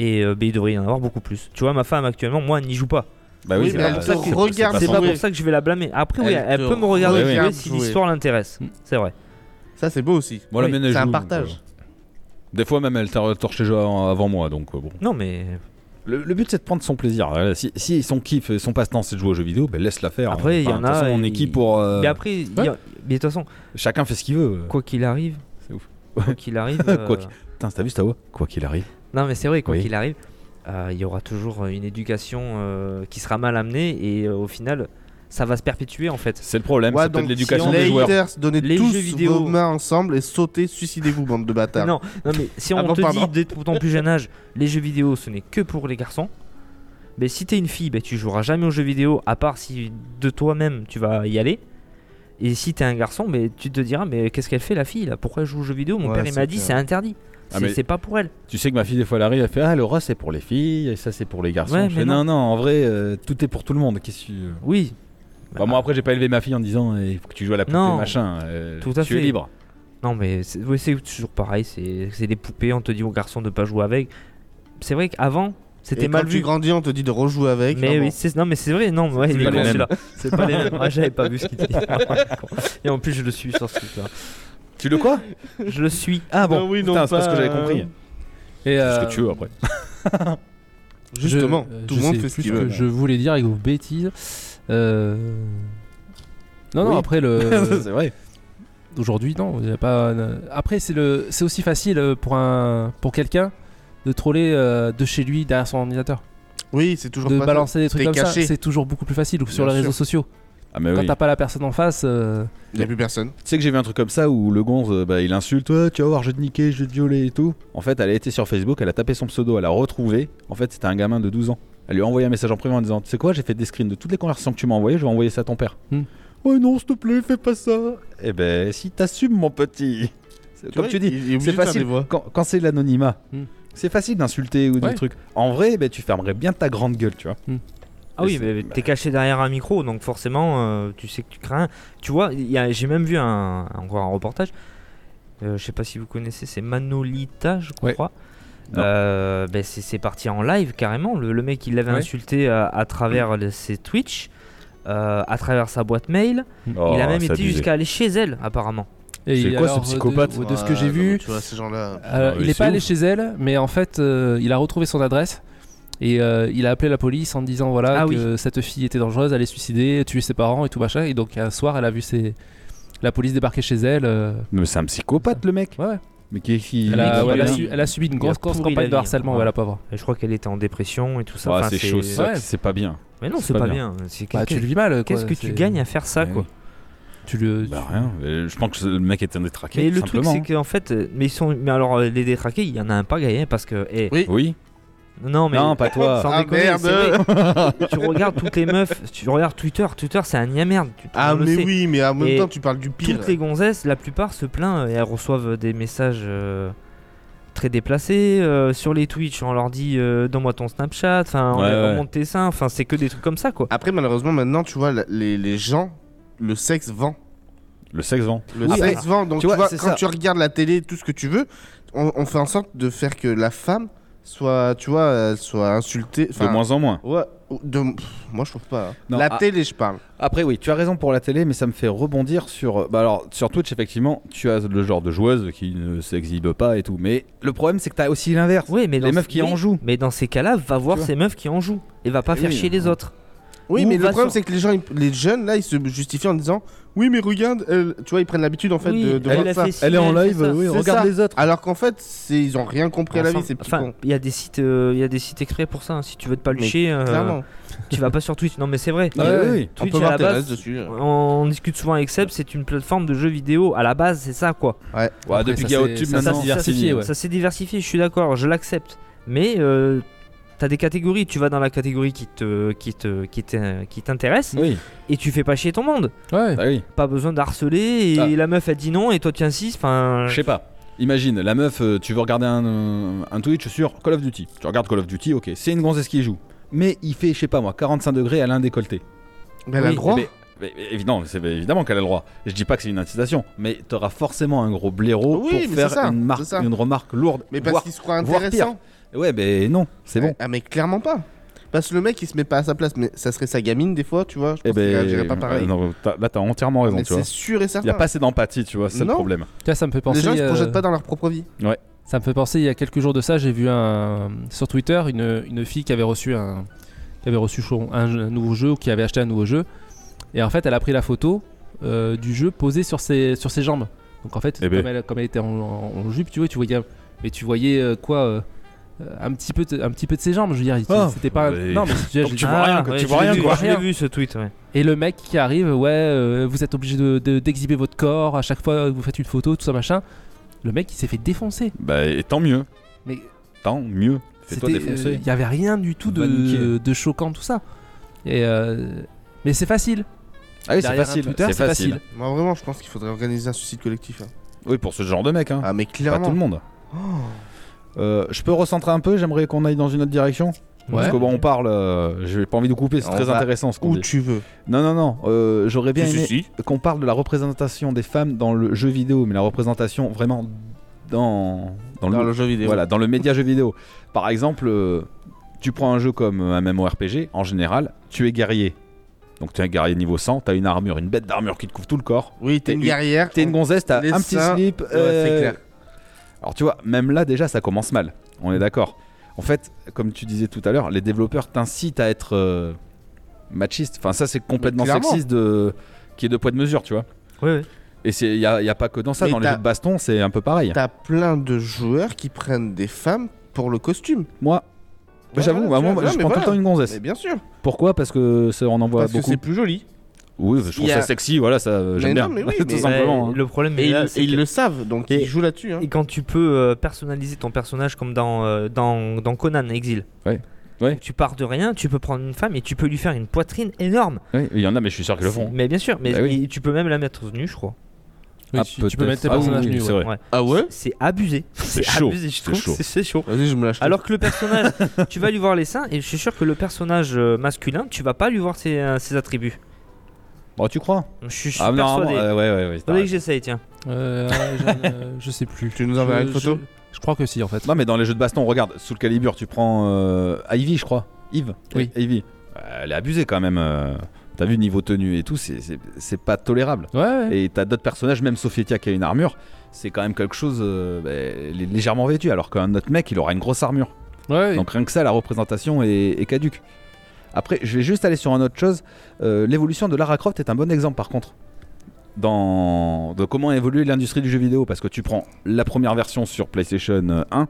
S1: Et euh, ben, il devrait y en avoir beaucoup plus. Tu vois, ma femme actuellement, moi, elle n'y joue pas.
S8: Ah
S3: Bah
S5: Oui,
S3: c'est
S5: mais
S3: pas-
S5: elle te
S3: c'est pas- c'est pas
S5: regarde,
S3: son-
S1: C'est pas
S5: Ah, jouer.
S1: pour ça que je vais la blâmer. Après, oui,
S5: Elle
S1: elle
S5: te
S1: peut me regarder
S3: regarde
S1: jouer si
S5: jouer.
S1: l'histoire l'intéresse.
S4: Mm.
S1: C'est vrai.
S5: Ça, c'est beau aussi.
S3: Moi, la
S1: Oui,
S3: mienne, elle
S5: C'est un
S3: joue,
S5: partage.
S3: donc, euh, Des fois, même, elle tor- torche les jeux avant avant moi, donc euh, bon.
S1: Non, mais
S8: Le, le but, c'est de prendre son plaisir. Voilà, Si, si son kiff, son passe-temps, c'est de jouer aux jeux vidéo, ben laisse-la faire.
S1: Après, il y
S8: Enfin, de
S1: en
S8: toute
S1: a,
S8: façon, on est
S1: il-
S8: qui pour. euh,
S1: Mais après, il y a- mais de toute façon,
S8: Chacun fait ce qu'il veut.
S1: quoi qu'il arrive,
S8: C'est ouf.
S1: quoi qu'il arrive, euh,
S8: Quoi qu'il- Putain, t'as vu ta voix Quoi qu'il arrive.
S1: non mais c'est vrai, quoi
S8: Oui.
S1: qu'il arrive, euh, il y aura toujours une éducation euh, qui sera mal amenée et euh, au final, ça va se perpétuer en fait.
S3: C'est le problème,
S5: Ouais,
S3: c'est peut-être
S5: donc,
S3: l'éducation
S5: si
S3: des
S5: les
S3: joueurs.
S5: haters, donnez
S1: Les
S5: tous
S1: jeux vidéo.
S5: vos mains ensemble et sautez, suicidez-vous, bande de bâtards.
S1: Non, non, mais si on
S5: Ah bon,
S1: te
S5: pardon.
S1: dit dès ton plus jeune âge, les jeux vidéo ce n'est que pour les garçons. Mais si t'es une fille, ben, tu joueras jamais aux jeux vidéo à part si de toi-même tu vas y aller. Et si t'es un garçon, mais tu te diras mais qu'est-ce qu'elle fait la fille là Pourquoi elle joue aux jeux vidéo Mon
S5: Ouais,
S1: père il
S5: c'est
S1: m'a dit
S5: clair.
S1: c'est interdit.
S3: Ah,
S1: C'est-
S3: mais-
S1: c'est pas pour elle.
S3: Tu sais que ma fille, des fois, elle arrive, elle fait Ah, le roi, c'est pour les filles, et ça, c'est pour les garçons.
S1: Ouais,
S3: Je
S1: mais
S3: fais, non. non, en vrai, euh, tout est pour tout le monde. Qu'est-ce que tu-
S1: Oui,
S3: Bah, moi, après, j'ai pas élevé ma fille en disant eh, faut que tu joues à la poupée,
S1: Non.
S3: machin. euh,
S1: Tout à
S3: tu es
S1: fait.
S3: libre.
S1: Non, mais c'est ouais, c'est toujours pareil. C'est c'est des poupées. On te dit aux garçons de pas jouer avec. C'est vrai qu'avant,
S5: Et
S1: c'était mal
S5: quand
S1: vu.
S5: tu grandis, on te dit de rejouer avec.
S1: Mais
S5: non,
S1: oui, c'est- non, mais c'est vrai. Non, mais ouais, il est
S3: pas les
S1: con,
S3: mêmes.
S1: celui-là. C'est pas les mêmes. Ah, j'avais pas vu ce qu'il dit. Et en plus, je le suis sur ce truc-là.
S3: Tu le quoi
S1: Je le suis.
S3: Ah bon,
S5: Non, oui, non,
S3: putain, c'est pas euh, ce que
S5: pas,
S3: j'avais compris.
S4: Et,
S3: C'est ce
S4: euh,
S3: que tu veux après.
S5: bon. Justement,
S4: je- euh,
S5: tout
S4: je
S5: le monde
S4: sais
S5: fait ce
S4: plus
S5: qu'il
S4: que
S5: veut.
S4: Je voulais dire avec vos bêtises. Euh, Non, non,
S3: Oui.
S4: après
S5: [LAUGHS]
S4: le.
S3: Euh, [LAUGHS] c'est vrai.
S4: [LAUGHS] Aujourd'hui, non, il y a pas. euh, Après, c'est le, c'est aussi facile euh, pour un, pour quelqu'un de troller euh, de chez lui derrière son ordinateur,
S5: Oui, c'est toujours
S4: de
S5: pas
S4: balancer des trucs
S5: T'es
S4: comme
S5: caché.
S4: ça. C'est toujours beaucoup plus facile ou sur
S5: Bien
S4: les réseaux
S5: sûr.
S4: sociaux.
S3: Ah, mais
S4: Quand
S3: oui.
S4: t'as pas la personne en face, euh,
S5: ça. Il n'y a plus personne.
S3: Tu sais que j'ai vu un truc comme ça où le gonze, euh, bah, il insulte, Ouais, tu vas voir, je vais te niquer, je vais te violer et tout. En fait, elle a été sur Facebook, elle a tapé son pseudo, elle a retrouvé. En fait, c'était un gamin de 12 ans. Elle lui a envoyé un message en privé en disant, tu sais quoi, j'ai fait des screens de toutes les conversations que tu m'as envoyées, je vais envoyer ça à ton père.
S4: Hmm.
S3: Ouais, non, s'il te plaît, fais pas ça. Eh ben, si t'assumes, mon petit. C'est- Comme tu dis, c'est facile. Quand, quand c'est l'anonymat,
S4: Hmm.
S3: c'est facile d'insulter ou des
S4: Ouais.
S3: trucs. En vrai, ben, tu fermerais bien ta grande gueule, tu vois.
S1: Ah oui,
S3: Et c'est-
S1: mais t'es caché derrière un micro, donc forcément, euh, tu sais que tu crains. Tu vois, il y a- j'ai même vu un, encore un reportage. Euh, je sais pas si vous connaissez, c'est Manolita, je
S4: Ouais.
S1: crois.
S3: Non.
S1: Euh, ben, c'est c'est parti en live carrément. Le, le mec, il l'avait
S4: Ouais.
S1: insulté euh, à travers le- ses Twitch, euh, à travers sa boîte mail.
S3: Oh,
S1: il a même
S3: c'est
S1: été
S3: abusé.
S1: jusqu'à aller chez elle, apparemment.
S4: Et
S3: C'est
S4: il-
S3: quoi ce
S4: alors, euh, de-
S3: psychopathe
S4: De, de ce que j'ai
S5: Ouais, non, mais
S4: vu,
S5: Tu vois, ces gens-là.
S4: euh,
S3: Ah oui,
S4: il n'est
S3: c'est
S4: pas allé
S3: ouf.
S4: chez elle, mais en fait, euh, il a retrouvé son adresse. Et euh, il a appelé la police en disant voilà
S1: Ah
S4: que cette fille était dangereuse, elle est suicidée, tué ses parents et tout machin. Et donc un soir, elle a vu ses... la police débarquer chez elle. euh,
S3: Mais c'est un psychopathe le mec.
S4: Ouais, ouais.
S3: Mais qui qui Ah, bah,
S4: Elle,
S1: a-
S4: a,
S1: ouais,
S4: elle a
S1: il-
S4: su- elle a subi une
S1: il a
S4: grosse, grosse
S1: pourri la
S4: campagne
S1: vie,
S4: de harcèlement,
S1: ouais.
S4: ouais, la pauvre.
S1: Et je crois qu'elle était en dépression et tout ça.
S3: Ah,
S1: Enfin,
S3: c'est chaud, c'est-
S4: Ouais.
S3: c'est pas bien.
S1: Mais non,
S3: C'est
S1: c'est
S3: pas
S1: pas
S3: bien.
S1: bien. C'est-
S4: Bah, tu
S1: qu'est-
S4: le vis mal. quoi,
S1: Qu'est-ce que tu
S4: c'est-
S1: gagnes à faire ça,
S3: Ouais.
S1: quoi
S4: Tu le.
S3: Bah
S4: tu-
S3: rien. mais Je pense que le mec était un détraqué.
S1: Mais
S3: tout
S1: le truc,
S3: simplement.
S1: c'est qu'en fait, euh, mais ils sont, mais alors euh, les détraqués, il y en a un pas gagné parce que, eh,
S5: Oui.
S3: Oui.
S1: non mais
S3: Non,
S1: [LAUGHS]
S3: pas toi.
S1: sans
S5: Ah,
S1: déconner,
S5: merde.
S1: c'est vrai. tu regardes toutes les meufs, tu regardes Twitter, Twitter, c'est un nia merde. tu- tout le
S5: Ah,
S1: monde le
S5: mais
S1: sait.
S5: oui, mais en même
S1: Et
S5: temps, tu parles du pire.
S1: Toutes les gonzesses, la plupart se plaignent euh, et elles reçoivent des messages euh, très déplacés euh, sur les Twitch. On leur dit, euh, donne-moi ton Snapchat, enfin, on
S3: Ouais, ouais.
S1: remonte tes seins, enfin, c'est que des trucs comme ça, quoi.
S5: Après, malheureusement, maintenant, tu vois, la- les, les gens, le sexe vend.
S3: Le sexe vend.
S5: Le
S1: Oui,
S5: sexe
S1: ah.
S5: vend. Donc,
S9: Tu
S5: tu
S9: vois,
S5: vois,
S9: c'est
S5: quand
S9: ça.
S5: tu regardes la télé, tout ce que tu veux, on, on fait en sorte de faire que la femme soit, tu vois, euh, soit insultée.
S3: De
S5: Enfin,
S3: moins en moins.
S5: Ouais, ou de- pff, moi, je trouve pas. hein.
S9: Non,
S5: la
S9: ah.
S5: télé, je parle.
S9: Après, oui, tu as raison pour la télé, mais ça me fait
S3: rebondir sur. Bah alors, sur Twitch, effectivement, tu as le genre de joueuse qui ne s'exhibe pas et tout. Mais le problème, c'est que t'as aussi l'inverse.
S1: Oui, mais
S3: Les
S1: dans
S3: meufs
S1: ce-
S3: qui
S1: oui,
S3: en jouent.
S1: Mais dans ces cas-là, va voir
S3: vois.
S1: ces meufs qui en jouent et va pas faire
S3: oui,
S1: chier les
S3: on-
S1: autres.
S5: Oui,
S1: Ou
S5: mais
S1: on va
S5: le problème,
S1: sur-
S5: c'est que les gens, ils- les jeunes, là, ils se justifient en disant Oui, mais regarde, elle- tu vois, ils prennent l'habitude, en fait,
S1: Oui,
S5: de, de
S1: elle
S5: voir
S1: a
S5: ça.
S1: fait ci, elle fait
S4: euh,
S1: ça.
S5: oui, regarde les autres. Alors qu'en fait, c'est- ils ont rien compris à la vie, ces petits
S1: Bah, Enfin,
S5: cons.
S1: il y a des sites, euh, il y a des sites exprès pour ça. hein. Si tu veux te
S5: Mais
S1: palucher, euh,
S5: Clairement.
S1: tu vas pas sur Twitch. Non, mais c'est vrai.
S3: Ah
S5: Ouais,
S3: oui,
S5: ouais.
S3: oui.
S5: On
S1: Twitch
S5: peut
S1: à
S5: voir
S1: la
S5: tes
S1: base,
S5: restes dessus. hein.
S1: on discute souvent avec Seb. C'est une plateforme de jeux vidéo. À la base, c'est ça, quoi.
S3: Ouais,
S4: Après,
S3: depuis
S4: ça,
S3: qu'il y a
S4: c'est-
S3: YouTube,
S4: ça,
S1: ça,
S3: maintenant,
S1: ça,
S3: il y a
S4: ça,
S3: Arsenio.
S4: ouais.
S1: Ça s'est diversifié. Je suis d'accord. Je l'accepte. Mais euh, t'as des catégories. Tu vas dans la catégorie qui te, qui te, qui t'in- qui t'intéresse
S3: Oui,
S1: et tu fais pas chier ton monde.
S4: Ouais.
S3: bah oui.
S1: Pas besoin d'harceler. Et
S3: Ah.
S1: la meuf a dit non et toi tu insistes. Enfin,
S3: Je sais pas. Imagine, la meuf, euh, tu veux regarder un, euh, un Twitch sur Call of Duty. Tu regardes Call of Duty, ok, c'est une gonzesse qui joue. Mais il fait, je sais pas moi, 45 degrés à l'un décolleté.
S5: Mais elle a
S1: Oui.
S5: le droit.
S3: Mais- mais- mais évidemment, c'est mais évidemment qu'elle a le droit. Je dis pas que c'est une incitation, mais t'auras forcément un gros blaireau
S5: Oui, mais
S3: pour
S5: c'est
S3: faire
S5: ça,
S3: une, marque-
S5: c'est ça.
S3: une remarque lourde.
S5: Mais
S3: voire-
S5: parce qu'ils se croient
S3: voire
S5: intéressants.
S3: Ouais, mais non, c'est bon.
S5: Ah, mais clairement pas. Parce que le mec, il se met pas à sa place, mais ça serait sa gamine, des fois, tu vois. Je
S3: Eh
S5: pense qu'il réagirait
S3: ben,
S5: pas pareil.
S3: euh, non, t'as- là t'as entièrement raison,
S5: mais
S3: tu vois.
S5: c'est sûr et
S3: Il y
S5: certain.
S3: a pas assez d'empathie, tu vois, c'est le
S5: Non.
S3: problème.
S4: Tu vois, ça me fait penser.
S5: Les gens, ils se
S4: euh,
S5: projettent pas dans leur propre vie.
S4: Ça me fait penser, il y a quelques jours de ça, j'ai vu un, sur Twitter une, une fille qui avait reçu, un, qui avait reçu son- un, jeu- un nouveau jeu ou qui avait acheté un nouveau jeu. Et en fait, elle a pris la photo euh, du jeu posée sur ses, sur ses jambes. Donc en fait, comme,
S3: Eh ben.
S4: elle, comme elle était en, en- en jupe, tu vois, tu voyais, mais tu voyais euh, quoi euh, euh, un, petit peu de, un petit peu de ses jambes. Je veux dire,
S3: Ah,
S4: c'était pas.
S3: ouais.
S4: Non, mais tu vois, je- ah.
S3: tu vois rien, quoi, tu vois
S1: je l'ai
S3: rien,
S1: Ah, vu,
S3: quoi.
S1: Je l'ai vu ce tweet. ouais.
S4: et le mec qui arrive, ouais, euh, vous êtes obligé de- de- d'exhiber votre corps à chaque fois que vous faites une photo, tout ça machin. Le mec, il s'est fait défoncer.
S3: Bah, et tant mieux,
S4: Mais
S3: tant mieux. Fais-toi
S4: C'était- euh,
S3: défoncer. Ah
S4: Il y avait rien du tout
S3: Va niquer.
S4: de, de choquant, tout ça. Et euh, mais c'est facile.
S3: Ah oui, c'est
S4: Derrière un
S3: facile.
S4: Twitter,
S3: c'est
S4: Eh, c'est
S3: facile.
S4: facile.
S5: Moi, vraiment, je pense qu'il faudrait organiser un suicide collectif. hein.
S3: Oui, pour ce genre de mec, hein.
S5: Ah, mais
S3: Pas tout
S5: clairement. Oh.
S3: le monde. Euh, je peux recentrer un peu, j'aimerais qu'on aille dans une autre direction. Parce que bon, on parle, euh, j'ai pas envie de couper, c'est
S5: On
S3: très
S5: va
S3: intéressant ce qu'on
S5: Où
S3: dit.
S5: tu veux.
S3: Non, non, non, euh, j'aurais bien
S5: Si,
S3: aimé
S5: si, si.
S3: qu'on parle de la représentation des femmes dans le jeu vidéo, mais la représentation vraiment dans, dans,
S5: Dans
S3: le,
S5: le jeu vidéo.
S3: voilà, dans le média jeu vidéo. Par exemple, euh, tu prends un jeu comme un MMORPG, en général, tu es guerrier. Donc tu es un guerrier niveau 100, tu as une armure, une bête d'armure qui te couvre tout le corps.
S5: Oui, t'es
S3: T'es
S5: une
S3: une-
S5: guerrière.
S3: T'es une gonzesse, t'as
S5: Oh. Les
S3: un petit
S5: seins,
S3: slip.
S5: c'est
S3: euh,
S5: clair.
S3: Alors tu vois, même là déjà ça commence mal. On est d'accord. En fait, comme tu disais tout à l'heure, les développeurs t'incitent à être euh, machiste. Enfin ça c'est complètement
S5: Mais clairement.
S3: sexiste de qui est de poids de mesure, tu vois.
S1: Ouais, ouais.
S3: Et c'est y a, y a pas que dans ça,
S5: Mais
S3: dans les
S5: t'as-
S3: jeux de baston c'est un peu pareil.
S5: T'as plein de joueurs qui prennent des femmes pour le costume.
S3: Moi, bah,
S5: Ouais,
S3: j'avoue,
S5: voilà,
S3: bah,
S5: tu
S3: moi, je
S5: vois, non, mais
S3: prends tout
S5: voilà.
S3: le temps une gonzesse.
S5: Mais bien sûr.
S3: Pourquoi Parce que ça, on en voit
S5: parce que
S3: beaucoup.
S5: c'est plus joli.
S3: Oui, je
S5: il
S3: trouve
S5: y a-
S3: ça sexy, voilà, ça euh,
S5: Mais
S3: j'aime bien.
S5: non, mais oui,
S3: [LAUGHS] tout
S5: mais-
S3: simplement.
S1: Ouais,
S3: hein.
S1: Le problème
S5: Et,
S1: est là,
S5: ils,
S1: c'est
S5: et ils
S1: que-
S5: le savent, donc
S1: Et-
S5: ils jouent là-dessus. hein.
S1: Et quand tu peux euh, personnaliser ton personnage comme dans, euh, dans, dans Conan Exil.
S3: Ouais. Ouais.
S1: Tu pars de rien, tu peux prendre une femme et tu peux lui faire une poitrine énorme.
S3: Oui, Il y en a, mais je suis sûr qu'ils le font.
S1: Mais bien sûr, mais
S3: Bah oui.
S1: et tu peux même la mettre nue, je crois.
S4: Oui,
S3: Ah,
S4: tu, tu peux
S3: peut-être.
S4: mettre tes
S3: Ah oui,
S4: personnages
S3: oui,
S4: nus.
S3: C'est
S4: ouais.
S3: vrai.
S5: Ah ouais
S1: C'est abusé.
S3: C'est chaud,
S1: abusé, je
S3: c'est
S1: trouve.
S3: chaud.
S1: que C'est chaud.
S5: Vas-y, je me lâche.
S1: Alors que le personnage, tu vas lui voir les seins et je suis sûr que le personnage euh, masculin, tu vas pas lui voir ses, euh, ses attributs.
S3: Oh, tu crois
S1: Je suis je suis
S3: Ah non,
S1: persuadé.
S3: euh, ouais, ouais, ouais.
S1: Faudrait
S3: t'as
S1: que j'essaye, tiens.
S4: Euh, je, ne- je sais plus.
S5: Tu nous enverras
S4: Je-
S5: une photo
S4: je, je crois que si en fait.
S3: Non, mais dans les jeux de baston, regarde, sous le calibre, tu prends euh, Ivy, je crois. Yves
S4: Oui.
S3: Ivy. Euh, Elle est abusée quand même. euh. T'as vu, niveau tenue et tout, c'est- c'est c'est pas tolérable.
S4: Ouais, ouais.
S3: Et t'as d'autres personnages, même Sofietia qui a une armure, c'est quand même quelque chose. euh, bah, elle est légèrement vêtu, alors qu'un autre mec, il aura une grosse armure.
S4: Ouais,
S3: Donc rien que ça, la représentation est, est caduque. Après, je vais juste aller sur une autre chose. Euh, L'évolution de Lara Croft est un bon exemple, par contre, dans de comment a évolué l'industrie du jeu vidéo. Parce que tu prends la première version sur PlayStation euh, 1.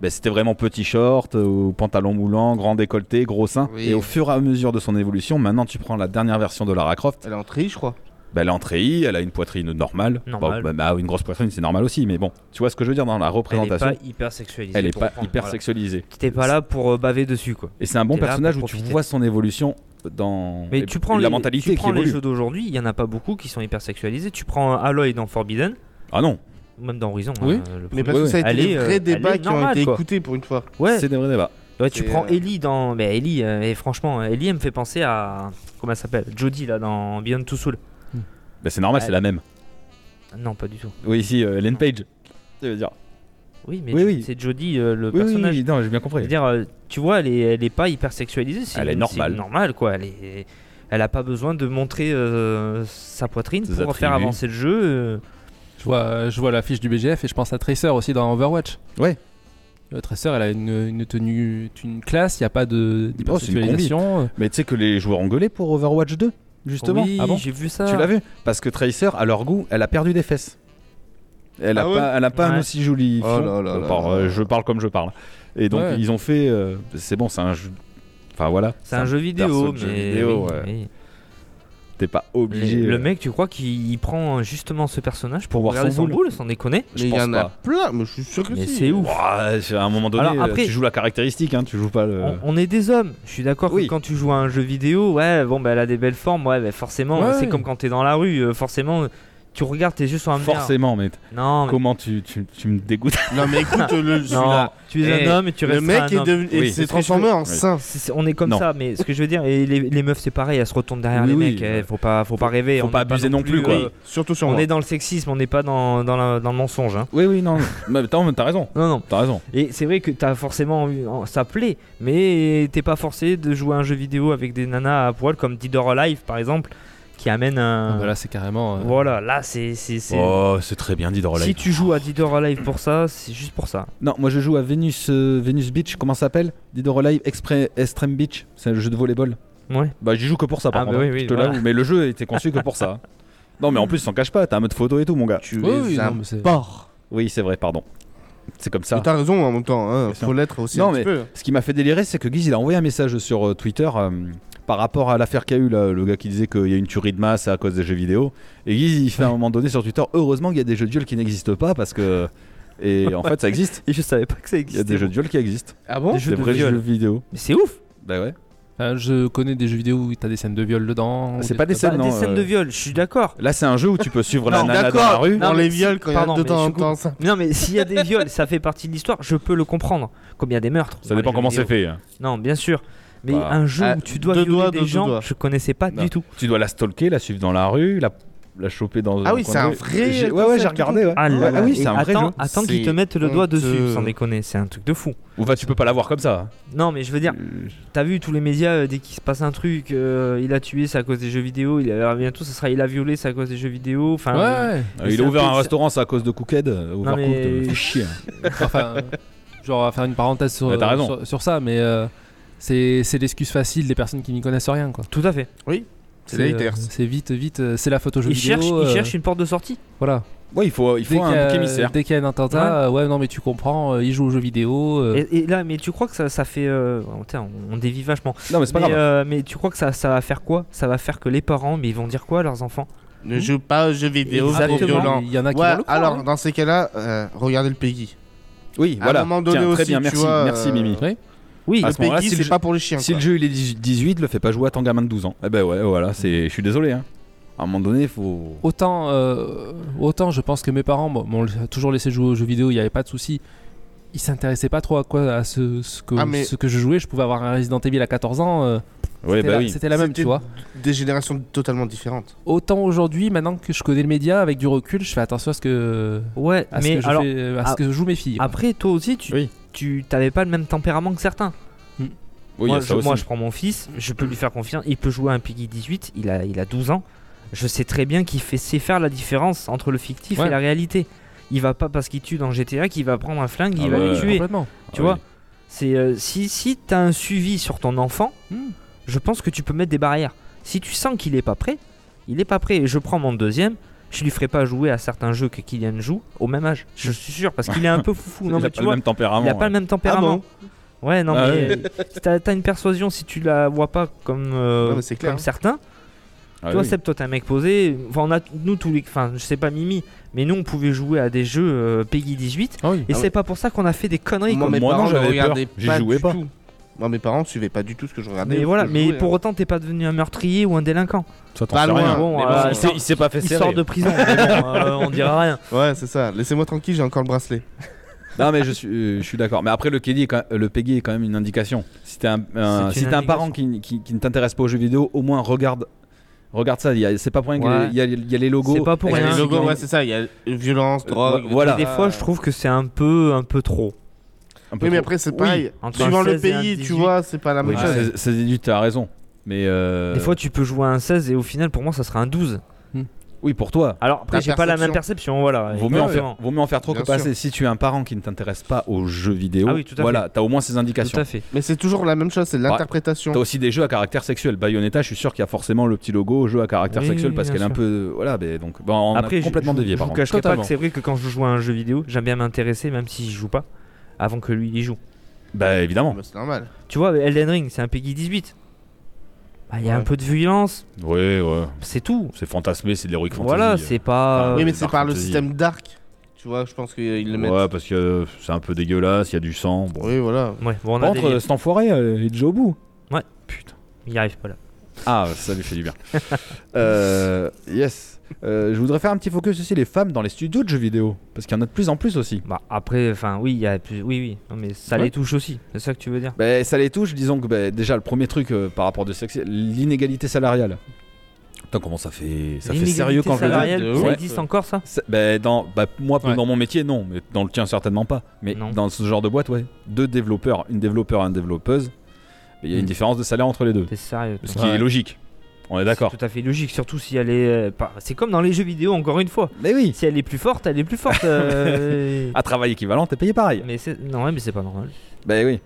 S3: ben, c'était vraiment petit short, euh, ou pantalon moulant, grand décolleté, gros sein.
S5: Oui.
S3: Et au fur et à mesure de son évolution, maintenant tu prends la dernière version de Lara Croft,
S5: Elle est en tri, je crois.
S3: ben, elle est en treillis, elle a une poitrine normale.
S1: Normal.
S3: Bon, ben, ben, une grosse poitrine, c'est normal aussi, mais bon, tu vois ce que je veux dire dans la
S1: Elle est
S3: représentation.
S1: pas hyper sexualisée.
S3: Elle est
S1: pour
S3: pas,
S1: prendre,
S3: hyper
S1: voilà.
S3: sexualisée.
S1: T'es pas là pour euh, baver dessus quoi.
S3: Et c'est un bon
S1: T'es là
S3: personnage où
S1: pour
S3: tu
S1: profiter.
S3: vois son évolution dans
S1: Mais
S3: et-
S1: tu prends
S3: la
S1: les,
S3: mentalité
S1: tu
S3: qui
S1: prends les
S3: évolue.
S1: jeux d'aujourd'hui, il y en a pas beaucoup qui sont hyper sexualisés. Tu prends Aloy dans Forbidden,
S3: Ah non,
S1: ou même dans Horizon.
S4: Oui.
S1: hein, le
S5: Mais
S1: premier.
S5: parce
S3: ouais,
S5: que ça a été
S1: Elle est,
S5: les
S1: euh,
S5: vrais
S1: elle est
S5: débats qui ont
S1: normale,
S5: été
S1: quoi.
S5: écoutés pour une fois.
S1: Ouais,
S3: c'est des vrais débats.
S1: ouais, tu
S5: c'est,
S1: prends
S5: euh,
S1: Ellie dans. Mais Ellie, euh, et franchement, Ellie, elle me fait penser à. Comment elle s'appelle Jodie là dans Beyond Two Soul.
S3: Bah, c'est normal, c'est
S1: Ouais.
S3: la même.
S1: Non, pas du tout.
S3: Oui, ici, euh, Ellen Page. Ça veut dire.
S1: Oui, mais
S3: Oui,
S1: Jo-
S3: oui.
S1: c'est Jodie euh, le
S3: Oui, oui,
S1: personnage.
S3: oui, non, j'ai bien compris.
S1: C'est-à-dire, euh, tu vois, elle est, elle est pas hyper sexualisée. c'est
S3: Elle est
S1: une- c'est
S3: normale.
S1: normal, quoi. Elle est, elle a pas besoin de montrer euh, sa poitrine
S3: Ses
S1: pour faire
S3: attributs.
S1: avancer le jeu. euh.
S4: Je vois, je vois l'affiche du BGF et je pense à Tracer aussi dans Overwatch.
S3: Ouais.
S4: Euh, Tracer, elle a une, une tenue, une classe, il n'y a pas de
S3: Oh, c'est une combi.
S4: d'hypersexualisation.
S3: Mais tu sais que les joueurs ont gueulé pour Overwatch 2, justement.
S1: Oui,
S4: Ah bon
S1: j'ai vu ça.
S3: Tu l'as vu Parce que Tracer, à leur goût, elle a perdu des fesses. Elle a
S5: Ah ouais
S3: pas, elle a pas un
S1: Ouais.
S3: aussi joli.
S5: Oh
S3: fond.
S5: là là là
S3: Par-
S5: là.
S3: euh, je parle comme je parle. Et donc
S4: Ouais.
S3: ils ont fait. euh, c'est bon, c'est un jeu. Enfin voilà.
S1: C'est un jeu vidéo,
S3: perso
S1: mais
S3: de jeu vidéo,
S1: oui,
S3: ouais.
S1: oui.
S3: T'es pas
S1: Le-
S3: obligé.
S1: le
S3: euh,
S1: mec, tu crois qu'il il prend justement ce personnage
S3: Pour
S1: pour,
S3: voir
S1: regarder
S3: son
S1: son
S3: boule.
S1: boule, sans déconner
S3: je
S5: mais il y
S3: pense
S5: en a
S3: pas.
S5: plein, mais je suis sûr que
S1: Mais
S5: si.
S1: c'est ouf.
S3: Ouah, c'est à un moment donné,
S1: Alors,
S3: euh,
S1: après-
S3: tu joues la caractéristique, hein, tu joues pas le.
S1: On, on est des hommes. Je suis d'accord
S3: Oui.
S1: que quand tu joues à un jeu vidéo, ouais, bon, bah, elle a des belles formes, ouais, bah, forcément,
S4: Ouais,
S1: c'est
S4: ouais.
S1: comme quand t'es dans la rue, euh, forcément, tu regardes tes yeux sont un
S3: Forcément, mais
S1: Non, mais-
S3: comment tu, tu, tu me [LAUGHS] dégoûtes
S5: Non, mais écoute, le,
S1: non,
S5: celui-là,
S1: tu es
S5: Eh,
S1: un homme et tu
S5: le
S1: restes
S5: mec
S1: un
S5: est
S1: homme.
S5: devenu, et
S3: Oui.
S5: s'est transformé en
S3: Oui.
S5: saint.
S1: C'est- c'est- on est comme
S3: Non.
S1: ça, mais ce que je veux dire, et les, les meufs c'est pareil, elles se retournent derrière
S3: Oui,
S1: les
S3: oui,
S1: mecs.
S3: euh,
S1: eh, faut pas, faut pas rêver.
S3: faut
S1: on
S3: pas
S1: n'est
S3: abuser non plus, quoi.
S1: euh,
S5: Surtout sur
S1: on
S5: moi.
S1: est dans le sexisme, on n'est pas dans, dans, la- dans le mensonge. hein.
S3: Oui, oui, non. mais t'as t'as raison,
S1: Non, non.
S3: t'as raison.
S1: Et c'est vrai que t'as forcément envie- en- ça plaît, mais t'es pas forcé de jouer à un jeu vidéo avec des nanas à poil comme Dead or Alive par exemple, qui amène
S4: Ah
S1: un.
S4: bah là, c'est carrément. euh,
S1: Voilà, là c'est. c'est- c'est-
S3: Oh, c'est très bien dit dans
S1: Si tu joues à Dead or Alive pour ça, c'est juste pour ça.
S3: Non, moi je joue à Venus, euh, Venus Beach, comment ça s'appelle Didor Live Express Extreme Beach, c'est le jeu de volleyball.
S1: Ouais.
S3: Bah, j'y joue que pour ça, par
S1: Ah, bah
S3: contre.
S1: oui, oui,
S3: je te
S1: voilà.
S3: l'avoue, mais le jeu était conçu que pour ça.
S1: [LAUGHS]
S3: Non, mais en plus, s'en cache pas, t'as un mode photo et tout, mon gars.
S5: Tu
S4: Oui, oui,
S5: les
S4: non,
S5: as
S4: mais c'est-
S5: porc.
S3: Oui, c'est vrai, pardon. C'est comme ça.
S5: Mais T'as raison en même temps, hein,
S3: Bien sûr.
S5: faut l'être aussi
S3: Non,
S5: un
S3: mais-
S5: petit peu.
S3: Ce qui m'a fait délirer, c'est que Guise, il a envoyé un message sur euh, Twitter euh, par rapport à l'affaire qu'il y a eu, là, le gars qui disait qu'il y a une tuerie de masse à cause des jeux vidéo. Et Guise, il fait à un moment donné sur Twitter, heureusement qu'il y a des jeux de duel qui n'existent pas parce que.
S1: [LAUGHS]
S3: Et en fait, ça existe.
S1: Et je savais pas que ça
S3: Il y a des jeux de duel qui existent.
S5: Ah bon
S1: Des
S3: Des
S1: jeux de
S3: vrais
S1: viol.
S3: jeux vidéo.
S1: Mais c'est ouf
S3: Bah ouais.
S4: enfin, je connais des jeux vidéo où t'as des scènes de viol dedans. ou
S3: C'est pas des
S1: Bah,
S3: scènes, non,
S1: Des scènes
S3: euh,
S1: de viol, je suis d'accord.
S3: Là, c'est un jeu où tu peux suivre la
S5: Non,
S3: nana dans la
S5: d'accord,
S3: rue.
S5: dans
S1: Non,
S5: les
S1: mais
S5: viols
S1: si-
S5: quand il y a
S1: pardon,
S5: de
S1: mais
S5: temps
S1: je
S5: en
S1: coupe.
S5: temps ça.
S1: Non mais s'il y a des viols, ça fait partie de l'histoire, je peux le comprendre. Comme il y a des meurtres.
S3: Ça
S1: dans les
S3: dépend
S1: Ah, jeux
S3: comment
S1: vidéo.
S3: c'est fait. hein.
S1: Non, bien sûr. Mais
S3: Bah,
S1: un jeu
S5: à
S1: où tu dois
S5: Ah, deux
S1: violer
S5: doigts,
S1: des
S5: deux- deux
S1: gens,
S5: doigts.
S1: je connaissais pas
S3: Non.
S1: du tout.
S3: Tu dois la stalker, la suivre dans la rue, la, la choper dans.
S5: Ah
S3: un
S5: oui,
S3: coin
S5: c'est
S3: de
S5: un
S3: rue.
S5: vrai
S3: J'ai- Ouais,
S5: concept
S3: ouais,
S5: et
S3: j'ai
S5: tout.
S3: regardé. Ouais.
S1: Ah là
S3: Ouais,
S1: là.
S3: ah oui, c'est
S1: Et
S3: un vrai
S1: attends,
S3: jeu.
S1: Attends qu'ils te
S5: C'est
S1: mettent le doigt dessus,
S5: honteux.
S1: sans déconner, c'est un truc de fou.
S3: Ou bah, tu peux pas l'avoir comme ça. Euh,
S1: Non, mais je veux dire, t'as vu tous les médias, euh, dès qu'il se passe un truc, euh, il a tué, c'est à cause des jeux vidéo, il a revient tout, ça sera il a violé, c'est à cause des jeux vidéo. Enfin, euh,
S4: Ouais,
S3: Euh, il
S1: c'est
S3: a
S1: un
S3: ouvert
S1: peu-
S3: un restaurant, c'est à cause de Cookhead. euh, Overcooked,
S1: mais-
S3: euh, fais chier. [LAUGHS]
S4: enfin, euh, genre, on va faire une parenthèse sur,
S3: Mais t'as raison.
S4: sur, sur ça, mais euh, c'est c'est l'excuse facile des personnes qui n'y connaissent rien, quoi.
S1: Tout à fait.
S5: C'est les
S4: euh,
S5: haters.
S4: c'est vite, vite, euh, c'est la photo jeu
S1: Il
S4: vidéo.
S1: cherche, il
S4: euh,
S1: cherche une porte de sortie.
S4: Voilà.
S3: Ouais, il faut, il
S4: Dès
S3: faut
S4: qu'il y
S3: un
S4: a-
S3: bouc émissaire.
S4: Dès qu'il y a un attentat, euh, ouais, non, mais tu comprends, euh, il joue aux jeux vidéo. euh,
S1: Et, et là, mais tu crois que ça, ça fait. euh, oh, putain, on, on dévie vachement.
S3: Non, mais c'est pas
S1: mais,
S3: grave.
S1: euh, mais tu crois que ça, ça va faire quoi Ça va faire que les parents, mais ils vont dire quoi à leurs enfants
S5: Ne joue pas aux jeux vidéo trop
S1: Exactement.
S5: violents.
S4: Il y en a qui
S5: Ouais,
S4: vont le croire,
S5: alors
S4: hein.
S5: dans ces cas-là, euh, regardez le Peggy.
S3: Oui,
S5: à un
S3: voilà.
S5: moment donné
S3: Tiens, très
S5: aussi,
S3: bien,
S5: tu
S3: merci,
S5: vois,
S3: merci
S5: euh,
S3: Mimi.
S4: Ouais.
S1: Oui,
S4: Ah,
S3: À
S5: Le
S3: ce moment-là, si
S5: Peggy,
S3: le
S5: c'est
S3: jeu-
S5: pas pour les chiens.
S3: Si
S5: quoi.
S3: le jeu il est 18, le fais pas jouer à ton gamin de 12 ans. Eh ben ouais, voilà, c'est, je suis désolé. Hein. À un moment donné, faut.
S4: Autant, euh, autant je pense que mes parents bon, m'ont toujours laissé jouer aux jeux vidéo, il n'y avait pas de souci. Ils s'intéressaient pas trop à quoi à ce, ce que,
S5: Ah, mais-
S4: ce que je jouais. Je pouvais avoir un Resident Evil à 14 ans. euh,
S3: Oui,
S4: C'était
S3: bah
S4: la-
S3: oui.
S4: C'était la même,
S5: C'était
S4: tu vois.
S5: Des générations totalement différentes.
S4: Autant aujourd'hui, maintenant que je connais le média, avec du recul, je fais attention à ce que,
S1: Ouais,
S4: à ce
S1: mais
S4: que, je
S1: alors,
S4: fais- à ce
S1: ah,
S4: que jouent mes filles. quoi.
S1: après, toi aussi, tu,
S3: Oui.
S1: tu t'avais pas le même tempérament que certains.
S3: Oui, il y
S1: moi,
S3: a ça
S1: je,
S3: aussi.
S1: moi, je prends mon fils, je peux lui faire confiance, il peut jouer à un Piggy 18, il a, il a 12 ans. Je sais très bien qu'il fait, sait faire la différence entre le fictif
S4: Ouais.
S1: et la réalité. Il va pas, parce qu'il tue dans GTA, qu'il va prendre un flingue,
S3: Ah
S1: il va
S3: ouais,
S1: le tuer.
S4: Complètement.
S1: Tu
S3: Ah
S1: vois
S3: oui.
S1: C'est euh, si si t'as un suivi sur ton enfant,
S3: Hmm.
S1: je pense que tu peux mettre des barrières. Si tu sens qu'il est pas prêt, il est pas prêt. Et je prends mon deuxième, je lui ferai pas jouer à certains jeux que Kylian joue au même âge. Je suis sûr parce qu'il est
S3: [LAUGHS]
S1: un peu foufou. non
S3: il
S1: mais
S3: a
S1: tu
S3: pas le
S1: vois,
S3: même tempérament.
S1: il a pas le même
S5: Ah
S1: tempérament. ouais non
S3: Ah
S1: mais euh, si [LAUGHS] t'as t'as une persuasion si tu la vois pas comme euh,
S5: Non, mais c'est clair,
S1: comme
S5: hein.
S1: certains.
S3: Ah
S1: toi
S3: oui.
S1: Seb, toi t'es un mec posé. Enfin on a nous tous les, enfin je sais pas Mimi, mais nous on pouvait jouer à des jeux euh, Peggy 18
S4: Ah oui.
S1: et
S5: Ah
S1: c'est
S5: ouais.
S1: pas pour ça qu'on a fait des conneries. quoi.
S5: mes
S3: Moi, non,
S5: parents ne
S3: j'avais peur.
S5: regardaient
S3: J'y jouais
S5: du
S3: pas.
S5: tout. Moi, mes parents ne suivaient pas du tout ce que je regardais.
S1: Mais
S5: ou
S1: voilà,
S5: ce que je
S1: mais
S5: jouais,
S1: pour
S5: hein.
S1: autant t'es pas devenu un meurtrier ou un délinquin.
S3: Toi, t'en
S5: Pas
S3: sais
S5: loin.
S3: rien.
S1: Bon,
S3: Ah Mais
S1: euh,
S3: bon,
S1: il
S3: il s'est-
S1: sort-
S3: il s'est pas fait
S1: Il
S3: serrer.
S1: sort de prison, mais bon,
S3: [LAUGHS]
S1: euh, on dira rien.
S5: Ouais, c'est ça. Laissez-moi tranquille, j'ai encore le bracelet.
S3: Non mais je suis, euh, je suis d'accord. Mais après le Kelly est quand- euh, le Peggy est quand même une indication. Si t'es un, un-
S1: C'est
S3: si
S1: une
S3: t'es un parent qui, qui- qui ne t'intéresse pas aux jeux vidéo, au moins regarde regarde ça. Il y a- C'est pas pour rien
S1: Ouais.
S3: qu'il y, a- il y a les logos.
S1: C'est pas pour
S3: Il y a
S1: rien.
S5: les
S3: les
S5: logos,
S3: figurines.
S5: ouais, c'est ça. Il y a violence, drogue.
S3: Euh, voilà.
S1: Des fois, je trouve que c'est un peu, un peu trop.
S3: Un peu
S5: Oui, mais
S3: trop.
S5: après, c'est pareil.
S1: entre
S5: Suivant
S1: un
S5: le
S1: 16 et un
S5: pays, tu
S1: 18.
S5: vois, c'est pas la même
S3: Oui,
S5: chose.
S3: c'est- c'est déduit. T'as raison. Mais euh,
S1: Des fois, tu peux jouer à un 16 et au final, pour moi, ça sera un 12.
S3: oui pour toi.
S1: Alors après,
S5: La
S1: j'ai pas la
S5: perception.
S1: même perception, voilà.
S3: Vaut mieux, en faire,
S1: Exactement.
S3: vaut mieux en faire trop
S5: Bien
S3: que pas
S5: sûr.
S3: assez. Si tu es un parent qui ne t'intéresse pas aux jeux vidéo,
S1: Ah oui, tout à fait.
S3: voilà, t'as au moins ces indications.
S1: Tout à fait.
S5: Mais c'est toujours la même chose, c'est l'interprétation.
S3: T'as aussi des jeux à caractère sexuel. Bayonetta, je suis sûr qu'il y a forcément le petit logo jeu à caractère
S1: Oui,
S3: sexuel parce
S1: bien
S3: qu'elle est un
S1: sûr.
S3: peu. Voilà, mais donc. bon, on
S1: Après,
S3: a
S1: je-
S3: complètement
S1: je,
S3: dévié
S1: je
S3: par
S1: vous
S3: contre.
S1: cacherai
S4: Totalement.
S1: pas que c'est vrai que quand je joue à un jeu vidéo, j'aime bien m'intéresser, même si j'y joue pas, avant que lui il y joue.
S3: Bah évidemment.
S5: Bah, c'est normal.
S1: Tu vois, Elden Ring, c'est un Peggy 18. Bah, Il y a un
S5: Ouais.
S1: peu de violence,
S3: Oui, ouais.
S1: c'est tout.
S3: C'est fantasmé, c'est de l'heroic fantasy.
S1: Voilà, c'est pas.
S3: euh,
S1: euh,
S3: Enfin,
S5: oui, mais
S3: Dark
S5: c'est par le
S3: Fantasy.
S5: système dark. Tu vois, je pense qu'ils le mettent.
S3: Ouais, parce que euh, c'est un peu dégueulasse, il y a du sang. Bon.
S5: Oui, voilà.
S1: Ouais, bon, on a
S3: Par contre,
S1: des-
S3: euh, cet enfoiré, euh, il est déjà au bout.
S1: Ouais.
S3: Putain.
S1: Il y arrive pas là.
S3: Ah, ça lui fait [LAUGHS] du bien. Euh, yes. Euh, je voudrais faire un petit focus aussi les femmes dans les studios de jeux vidéo. Parce qu'il y en a de plus en plus aussi.
S1: Bah après, enfin oui, il y a plus, oui oui, non, mais ça
S3: Ouais.
S1: les touche aussi. C'est ça que tu veux dire
S3: Ben, ça les touche, disons que ben, déjà le premier truc euh, par rapport de sexe, l'inégalité salariale. Putain, comment ça fait, ça fait
S1: L'inégalité
S3: sérieux quand je le dis.
S1: salariale,
S5: de
S1: Ça
S5: ouf.
S1: existe encore ça
S3: Ça- ben, dans, ben, moi,
S4: Ouais.
S3: dans mon métier, non, mais dans le tien, certainement pas. Mais
S1: Non.
S3: dans ce genre de boîte, ouais. Deux développeurs, une développeur et une développeuse, ben, il y a une
S1: Hmm.
S4: Mm.
S3: différence de salaire entre les deux.
S1: T'es sérieux toi
S3: Ce qui
S4: Ouais.
S3: est logique. On est d'accord.
S1: C'est Tout à fait logique, surtout si elle est. euh, pas- C'est comme dans les jeux vidéo, encore une fois.
S3: Mais oui.
S1: Si elle est plus forte, elle est plus forte.
S3: [LAUGHS]
S1: euh,
S3: À travail équivalent, t'es payé pareil.
S1: mais c'est non, ouais, mais c'est pas normal.
S3: Ben oui.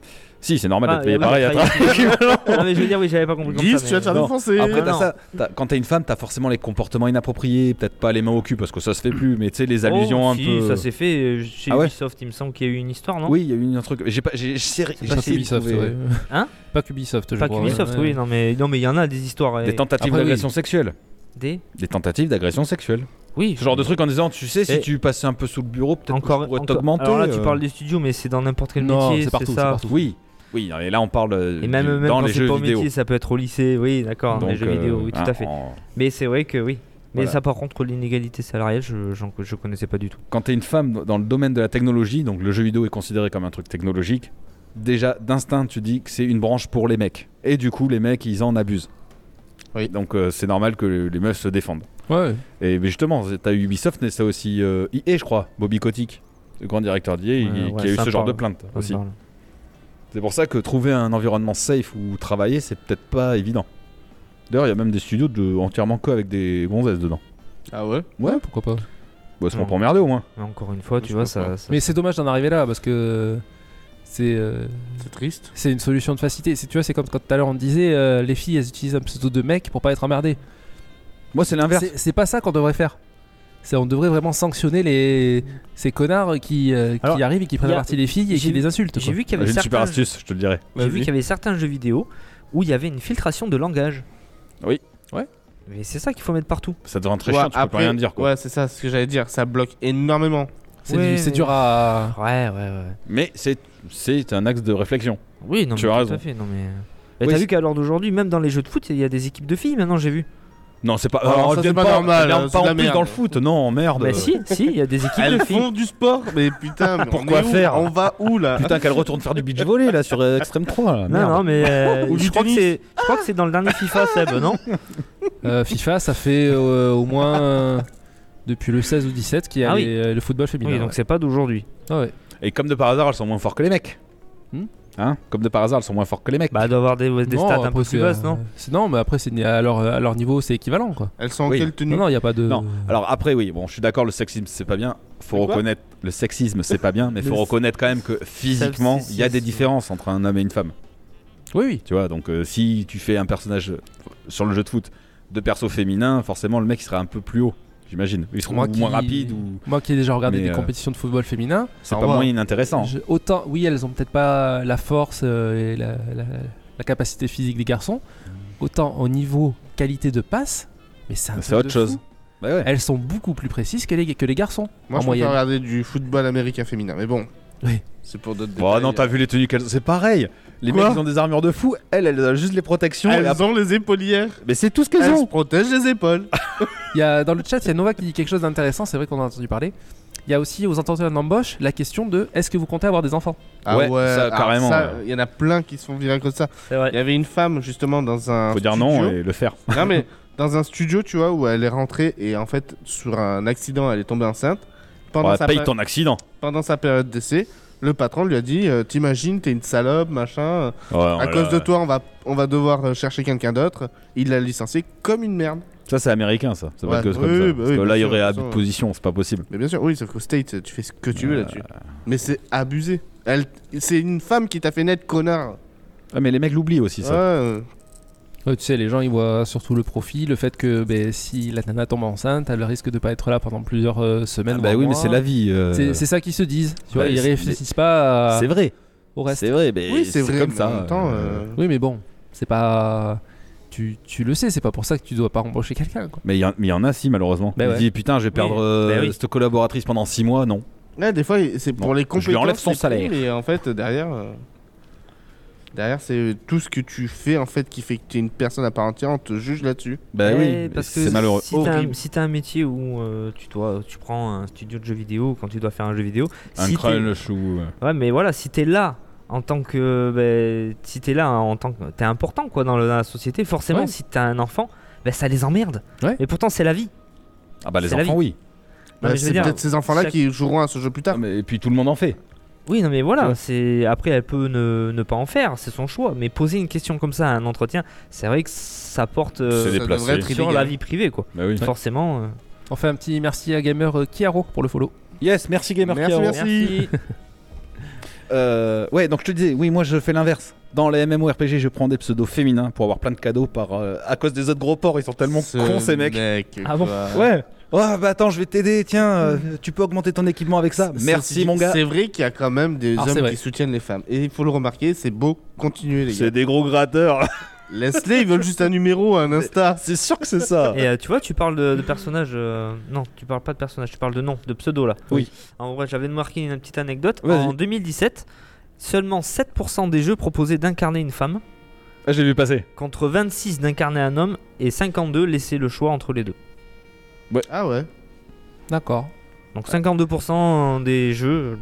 S3: Si, c'est normal
S1: Enfin,
S3: d'être payé
S1: oui,
S3: pareil à
S1: travail
S3: travail équivalent.
S1: non mais je veux dire, oui, j'avais pas compris. comme
S5: 10,
S1: ça,
S5: tu vas te faire
S1: mais-
S3: non.
S5: défoncer. hein.
S3: Après,
S1: Ah,
S3: t'as
S1: non.
S3: ça, t'as- quand t'es une femme, t'as forcément les comportements inappropriés, peut-être pas les mains au cul parce que ça se fait plus, mais tu sais, les allusions
S1: Oh,
S3: un
S1: si,
S3: peu.
S1: Ça s'est fait euh, chez
S3: Ah ouais
S1: Ubisoft, il me semble qu'il y a eu une histoire, non
S3: oui, il y a eu un truc. J'ai pas, j'ai, j'ai- j'ai
S4: Pas
S3: essayé de
S4: Ubisoft,
S3: trouver-
S4: ouais.
S1: Hein
S4: Pas Ubisoft, je
S1: Pas
S4: crois.
S1: qu'Ubisoft,
S4: ouais.
S1: oui, non mais non mais il y en a des histoires. euh,
S3: Des tentatives
S4: Après, oui.
S3: d'agression sexuelle.
S1: des-
S3: Des tentatives d'agression sexuelle.
S1: Oui.
S3: Ce genre de truc en disant, tu sais, si
S1: Et-
S3: tu passais un peu sous le bureau, peut-être que
S1: Encore.
S3: je pourrais
S1: encore-
S3: t'augmenter.
S1: Alors là, tu
S3: euh.
S1: parles des studios, mais c'est dans n'importe quel
S4: Non,
S1: métier.
S4: c'est partout, c'est
S1: ça.
S4: partout.
S3: Oui, oui, non, et là on parle euh,
S1: Et même,
S3: du-
S1: même
S3: dans
S1: quand
S3: les
S1: c'est
S3: jeux
S1: pas au
S3: vidéo.
S1: métier, ça peut être au lycée, oui, d'accord, dans les
S3: Donc,
S1: jeux
S3: euh,
S1: vidéo, oui, tout
S3: hein,
S1: à fait.
S3: en-
S1: Mais c'est vrai que oui. Mais
S3: Voilà.
S1: ça, par contre, l'inégalité salariale, je, j'en- je connaissais pas du tout.
S3: Quand t'es une femme dans le domaine de la technologie, donc le jeu vidéo est considéré comme un truc technologique, déjà d'instinct tu dis que c'est une branche pour les mecs. Et du coup les mecs ils en abusent.
S5: Oui.
S3: Donc euh, c'est normal que les meufs se défendent.
S4: Ouais.
S3: Et mais justement, t'as eu Ubisoft, mais ça aussi euh, EA, je crois, Bobby Kotick, le grand directeur d'EA,
S1: Ouais,
S3: il-
S1: ouais,
S3: qui a eu
S1: ça
S3: ce genre de
S1: parle.
S3: plainte
S1: Ça me
S3: aussi.
S1: parle.
S3: C'est pour ça que trouver un environnement safe où travailler, c'est peut-être pas évident. D'ailleurs, il y a même des studios de, entièrement que avec des gonzesses dedans.
S5: Ah ouais
S4: Ouais, pourquoi pas.
S3: Bah,
S5: Mm.
S3: c'est pas
S1: Non.
S3: pour emmerder au moins.
S1: Mais encore une fois,
S5: Je
S1: tu vois,
S5: sais pas
S1: ça. ça-
S4: Mais c'est dommage d'en arriver là parce que c'est euh,
S5: C'est triste.
S4: c'est une solution de facilité. C'est- Tu vois, c'est comme quand tout à l'heure on disait euh, les filles elles utilisent un pseudo de mec pour pas être emmerdées.
S3: Moi, c'est l'inverse.
S4: C'est c'est pas ça qu'on devrait faire. C'est on devrait vraiment sanctionner les ces connards qui, euh, qui
S1: Alors,
S4: arrivent et qui prennent
S1: y
S4: à
S1: a-
S4: partie les filles et qui
S1: j'ai vu-
S4: les insultent.
S1: J'ai
S4: quoi.
S1: vu qu'il
S3: J'ai
S1: y avait
S3: une super
S1: certains.
S3: astuce, je te le dirai.
S5: Bah
S1: J'ai vu
S4: Vas-y.
S1: qu'il y avait certains jeux vidéo où il y avait une filtration de langage.
S3: Oui. Ouais.
S1: Mais c'est ça qu'il faut mettre partout.
S3: Ça devient très
S5: Ouais,
S3: chiant, tu peux
S5: après-
S3: plus rien dire quoi.
S5: Ouais, c'est ça, ce que j'allais dire. Ça bloque énormément.
S4: C'est
S1: Ouais,
S4: du- c'est
S1: mais-
S4: dur à.
S1: Ouais, ouais, ouais.
S3: Mais c'est, c'est un axe de réflexion.
S1: Oui, non,
S3: Tu
S1: mais
S3: as
S1: tout
S3: raison.
S1: à fait. Non, mais.
S3: Oui,
S1: Mais t'as
S3: c'est-
S1: vu qu'à l'heure d'aujourd'hui, même dans les jeux de foot, il y a des équipes de filles maintenant, j'ai vu.
S3: Non, c'est pas.
S5: Alors,
S3: alors,
S5: Ah, ça,
S3: viens
S5: c'est pas normal,
S3: viens
S5: euh, c'est
S3: pas
S5: de la
S3: en plus
S5: merde.
S3: dans le foot, non, merde.
S1: Bah si, si, il y a des équipes
S5: Elles
S1: de filles.
S5: font du sport, mais
S3: [LAUGHS]
S5: putain, mais on
S3: Pourquoi
S5: est où
S3: faire
S5: On va où là
S3: Putain, qu'elle retourne faire du beach volley là sur euh, Extreme 3. Là.
S1: Non,
S3: Merde.
S1: non, mais
S3: [LAUGHS]
S1: euh,
S5: Ou du
S1: je, crois que
S5: tennis.
S1: c'est, je crois que c'est dans le dernier FIFA, Seb, non
S4: Euh, FIFA, ça fait euh, au moins euh, depuis le 16 ou 17 qu'il y a
S1: Ah oui.
S4: les- euh, le football féminin.
S1: Oui, donc c'est pas d'aujourd'hui.
S4: ouais. Ah ouais.
S3: Et comme de par hasard, elles sont moins fortes que les mecs.
S4: Hmm
S3: hein comme de par hasard, elles sont moins fortes que les mecs.
S1: Bah, elle doit avoir des, des
S4: Non,
S1: stats un
S4: après,
S1: peu
S4: c'est,
S1: plus basses,
S4: euh,
S1: non
S4: c'est- Non, mais après, c'est, à, leur, à leur niveau, c'est équivalent. Quoi.
S5: Elles sont en
S3: Oui.
S5: quelle tenue
S4: Non, non, il n'y a pas de.
S3: Non. Alors après, oui, bon, je suis d'accord, le sexisme c'est pas bien. Faut
S5: quoi
S3: reconnaître le sexisme c'est pas bien, mais
S1: Le
S3: faut reconnaître quand même que physiquement, il y a des
S1: sexisme.
S3: différences entre un homme et une femme.
S4: Oui, oui.
S3: Tu vois, donc euh, si tu fais un personnage euh, sur le jeu de foot de perso féminin, forcément le mec il sera un peu plus haut, j'imagine. Il sera
S4: Moi
S3: ou
S4: qui-
S3: moins rapide ou
S4: Moi qui ai déjà regardé
S3: Mais,
S4: des
S3: euh,
S4: compétitions de football féminin,
S3: c'est
S5: Ah,
S3: pas
S5: ouais.
S3: moins inintéressant.
S4: je- autant, oui, elles ont peut-être pas la force euh, et la, la- la capacité physique des garçons, autant au niveau qualité de passe, mais c'est un
S3: Mm. C'est
S4: truc
S3: autre
S4: de
S3: chose.
S4: fou.
S3: Bah ouais.
S4: Elles sont beaucoup plus précises que les, que les garçons.
S5: Moi,
S4: en
S5: je
S4: moyenne.
S5: préfère regarder du football américain féminin, mais bon.
S4: Oui.
S5: C'est pour d'autres
S3: Bon,
S5: détails.
S3: non, t'as vu les tenues qu'elles ont. C'est pareil. Les
S5: Quoi
S3: mecs, ils ont des armures de fou. Elles, elles ont juste les protections. et
S5: Elles
S3: après-
S5: ont les épaulières.
S3: Mais c'est tout ce qu'elles
S5: Elles se
S3: ont.
S5: protègent les épaules.
S3: Ah
S4: Il y a, dans le chat, il y a Nova qui dit quelque chose d'intéressant, c'est vrai qu'on en a entendu parler. Il y a aussi aux entretiens d'embauche la question de est-ce que vous comptez avoir des enfants
S3: Ouais, ça,
S5: Ah alors
S3: carrément,
S5: ça,
S3: ouais.
S5: Il y en a plein qui se font virer comme ça.
S1: C'est vrai.
S5: Il y avait une femme, justement, dans un.
S3: Faut dire
S5: studio.
S3: non et le faire.
S5: Non mais dans un studio, tu vois, où elle est rentrée et en fait sur un accident, elle est tombée enceinte. Pendant,
S3: Bah,
S5: sa,
S3: paye
S5: péri-
S3: ton accident.
S5: pendant sa période d'essai, le patron lui a dit euh, "T'imagines, t'es une salope, machin. à cause de toi, on va on va devoir euh, chercher quelqu'un d'autre." Il l'a licencié comme une merde.
S3: Ça, c'est américain, ça. Ça va
S5: Ouais.
S3: être que c'est
S5: Oui,
S3: comme ça.
S5: oui, bah
S3: Parce
S5: oui,
S3: que
S5: bien
S3: là, il y
S5: sûr,
S3: aurait
S5: bien
S3: abus de
S5: sûr.
S3: position. C'est pas possible.
S5: Mais bien sûr, oui, sauf qu'au state, tu fais ce que tu veux
S3: Euh.
S5: là-dessus. Mais c'est abusé. Elle, c'est une femme qui t'a fait naître, connard.
S3: Ah, mais les mecs l'oublient aussi, ça.
S5: Ouais.
S4: Ouais, Tu sais, les gens ils voient surtout le profit, le fait que ben, si la nana tombe enceinte, elle risque de pas être là pendant plusieurs euh, semaines.
S3: Ah, bah
S4: voire
S3: oui, mais
S4: mois.
S3: c'est la vie. euh,
S4: C'est c'est ça qu'ils se disent. Tu vois,
S3: Ouais,
S4: ils
S3: c'est-
S4: réfléchissent pas à-
S3: C'est vrai.
S4: au reste.
S3: C'est vrai. mais
S5: Oui, c'est vrai.
S3: comme
S5: mais
S3: ça.
S5: En même temps,
S3: euh,
S5: euh,
S4: Oui, mais bon, c'est pas. Tu, tu le sais, c'est pas pour ça que tu dois pas embaucher quelqu'un. quoi.
S3: Mais il y, en- mais il y en a, si, malheureusement.
S4: Bah
S3: il
S4: ouais.
S3: dit putain, je vais perdre euh,
S1: bah oui.
S3: cette collaboratrice pendant 6 mois. Non.
S5: Ouais, des fois, c'est
S3: Non,
S5: pour les
S3: je lui
S5: compétences.
S3: enlève son
S5: c'est
S3: salaire.
S5: cool, Et en fait, derrière, euh, derrière, c'est tout ce que tu fais en fait qui fait que tu es une personne à part entière. On te juge là-dessus.
S3: Bah
S1: Ouais,
S3: oui, mais
S1: Eh, parce que
S3: c'est malheureux.
S1: Si t'as un,
S5: Horrible.
S1: si t'as un métier où euh, tu, dois, tu prends un studio de jeux vidéo quand tu dois faire un jeu vidéo,
S3: Un
S1: si t'es-
S3: crunch ou. euh,
S1: Ouais, mais voilà, si t'es là en tant que. ben, si t'es là en tant que. T'es important, quoi, dans, le- dans la société. Forcément,
S4: Ouais.
S1: si t'as un enfant, ben, ça les emmerde.
S4: Ouais.
S1: Et pourtant, c'est la vie.
S3: Ah, bah les
S1: C'est la
S3: enfants,
S1: vie.
S3: oui.
S1: Non,
S5: Bah,
S1: mais je veux
S5: c'est
S1: dire,
S5: peut-être ces enfants-là
S1: chaque-
S5: qui joueront à ce jeu plus tard.
S3: Ah, mais- Et puis tout le monde en fait.
S1: Oui, non, mais
S5: Tu
S1: voilà.
S5: vois.
S1: c'est Après, elle peut ne, ne pas en faire, c'est son choix. Mais poser une question comme ça à un entretien, c'est vrai que ça porte euh,
S3: C'est
S5: ça
S3: déplacé.
S5: devrait être
S1: sur
S5: illégal.
S1: la vie privée, quoi.
S3: Bah oui.
S1: Forcément. euh,
S4: On fait un petit merci à Gamer euh, Kiaro pour le follow.
S3: Yes, merci Gamer
S5: Merci,
S3: Chaos.
S5: merci.
S3: Euh, ouais, donc je te disais, oui, moi je fais l'inverse. Dans les MMORPG, je prends des pseudos féminins pour avoir plein de cadeaux par, euh, à cause des autres gros porcs. Ils sont tellement
S5: Ce
S3: cons ces mecs.
S5: mec,
S1: Ah bon
S5: quoi.
S3: Ouais. Oh, bah attends, je vais t'aider. Tiens, euh, tu peux augmenter ton équipement avec ça.
S5: Ceci
S3: Merci
S5: dit,
S3: mon gars.
S5: C'est vrai qu'il y a quand même des
S4: Ah, c'est
S5: hommes
S4: vrai.
S5: qui soutiennent les femmes. Et il faut le remarquer, c'est beau. Continuez les gars.
S3: des gros gratteurs.
S5: Laisse-les, ils veulent juste un numéro, un Insta.
S3: c'est sûr que c'est ça.
S1: Et euh, tu vois, tu parles de, de personnages. euh, Non, tu parles pas de personnages, tu parles de nom, de pseudo là.
S3: Oui.
S1: En vrai, j'avais marqué une petite anecdote.
S3: Vas-y.
S1: En 2017, seulement 7% des jeux proposaient d'incarner une femme,
S3: Ah, J'ai vu passer.
S1: contre 26 d'incarner un homme et 52 laissaient le choix entre les deux.
S5: Ah ouais.
S4: D'accord.
S1: Donc 52% des jeux,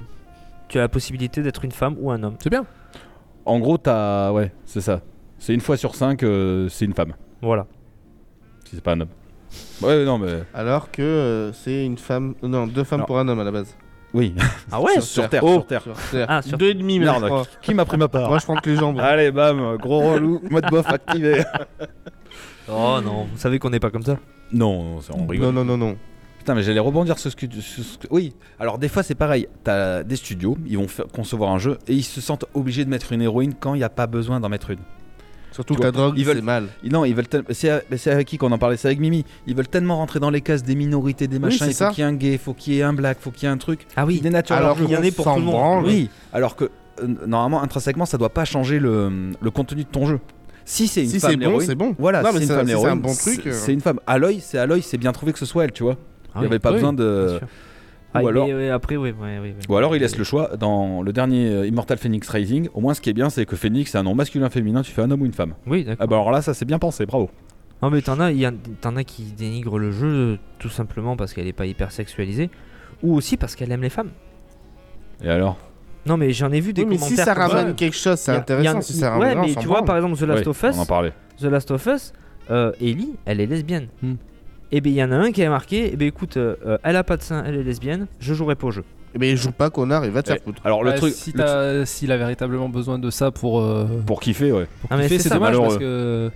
S1: tu as la possibilité d'être une femme ou un homme.
S4: C'est bien.
S3: En gros, t'as. Ouais, c'est ça. C'est une fois sur cinq, euh, c'est une femme.
S1: Voilà.
S3: Si c'est pas un homme. Ouais, non, mais.
S5: Alors que euh, c'est une femme, non, deux femmes
S3: Alors-
S5: pour un homme à la base.
S3: Oui.
S1: Ah ouais
S3: sur
S5: Sur
S3: Terre.
S5: Terre,
S3: Sur Terre.
S5: Sur Terre.
S1: Ah, sur-
S5: Deux
S3: [LAUGHS]
S5: et demi, même. je
S3: Merde,
S5: crois.
S3: Qui m'a pris ma part
S5: Moi, je prends que les jambes.
S3: Allez, bam, gros relou, mode bof activé.
S1: Oh non, vous savez qu'on n'est pas comme ça.
S3: Non, c'est- on rigole.
S5: Non, non, non, non.
S3: Putain, mais j'allais rebondir sur ce que. tu- sur ce que- Oui, alors des fois c'est pareil. T'as des studios, ils vont faire- concevoir un jeu et ils se sentent obligés de mettre une héroïne quand il n'y a pas besoin d'en mettre une.
S5: Surtout
S3: Tu
S5: que la
S3: vois,
S5: drogue,
S3: ils veulent-
S5: c'est mal.
S3: Ils- Non, ils veulent. tel- C'est à- mais c'est avec qui qu'on en parlait C'est avec Mimi. Ils veulent tellement rentrer dans les cases des minorités, des machins.
S5: c'est
S3: il faut
S5: ça.
S3: qu'il y ait un gay, il faut qu'il y ait un black, il faut qu'il y ait un truc.
S1: Ah oui.
S3: Ils dénaturent
S5: Alors
S3: leur jeu.
S1: il y en a
S5: qu'on
S1: pour tout le
S5: s'en
S1: monde.
S5: branle.
S3: Oui, alors que euh, normalement, intrinsèquement, ça doit pas changer le, le contenu de ton jeu. Si c'est une
S5: Si
S3: femme
S5: c'est bon,
S3: l'héroïne,
S5: c'est bon.
S3: Voilà,
S5: Non, mais
S3: c'est une
S5: ça-
S3: femme
S5: si c'est
S3: l'héroïne.
S5: un bon
S3: c'est-
S5: truc, euh.
S3: C'est une femme. Aloy, c'est Aloy, c'est bien trouvé que ce soit elle, tu vois.
S1: Ah
S3: il n'y
S1: oui,
S3: avait pas
S4: oui,
S3: besoin
S1: bien
S3: de. ou
S1: sûr. Ah, et
S3: alors-
S1: puis, euh, après, oui, oui, oui, oui.
S3: Ou alors il laisse le choix dans le dernier euh, Immortal Phoenix Rising. Au moins, ce qui est bien, c'est que Phoenix, c'est un nom masculin, féminin. Tu fais un homme ou une femme.
S1: Oui, d'accord.
S3: Ah bah alors là, ça c'est bien pensé, bravo.
S1: Non, mais t'en as, il y a- t'en as qui dénigrent le jeu euh, tout simplement parce qu'elle est pas hyper sexualisée ou aussi parce qu'elle aime les femmes.
S3: Et alors
S1: Non, mais j'en ai vu des
S5: Oui, mais
S1: commentaires.
S5: si ça
S1: comme
S5: ramène quelque chose, c'est
S1: Y a- y
S5: intéressant.
S1: a-
S5: Si ça ramène
S1: ouais,
S5: rien, on
S1: mais
S5: s'en
S1: tu vois,
S5: branle.
S1: par exemple, The Last
S3: Oui,
S1: of Us,
S3: On en parlait.
S1: The Last of Us, euh, Ellie, elle est lesbienne.
S10: Hmm.
S1: Et bien, il y en a un qui a marqué, et bien écoute, euh, euh, elle a pas de sein, elle est lesbienne, je jouerai pas au jeu.
S5: Mais il joue pas, connard, il va te faire
S3: Eh,
S5: foutre.
S3: Alors, le
S4: Bah,
S3: truc.
S4: si
S3: le truc-
S4: t'as- S'il a véritablement besoin de ça pour. euh,
S3: Pour kiffer, ouais.
S1: Ah, mais
S4: kiffer,
S1: c'est
S4: c'est
S1: ça.
S4: dommage
S3: Malheureux.
S4: parce que.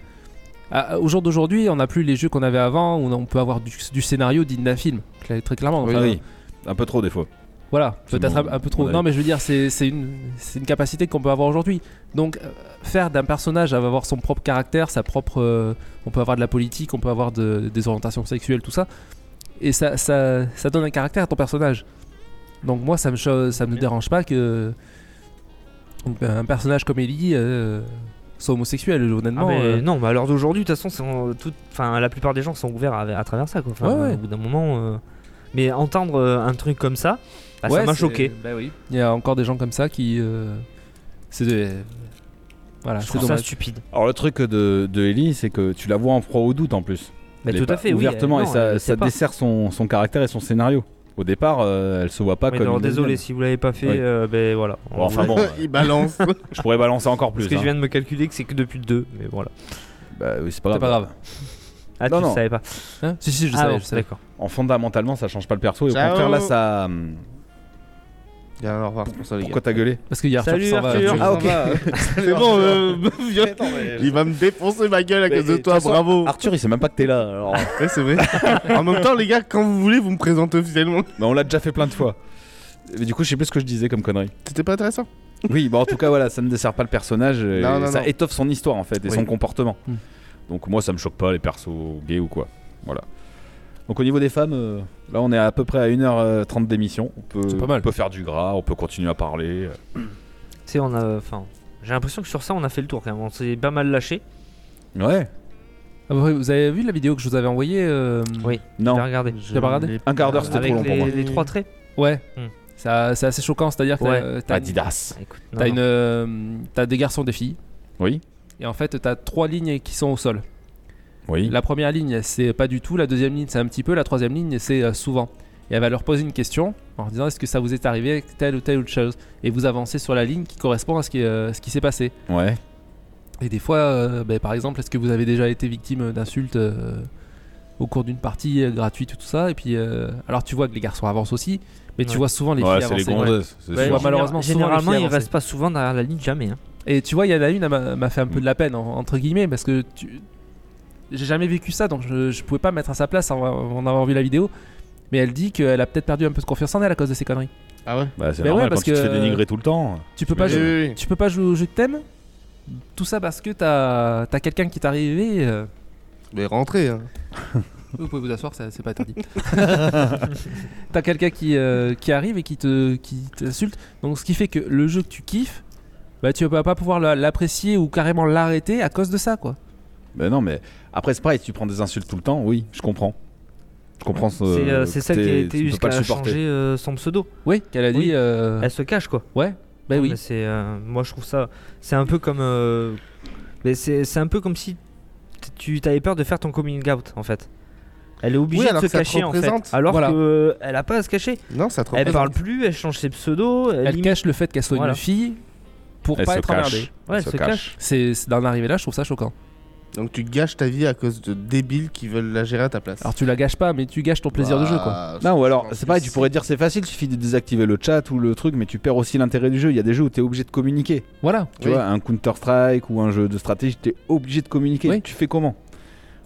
S4: à- au jour d'aujourd'hui, on n'a plus les jeux qu'on avait avant où on peut avoir du, du scénario digne d'un film, cla- très clairement.
S3: Oui,
S4: Enfin,
S3: Ah oui. Un peu trop, des fois.
S4: Voilà,
S3: C'est
S4: peut-être
S3: mon-
S4: un, un peu
S3: mon
S4: trop.
S3: avis.
S4: Non, mais je veux dire, c'est c'est une, c'est une capacité qu'on peut avoir aujourd'hui. Donc, euh, faire d'un personnage à avoir son propre caractère, sa propre. euh, on peut avoir de la politique, on peut avoir de- des orientations sexuelles, tout ça. Et ça, ça, ça donne un caractère à ton personnage. Donc, moi, ça me, cho- ça me dérange pas que. Un personnage comme Ellie euh, soit homosexuel,
S1: Ah,
S4: honnêtement.
S1: mais
S4: euh,
S1: non, mais à l'heure d'aujourd'hui, de toute façon, c'est en- tout- enfin, la plupart des gens sont ouverts à, à travers ça, quoi. Enfin,
S4: Ouais, ouais.
S1: Au bout d'un moment. euh, Mais entendre euh, un truc comme ça, bah,
S4: Ouais,
S1: ça m'a
S4: c'est-
S1: choqué.
S4: bah oui. Il y a encore des gens comme ça qui. euh, c'est des- Voilà,
S1: Je
S4: c'est
S1: trouve ça
S4: dommage.
S1: stupide.
S3: Alors, le truc de, de Ellie, c'est que tu la vois en proie au doute en plus.
S1: Mais
S3: Elle est
S1: Bah, tout à
S3: pas-
S1: fait, oui,
S3: Ouvertement,
S1: elle-
S3: et
S1: non,
S3: ça,
S1: elle
S3: ça
S1: sait pas.
S3: dessert son, son caractère et son scénario. Au départ, euh, elle se voit pas
S1: Mais
S3: comme.
S1: alors,
S3: une
S1: désolé,
S3: lesbienne.
S1: si vous l'avez pas fait,
S3: Oui.
S1: euh, ben voilà.
S3: Bon, enfin
S1: [LAUGHS]
S3: bon, euh,
S5: il balance.
S3: je pourrais balancer encore plus.
S1: Parce que
S3: hein.
S1: je viens de me calculer que c'est que depuis deux, mais voilà.
S3: Bah oui, c'est pas
S4: C'est
S3: grave.
S4: pas grave.
S1: Ah,
S3: Non,
S1: tu
S3: non.
S1: le savais pas.
S4: Hein si, si, je
S1: ah,
S4: savais,
S1: bon,
S4: je savais.
S1: d'accord.
S3: En fondamentalement, ça change pas le perso. Et au
S5: Ciao.
S3: contraire, là, ça. hum,
S5: Bien, au revoir, c'est pour ça, les gars.
S3: Pourquoi t'as gueulé
S4: Parce qu'il y a Arthur
S1: Salut,
S4: qui s'en va.
S1: Arthur.
S5: Ah, ok. [LAUGHS] C'est bon, [LAUGHS] euh, viens. il va me défoncer ma gueule à
S3: Mais,
S5: cause
S3: de
S5: de toi,
S3: toute façon,
S5: bravo.
S3: Arthur, il sait même pas que t'es là. alors.
S5: Ouais, c'est vrai. en même temps, les gars, quand vous voulez, vous me présentez officiellement.
S3: [LAUGHS] Mais on l'a déjà fait plein de fois. Mais du coup, je sais plus ce que je disais comme connerie.
S5: C'était pas intéressant.
S3: Oui, bah en tout cas, voilà, ça ne dessert pas le personnage. et
S5: Non, non,
S3: ça
S5: non.
S3: étoffe son histoire en fait et
S5: Oui.
S3: son comportement.
S4: Hmm.
S3: Donc moi, ça me choque pas les persos gays ou quoi. Voilà. Donc au niveau des femmes, euh, là, on est à peu près à 1h30 d'émission. On peut,
S4: C'est pas mal.
S3: on peut faire du gras, on peut continuer à parler.
S1: Tu sais, on a. Enfin, j'ai l'impression que sur ça, on a fait le tour quand même. On s'est pas mal lâché.
S3: Ouais.
S4: Ah, vous- Vous avez vu la vidéo que je vous avais envoyée euh,
S1: Oui.
S3: Non.
S1: T'as regardé Euh,
S4: l'ai pas regardé
S3: Un quart d'heure, c'était
S1: Avec
S3: trop long pour
S1: les,
S3: moi.
S1: les trois traits
S4: Ouais.
S1: Hmm.
S4: Ça- C'est assez choquant, c'est-à-dire que t'as-
S1: Ouais.
S4: euh, t'as une-
S3: Adidas.
S1: Écoute, non,
S4: t'as
S1: non.
S4: une, euh, t'as des garçons, des filles,
S3: Oui.
S4: et en fait t'as trois lignes qui sont au sol.
S3: Oui.
S4: La première ligne c'est pas du tout, la deuxième ligne c'est un petit peu, la troisième ligne c'est euh, souvent. Et elle va leur poser une question en leur disant est-ce que ça vous est arrivé avec telle ou telle autre chose Et vous avancez sur la ligne qui correspond à ce qui, euh, ce qui s'est passé.
S3: Ouais.
S4: Et des fois, euh, ben, par exemple, est-ce que vous avez déjà été victime d'insultes euh, au cours d'une partie euh, gratuite ou tout ça Et puis, euh, alors tu vois que les garçons avancent aussi, mais tu
S1: Ouais.
S4: vois souvent les
S3: Ouais,
S4: filles
S3: c'est les
S4: avancer.
S3: gonzesses. c'est
S4: Ouais,
S3: sûr.
S4: vois malheureusement souvent les
S1: généralement,
S4: filles
S1: ils
S4: avancer.
S1: restent pas souvent derrière la ligne, jamais. hein.
S4: Et tu vois, il y en a une, elle m'a m'a fait un peu
S3: Mm.
S4: de la peine en- entre guillemets parce que tu... j'ai jamais vécu ça, donc je, je pouvais pas mettre à sa place en, en avoir vu la vidéo. Mais elle dit qu'elle a peut-être perdu un peu de confiance en elle à cause de ces conneries.
S5: Ah ouais
S3: Bah, c'est
S4: Mais
S3: normal
S4: ouais, parce
S3: quand tu te
S4: que-
S3: fais dénigrer tout le temps.
S4: Tu peux pas,
S5: Oui,
S4: jouer,
S5: oui, oui.
S4: tu peux pas jouer au jeu de thème. Tout ça parce que t'as as, quelqu'un qui t'est arrivé. euh,
S5: Mais rentrez. hein.
S4: Vous pouvez vous asseoir, ça- c'est pas interdit. [LAUGHS] T'as quelqu'un qui, euh, qui arrive et qui te qui t'insulte. Donc ce qui fait que le jeu que tu kiffes, bah tu vas pas pouvoir la- l'apprécier ou carrément l'arrêter à cause de ça quoi.
S3: Bah non, mais après, c'est pareil, si tu prends des insultes tout le temps, oui, je comprends. Je comprends ce.
S1: c'est euh,
S3: que
S1: c'est celle
S3: t'es-
S1: qui a été
S3: tu peux
S1: use
S3: pas
S1: qui
S3: le
S1: a
S3: supporter.
S1: changé euh, son pseudo.
S4: Oui, qu'elle a dit.
S1: Oui.
S4: euh,
S1: Elle se cache quoi.
S4: Ouais, bah
S1: Non,
S4: oui.
S1: mais c'est, euh, moi je trouve ça. C'est un peu comme. euh, mais c'est c'est un peu comme si t- tu t'avais peur de faire ton coming out en fait. Elle est obligée
S5: Oui, alors
S1: de
S5: que
S1: se
S5: ça te
S1: cacher en fait.
S5: représente.
S1: Alors
S4: Voilà.
S1: que elle a pas à se cacher.
S5: Non, ça te
S1: Elle
S5: représente.
S1: parle plus, elle change ses pseudos. Elle,
S4: Elle
S1: imite-
S4: cache le fait qu'elle soit
S1: Voilà.
S4: une fille pour
S3: Elle
S4: pas
S3: se
S4: être
S3: cache.
S4: emmerdée.
S1: Ouais, elle se cache.
S4: C'est c'est d'en arriver là, je trouve ça choquant.
S5: Donc tu gâches ta vie à cause de débiles qui veulent la gérer à ta place.
S4: Alors tu la gâches pas, mais tu gâches ton plaisir de jeu quoi.
S5: Bah,
S3: Non, ou alors,
S5: en
S3: c'est
S5: plus,
S3: pareil, tu pourrais dire c'est facile, suffit de désactiver le chat ou le truc, mais tu perds aussi l'intérêt du jeu. Il y a des jeux où t'es obligé de communiquer.
S4: Voilà.
S3: Tu
S5: Oui.
S3: vois, un Counter-Strike ou un jeu de stratégie, t'es obligé de communiquer.
S4: Oui.
S3: Tu fais comment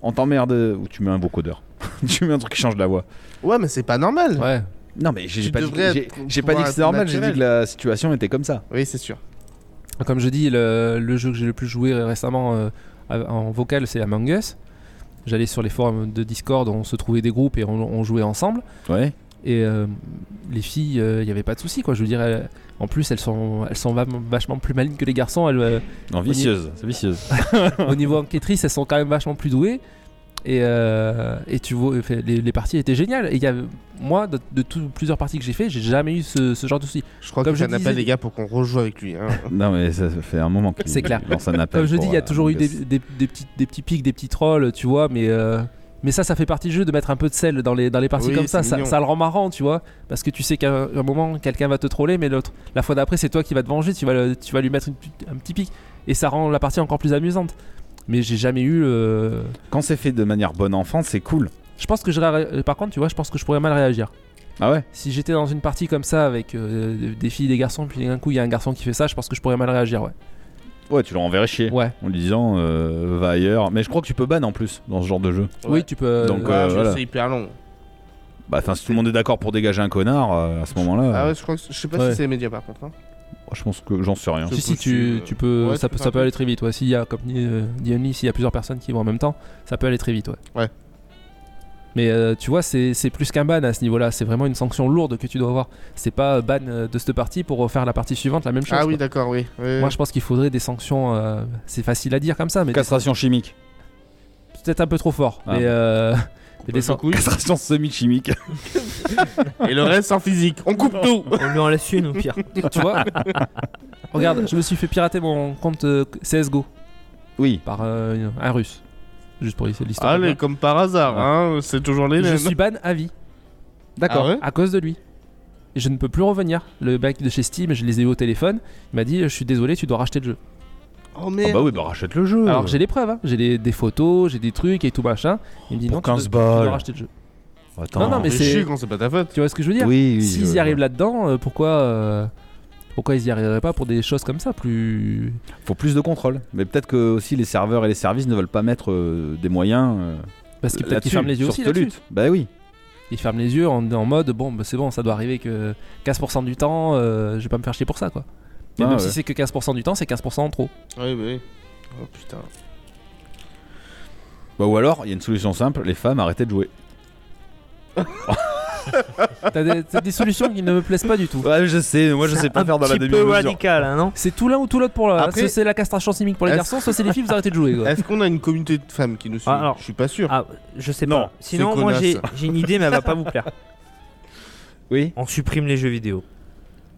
S3: On t'emmerde euh, ou tu mets un vocodeur. [LAUGHS] tu mets un truc qui change la voix.
S5: Ouais, mais c'est pas normal.
S4: Ouais.
S3: Non, mais j'ai
S5: Tu
S3: j'ai pas, dit,
S5: devrais
S3: j'ai-
S5: pou-
S3: j'ai pas dit
S5: pouvoir
S3: que
S5: être
S3: c'était normal, j'ai dit
S5: naturel.
S3: que la situation était comme ça.
S5: Oui, c'est sûr.
S4: Comme je dis, le, le jeu que j'ai le plus joué récemment euh, en vocal, c'est Among Us. J'allais sur les forums de Discord, on se trouvait des groupes et on, on jouait ensemble.
S3: Ouais.
S4: Et euh, les filles, il n'y avait pas de souci, quoi. Je veux dire, elles- en plus, elles sont, elles sont va- vachement plus malignes que les garçons. Elles, euh,
S3: Non, vicieuse, c'est vicieuse.
S4: au niveau enquêtrice, elles sont quand même vachement plus douées. Et, euh, et tu vois, fait, les, les parties étaient géniales. Et il y avait- moi, de, de tout- plusieurs parties que j'ai fait, j'ai jamais eu ce, ce genre de souci.
S5: Je crois
S4: Comme
S5: que
S4: je
S5: j'en appelle
S4: disais-
S5: les gars pour qu'on rejoue avec lui. hein.
S3: [LAUGHS] Non, mais ça fait un moment qu'il
S4: C'est clair.
S3: qu'il lance un appel
S4: Comme je
S3: pour,
S4: dis, il y a
S3: euh,
S4: toujours eu des,
S3: Among Us.
S4: des- des petits, des petits pics, des petits trolls, tu vois, mais, euh, mais ça, ça fait partie du jeu de mettre un peu de sel dans les, dans les parties
S5: Oui,
S4: comme ça.
S5: c'est
S4: ça.
S5: mignon.
S4: ça le rend marrant, tu vois, parce que tu sais qu'à un moment, quelqu'un va te troller, mais l'autre, la fois d'après, c'est toi qui vas te venger, tu vas, le- tu vas lui mettre une petite- un petit pic, et ça rend la partie encore plus amusante. Mais j'ai jamais eu. euh,
S3: Quand c'est fait de manière bonne enfant, c'est cool.
S4: Je pense que je. ré- Par contre, tu vois, je pense que je pourrais mal réagir.
S3: Ah ouais
S4: Si j'étais dans une partie comme ça avec euh, des filles, des garçons, puis d'un coup il y a un garçon qui fait ça, je pense que je pourrais mal réagir, ouais.
S3: Ouais, tu l'enverrais chier.
S4: Ouais.
S3: En lui disant, euh, va ailleurs. Mais je crois que tu peux ban en plus dans ce genre de jeu.
S4: Oui, tu peux. euh,
S3: Donc,
S5: Ouais,
S3: euh,
S5: je
S3: voilà.
S5: sais, c'est hyper long.
S3: Bah, enfin, si tout le monde est d'accord pour dégager un connard, euh, à ce moment-là,
S5: Ah
S3: euh,
S5: ouais, je crois que je sais pas
S4: Ouais.
S5: si c'est les médias par contre. hein.
S3: je pense que j'en sais rien.
S5: c'est
S4: si, si, tu,
S5: possible. euh,
S4: tu peux.
S5: Ouais,
S4: ça,
S5: tu
S4: peut,
S5: peux
S4: ça peut
S5: faire
S4: aller très vite, ouais. S'il y a, comme dit, euh, dit Emily, s'il y a plusieurs personnes qui vont en même temps, ça peut aller très vite, ouais.
S5: Ouais.
S4: Mais euh, tu vois, c'est c'est plus qu'un ban à ce niveau-là. C'est vraiment une sanction lourde que tu dois avoir. C'est pas euh, ban euh, de cette partie pour refaire la partie suivante la même chose.
S5: Ah oui,
S4: quoi.
S5: d'accord, oui. oui,
S4: Moi,
S5: oui.
S4: je pense qu'il faudrait des sanctions. euh, c'est facile à dire comme ça, mais
S3: Castration chimique.
S4: c'est peut-être un peu trop fort.
S3: Ah.
S4: Mais euh, [LAUGHS]
S5: Coupe
S4: des
S5: le
S4: sang-
S5: couille.
S3: Castration semi-chimique. [LAUGHS]
S5: Et le reste en physique. On coupe tout.
S1: On lui en laisse une au
S5: [LAUGHS]
S1: pire.
S4: tu
S3: [LAUGHS]
S4: vois Regarde, je me suis fait pirater mon compte euh, CSGO
S3: Oui.
S4: par euh, un russe. Juste pour essayer l'histoire.
S5: Allez, comme par hasard, hein, c'est toujours les
S4: Ah, je
S5: mêmes.
S4: suis ban à vie.
S5: D'accord. Ah ouais
S4: À cause de lui. Et Je ne peux plus revenir. Le mec de chez Steam, je les ai eu au téléphone. Il m'a dit Je suis désolé, tu dois racheter le jeu.
S5: Oh
S3: Ah
S5: merde.
S3: bah oui, bah rachète le jeu.
S4: Alors que j'ai les preuves, hein. j'ai des, des photos, j'ai des trucs et tout machin. Il me dit
S3: Pour
S4: Non, tu dois-
S3: 15
S4: tu dois,
S3: balles.
S4: racheter le jeu.
S3: Attends.
S4: Ah. Non, non, mais
S5: mais
S4: c'est-
S5: c'est quand c'est pas ta faute.
S4: Tu vois ce que je veux dire
S3: Oui, oui.
S4: S'ils
S3: je-
S4: y arrivent là-dedans, euh, pourquoi. euh, Pourquoi ils y arriveraient pas pour des choses comme ça plus
S3: Faut plus de contrôle. Mais peut-être que aussi les serveurs et les services ne veulent pas mettre euh, des moyens. euh,
S4: parce que peut-être
S3: là-dessus,
S4: qu'ils ferment les yeux
S3: sur
S4: aussi
S3: cette
S4: là-dessus.
S3: lutte. Bah oui.
S4: Ils ferment les yeux en, en mode bon, bah, c'est bon, ça doit arriver que 15% du temps, euh, je vais pas me faire chier pour ça quoi. Mais
S3: Ah,
S4: même
S3: ouais.
S4: si c'est que 15% du temps, c'est 15% en trop.
S5: Oui, bah oui. Oh putain.
S3: Bah, ou alors, il y a une solution simple les femmes arrêtez de jouer.
S4: T'as des, t'as des solutions qui ne me plaisent pas du tout.
S3: Ouais, je sais, moi je sais pas
S1: un
S3: faire dans la
S1: petit peu
S3: demi-mesure.
S1: radical, hein, non
S4: C'est tout l'un ou tout l'autre pour la.
S5: Après-
S4: soit c'est la castration chimique pour les
S5: Est-ce-
S4: garçons, soit c'est les filles, vous arrêtez de jouer quoi.
S5: Est-ce qu'on a une communauté de femmes qui nous suit
S1: Ah, alors.
S5: Je suis pas sûr.
S1: Ah, je sais
S5: Non,
S1: pas. Sinon,
S5: c'est
S1: moi j'ai
S5: connasse.
S1: j'ai une idée, mais elle va pas vous plaire.
S3: Oui.
S1: On supprime les jeux vidéo.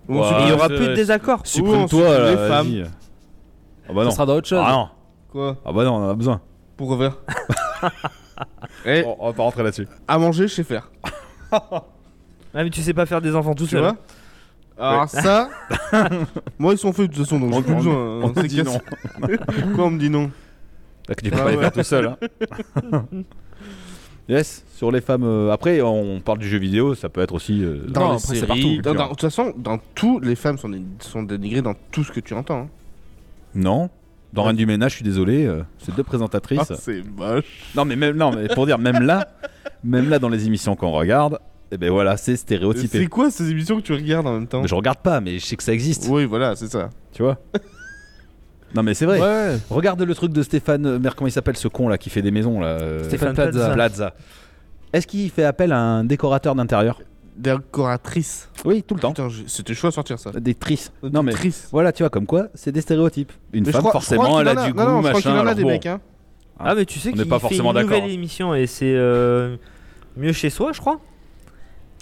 S5: Ou on
S3: Ouais.
S5: se-
S1: Et il y aura
S5: Ah, c'est-
S1: plus de désaccords.
S5: Ou on
S3: Supprime-toi,
S5: supprime
S3: là,
S5: les femmes.
S3: vas-y. Ah bah
S4: Ça
S3: non.
S4: sera dans autre chose.
S3: Ah non.
S5: Quoi
S3: Ah bah non, on en a besoin.
S5: Pour rever.
S3: [LAUGHS]
S5: Eh,
S3: On, on va pas rentrer là-dessus.
S5: à manger, je sais faire.
S1: Ah, mais tu sais pas faire des enfants tout
S5: Tu
S1: seul.
S5: vois
S3: [LAUGHS]
S5: Alors ça, moi ils sont faits de toute façon, donc
S3: On-
S5: j'ai plus
S3: on-
S5: besoin.
S3: on
S5: hein, c'est
S3: dit
S5: cassé.
S3: non.
S5: [LAUGHS] Quoi, on me dit non
S3: Bah, que tu peux
S5: Ah
S3: pas les
S5: ouais.
S3: faire tout seul. hein. [LAUGHS] yes, sur les femmes. euh, après, on parle du jeu vidéo, ça peut être aussi. euh,
S5: Dans
S4: Non,
S5: les
S4: après, c'est
S5: séries,
S3: partout.
S5: dans- dans- De toute façon, dans tout, les femmes sont, dé- sont dénigrées dans tout ce que tu entends. hein.
S3: Non. Dans Reine du Ménage, je suis désolé, euh, c'est deux présentatrices.
S5: Ah, c'est moche.
S3: Non, mais même, non, mais pour dire, même là, même là dans les émissions qu'on regarde, eh ben voilà, c'est
S5: C'est hein.
S3: stéréotypé.
S5: quoi ces émissions que tu regardes en même temps
S3: Mais Je regarde pas, mais je sais que ça existe,
S5: Oui, voilà, c'est ça.
S3: tu vois. Non, mais c'est vrai.
S4: Ouais.
S3: Regarde le truc de Stéphane, euh, merde, comment il s'appelle ce con là qui fait des maisons là euh,
S1: Stéphane
S4: Plaza.
S1: Plaza.
S3: Plaza. Est-ce qu'il fait appel à un décorateur d'intérieur
S5: Décoratrice.
S3: Oui, tout le temps.
S5: Putain, j'ai- c'était chaud à sortir ça.
S3: Des tristes. Oh. Non, mais
S5: Triste.
S3: voilà, tu vois, comme quoi, c'est des stéréotypes. Une
S5: Mais je
S3: femme,
S5: crois- je
S3: forcément,
S5: crois
S3: elle
S5: qu'il
S3: a
S5: en
S3: du goût,
S5: non, non,
S3: machin.
S5: Je crois qu'il en a
S3: alors
S5: des
S3: bon.
S5: mecs, hein.
S1: Ah, mais tu sais
S3: On n'est
S1: qu'il
S3: pas
S1: fait
S3: forcément
S1: une nouvelle
S3: d'accord.
S1: émission et c'est euh, mieux chez soi, je crois.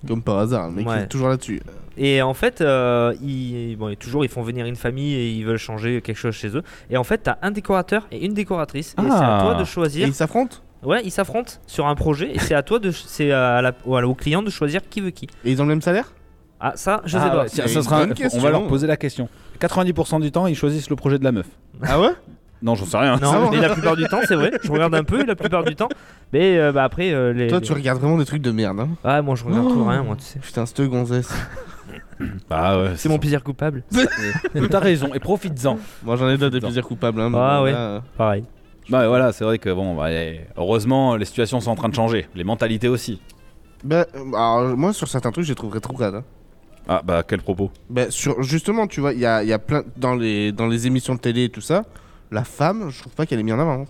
S5: Comme par hasard, le mec
S1: Ouais.
S5: il est toujours là-dessus.
S1: Et en fait, euh, ils, bon, et toujours ils font venir une famille et ils veulent changer quelque chose chez eux. Et en fait, t'as un décorateur et une décoratrice. Et c'est à
S3: Ah.
S1: toi de
S5: Et
S1: choisir.
S5: ils s'affrontent
S1: Ouais, ils s'affrontent sur un projet et c'est à toi de, ch- c'est à la, au- au client de choisir qui veut qui.
S5: Et ils ont le
S3: [LAUGHS]
S5: même salaire
S1: Ah ça, je
S3: Ah
S1: sais pas.
S3: ouais, tiens,
S5: C'est
S3: ça
S5: une
S3: sera-
S5: bonne
S3: on
S5: question.
S3: va leur poser la question. 90% du temps, ils choisissent le projet de la meuf.
S5: Ah ouais
S3: Non, j'en sais rien.
S5: Ah
S1: Non,
S5: bon
S1: mais la plupart du temps, c'est vrai. Je regarde un peu et la plupart du temps. Mais euh, bah, après, euh, les.
S5: Toi
S1: les-
S5: tu regardes vraiment des trucs de merde hein.
S1: Ah, moi je regarde tout rien, moi, tu sais.
S5: Putain
S1: [LAUGHS]
S5: cette gonzesse
S3: Ah ouais,
S1: C'est mon plaisir coupable.
S3: T'as raison, et profites-en.
S5: Moi j'en ai d'autres des
S3: Putain.
S5: plaisirs coupables hein,
S1: Ah
S5: mais
S1: ouais.
S5: là, euh,
S1: Pareil.
S3: Bah voilà, c'est vrai que bon, bah, eh, heureusement, les situations sont en train de changer. Les mentalités aussi.
S5: Bah euh, alors, moi sur certains trucs je les trouverais trop grades hein.
S3: Ah bah, quel propos
S5: Bah sur, justement tu vois il y a, il y a plein dans les, dans les émissions de télé et tout ça La femme je trouve pas qu'elle est mise en avant hein.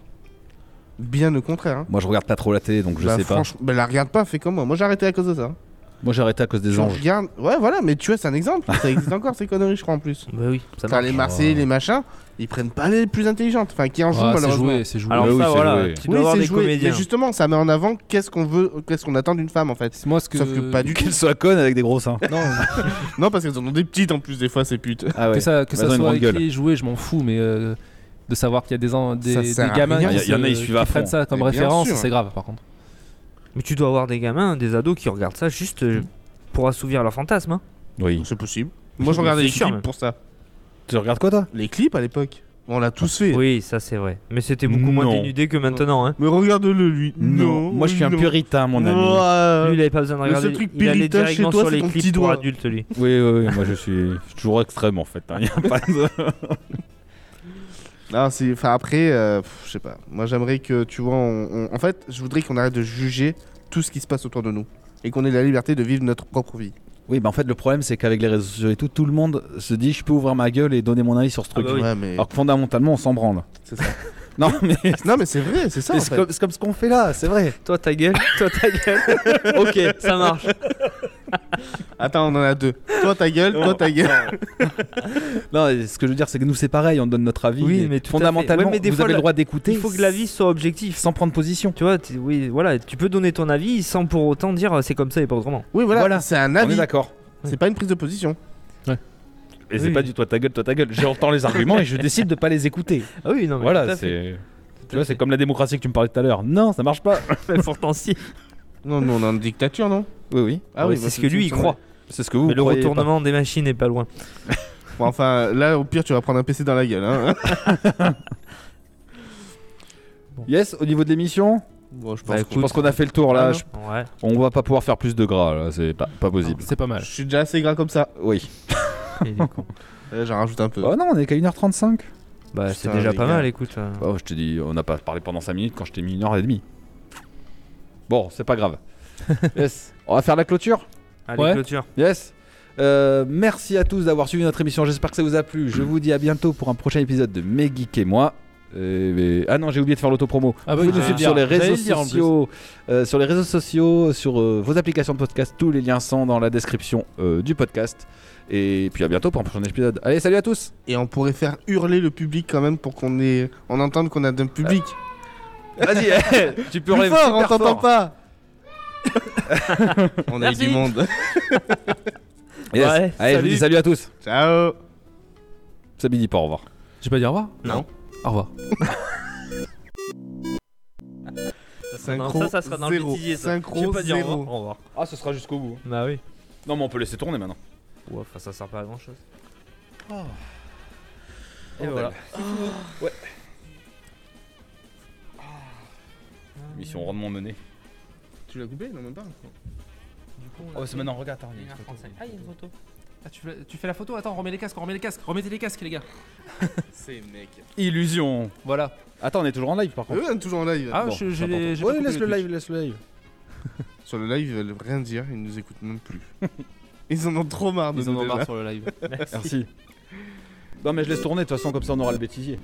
S5: Bien au contraire hein. ben,
S3: Moi, je regarde pas trop la télé, donc je
S5: Bah,
S3: sais pas.
S5: franchement, bah, la regarde pas, fait comme moi. Moi j'ai arrêté à cause de ça. hein.
S3: Moi j'ai arrêté à cause des
S5: Tu
S3: anges.
S5: regardes- Ouais, voilà, mais tu vois, c'est un exemple. Ça existe encore, ces conneries, je crois, en plus.
S1: Bah oui, [LAUGHS] ça
S5: Enfin,
S1: marche.
S5: les Marseillais, les machins, ils prennent pas les plus intelligentes. Enfin, qui en jouent,
S4: Ah, c'est
S5: malheureusement.
S4: joué, c'est joué.
S1: Alors
S3: Bah oui,
S1: ça,
S3: c'est
S1: voilà,
S3: joué.
S1: tu dois
S5: Oui,
S1: avoir
S5: c'est
S1: des
S5: joué. Mais
S1: comédiens.
S5: justement, ça met en avant qu'est-ce qu'on veut, qu'est-ce qu'on attend d'une femme,
S4: [LAUGHS]
S5: en fait.
S4: Moi, ce que...
S5: Sauf que pas du tout.
S3: Qu'elles soient connes avec des gros seins.
S4: Non,
S5: Non, parce qu'elles en ont des petites en plus, des fois, ces putes.
S3: Ah
S4: que ça, que
S3: Elles ont
S4: ça
S3: une
S4: soit
S3: grande gueule.
S4: écrit, joué, je m'en fous, mais euh, de savoir qu'il y a des, en- des,
S5: Ça
S4: des
S5: sert à
S4: gamins
S5: rien.
S4: qui,
S3: Il y en a, ils
S4: se-
S3: suivent à
S4: qui prennent
S3: fond.
S4: ça comme
S5: Mais bien
S4: référence,
S5: sûr.
S4: c'est grave par contre.
S1: Mais tu dois avoir des gamins, des ados qui regardent ça juste euh, pour assouvir leurs fantasmes. hein.
S3: Oui.
S5: C'est possible. Moi, je regardais
S1: C'est
S5: les
S1: sûr,
S5: clips
S1: mais-
S5: pour ça.
S3: Tu regardes quoi toi
S5: Les clips à l'époque. On l'a tous fait.
S1: Oui, ça c'est vrai. Mais c'était beaucoup moins
S3: Non.
S1: dénudé que maintenant. Hein.
S5: Mais regarde-le, lui. Non.
S3: Moi je suis un
S5: non.
S3: puritain, mon ami.
S5: Ouah.
S1: Lui, il avait pas besoin de
S5: mais
S1: regarder.
S5: ce truc
S1: il allait
S5: péritage chez
S1: directement
S5: toi,
S1: sur
S5: c'est
S1: les
S5: ton
S1: clips
S5: petit
S1: pour
S5: doigt.
S1: adultes, lui.
S3: Oui, oui, oui, moi je suis je suis toujours extrême en fait. hein. Y a pas de-
S5: Non, Ah, c'est. Enfin, après, euh, pff, je sais pas. Moi, j'aimerais que, tu vois, on- on- en fait, je voudrais qu'on arrête de juger tout ce qui se passe autour de nous et qu'on ait la liberté de vivre notre propre vie.
S3: [LAUGHS] Oui, bah en fait, le problème, c'est qu'avec les réseaux sociaux et tout, tout le monde se dit je peux ouvrir ma gueule et donner mon avis sur ce truc.
S1: bah oui.
S5: Ouais, mais.
S3: Alors que fondamentalement, on s'en branle.
S5: Ah C'est ça.
S3: [LAUGHS] non, mais
S5: Non, mais c'est vrai, c'est ça.
S3: [LAUGHS]
S5: en
S3: c'est
S5: fait.
S3: comme, c'est comme ce qu'on fait là, c'est vrai.
S1: [LAUGHS] Toi ta gueule, [LAUGHS] toi ta gueule. ok, ça marche.
S5: Attends, on en a deux. Toi, ta gueule, toi, ta gueule.
S3: Non, et ce que je veux dire, c'est que nous, c'est pareil, on donne notre avis.
S1: Oui,
S3: et
S1: mais tout à fait.
S3: fondamentalement,
S1: Ouais, mais des
S3: vous
S1: fois,
S3: avez
S1: la-
S3: le droit d'écouter.
S1: Il faut que la vie soit objective.
S3: sans prendre position.
S1: Tu vois, tu- oui, voilà, tu peux donner ton avis sans pour autant dire euh, c'est comme ça et pas autrement.
S5: Oui, voilà, c'est un
S3: On est
S5: avis.
S3: d'accord.
S5: C'est pas une prise de position.
S3: Et
S1: Oui.
S3: c'est pas du toi ta gueule, toi ta gueule. J'entends les arguments et je décide de pas les écouter.
S1: Ah oui, non, mais tout
S3: Voilà,
S1: à fait.
S3: c'est. Tu vois, c'est comme la démocratie que tu me parlais tout à l'heure. Non, ça marche pas.
S1: [LAUGHS] Mais pourtant si.
S5: Non, non, on est en dictature, non
S3: [COUGHS] Oui, oui.
S5: Ah
S1: Ouais,
S5: bah,
S1: c'est ce que lui il
S5: c'est-
S1: croit.
S3: C'est ce que vous.
S1: mais le
S3: croyez
S1: retournement des machines n'est pas loin.
S5: Bon, enfin, là, au pire, tu vas prendre un PC dans la gueule. [LAUGHS] Hein.
S3: pas. Yes, au niveau de l'émission,
S5: bon, je
S1: Bah,
S5: pense
S1: écoute,
S5: qu'on-
S3: je pense qu'on a fait le tour là.
S5: Ah, non.
S3: Je-
S1: Ouais.
S3: On va pas pouvoir faire plus de gras là, c'est pas, pas possible.
S4: C'est pas mal.
S5: Je suis déjà assez gras comme ça.
S1: Ah.
S3: Oui.
S1: [LAUGHS] il est con.
S5: Euh, J'en rajoute un peu.
S3: Oh non, on est qu'à 1h35.
S1: Bah c'est
S5: Putain,
S1: déjà
S5: les
S1: pas
S5: gars.
S1: mal, écoute. euh.
S3: Oh, je te dis, on n'a pas parlé pendant 5 minutes quand je t'ai mis une heure et demie. Bon, c'est
S4: [LAUGHS]
S3: pas grave. yes. On va faire la clôture
S1: Allez,
S4: Ouais.
S1: clôture.
S3: Yes. Euh, merci à tous d'avoir suivi notre émission. J'espère que ça vous a plu. Je vous dis à bientôt pour un prochain épisode de Mes Geeks et moi. Euh, mais- Ah non, j'ai oublié de faire l'autopromo.
S4: Ah bah
S3: Vous
S4: oui,
S3: nous
S4: j'allais
S3: suivez
S4: le
S3: sur les
S4: dire, j'allais
S3: réseaux
S4: le dire, en plus.
S3: sociaux, euh, sur les réseaux sociaux, sur euh, vos applications de podcast. Tous les liens sont dans la description euh, du podcast. Et puis à bientôt pour un prochain épisode. Allez, salut à tous.
S5: Et on pourrait faire hurler le public quand même pour qu'on ait... on entende qu'on a d'un public.
S1: Euh,
S3: Vas-y,
S4: [LAUGHS]
S3: eh, tu peux
S5: Plus
S3: enlever
S5: fort, on
S3: super
S5: t'entend
S3: fort.
S1: [LAUGHS]
S5: pas On a eu
S1: Merci.
S5: du monde. [LAUGHS]
S3: Yes.
S1: Ouais,
S3: Allez, je vous dis salut à tous.
S5: Ciao
S3: C'est Bidi, pas au revoir.
S4: J'ai pas dit au revoir
S5: Non.
S4: Au revoir.
S5: Synchro
S1: ça, ça sera dans
S5: zéro.
S1: le bêtisier, ça.
S5: Synchro
S1: Je vais pas dire au revoir.
S5: zéro.
S1: Au revoir.
S3: Ah, ce sera jusqu'au bout.
S1: Bah oui.
S3: Non, mais on peut laisser tourner maintenant.
S1: Ouais, enfin, ça sert pas à grand chose.
S3: Et voilà. Ouais. Mission rendement menée.
S5: Tu l'as coupé Non, même pas.
S3: Oh, c'est maintenant, regarde, attends.
S1: Ah, il y a une photo.
S4: tu, fais, la photo Attends, remets les casques, remets les casques, remettez les casques, les gars.
S5: C'est mec.
S3: Illusion.
S4: Voilà.
S3: Attends, on est toujours en live par contre.
S5: Eux, on est toujours en live.
S4: Ah,
S3: Bon,
S4: je-
S3: c'est
S4: j'ai les- j'ai pas coupé le Twitch.
S3: laisse le live.
S5: Sur le live, ils veulent rien dire, ils nous écoutent même plus. [LAUGHS] ils en ont trop marre de
S4: Ils
S5: nous.
S4: en ont
S5: déjà.
S4: marre sur le live. [LAUGHS]
S3: Merci. Non, mais je laisse tourner, de toute façon, comme ça on aura le bêtisier.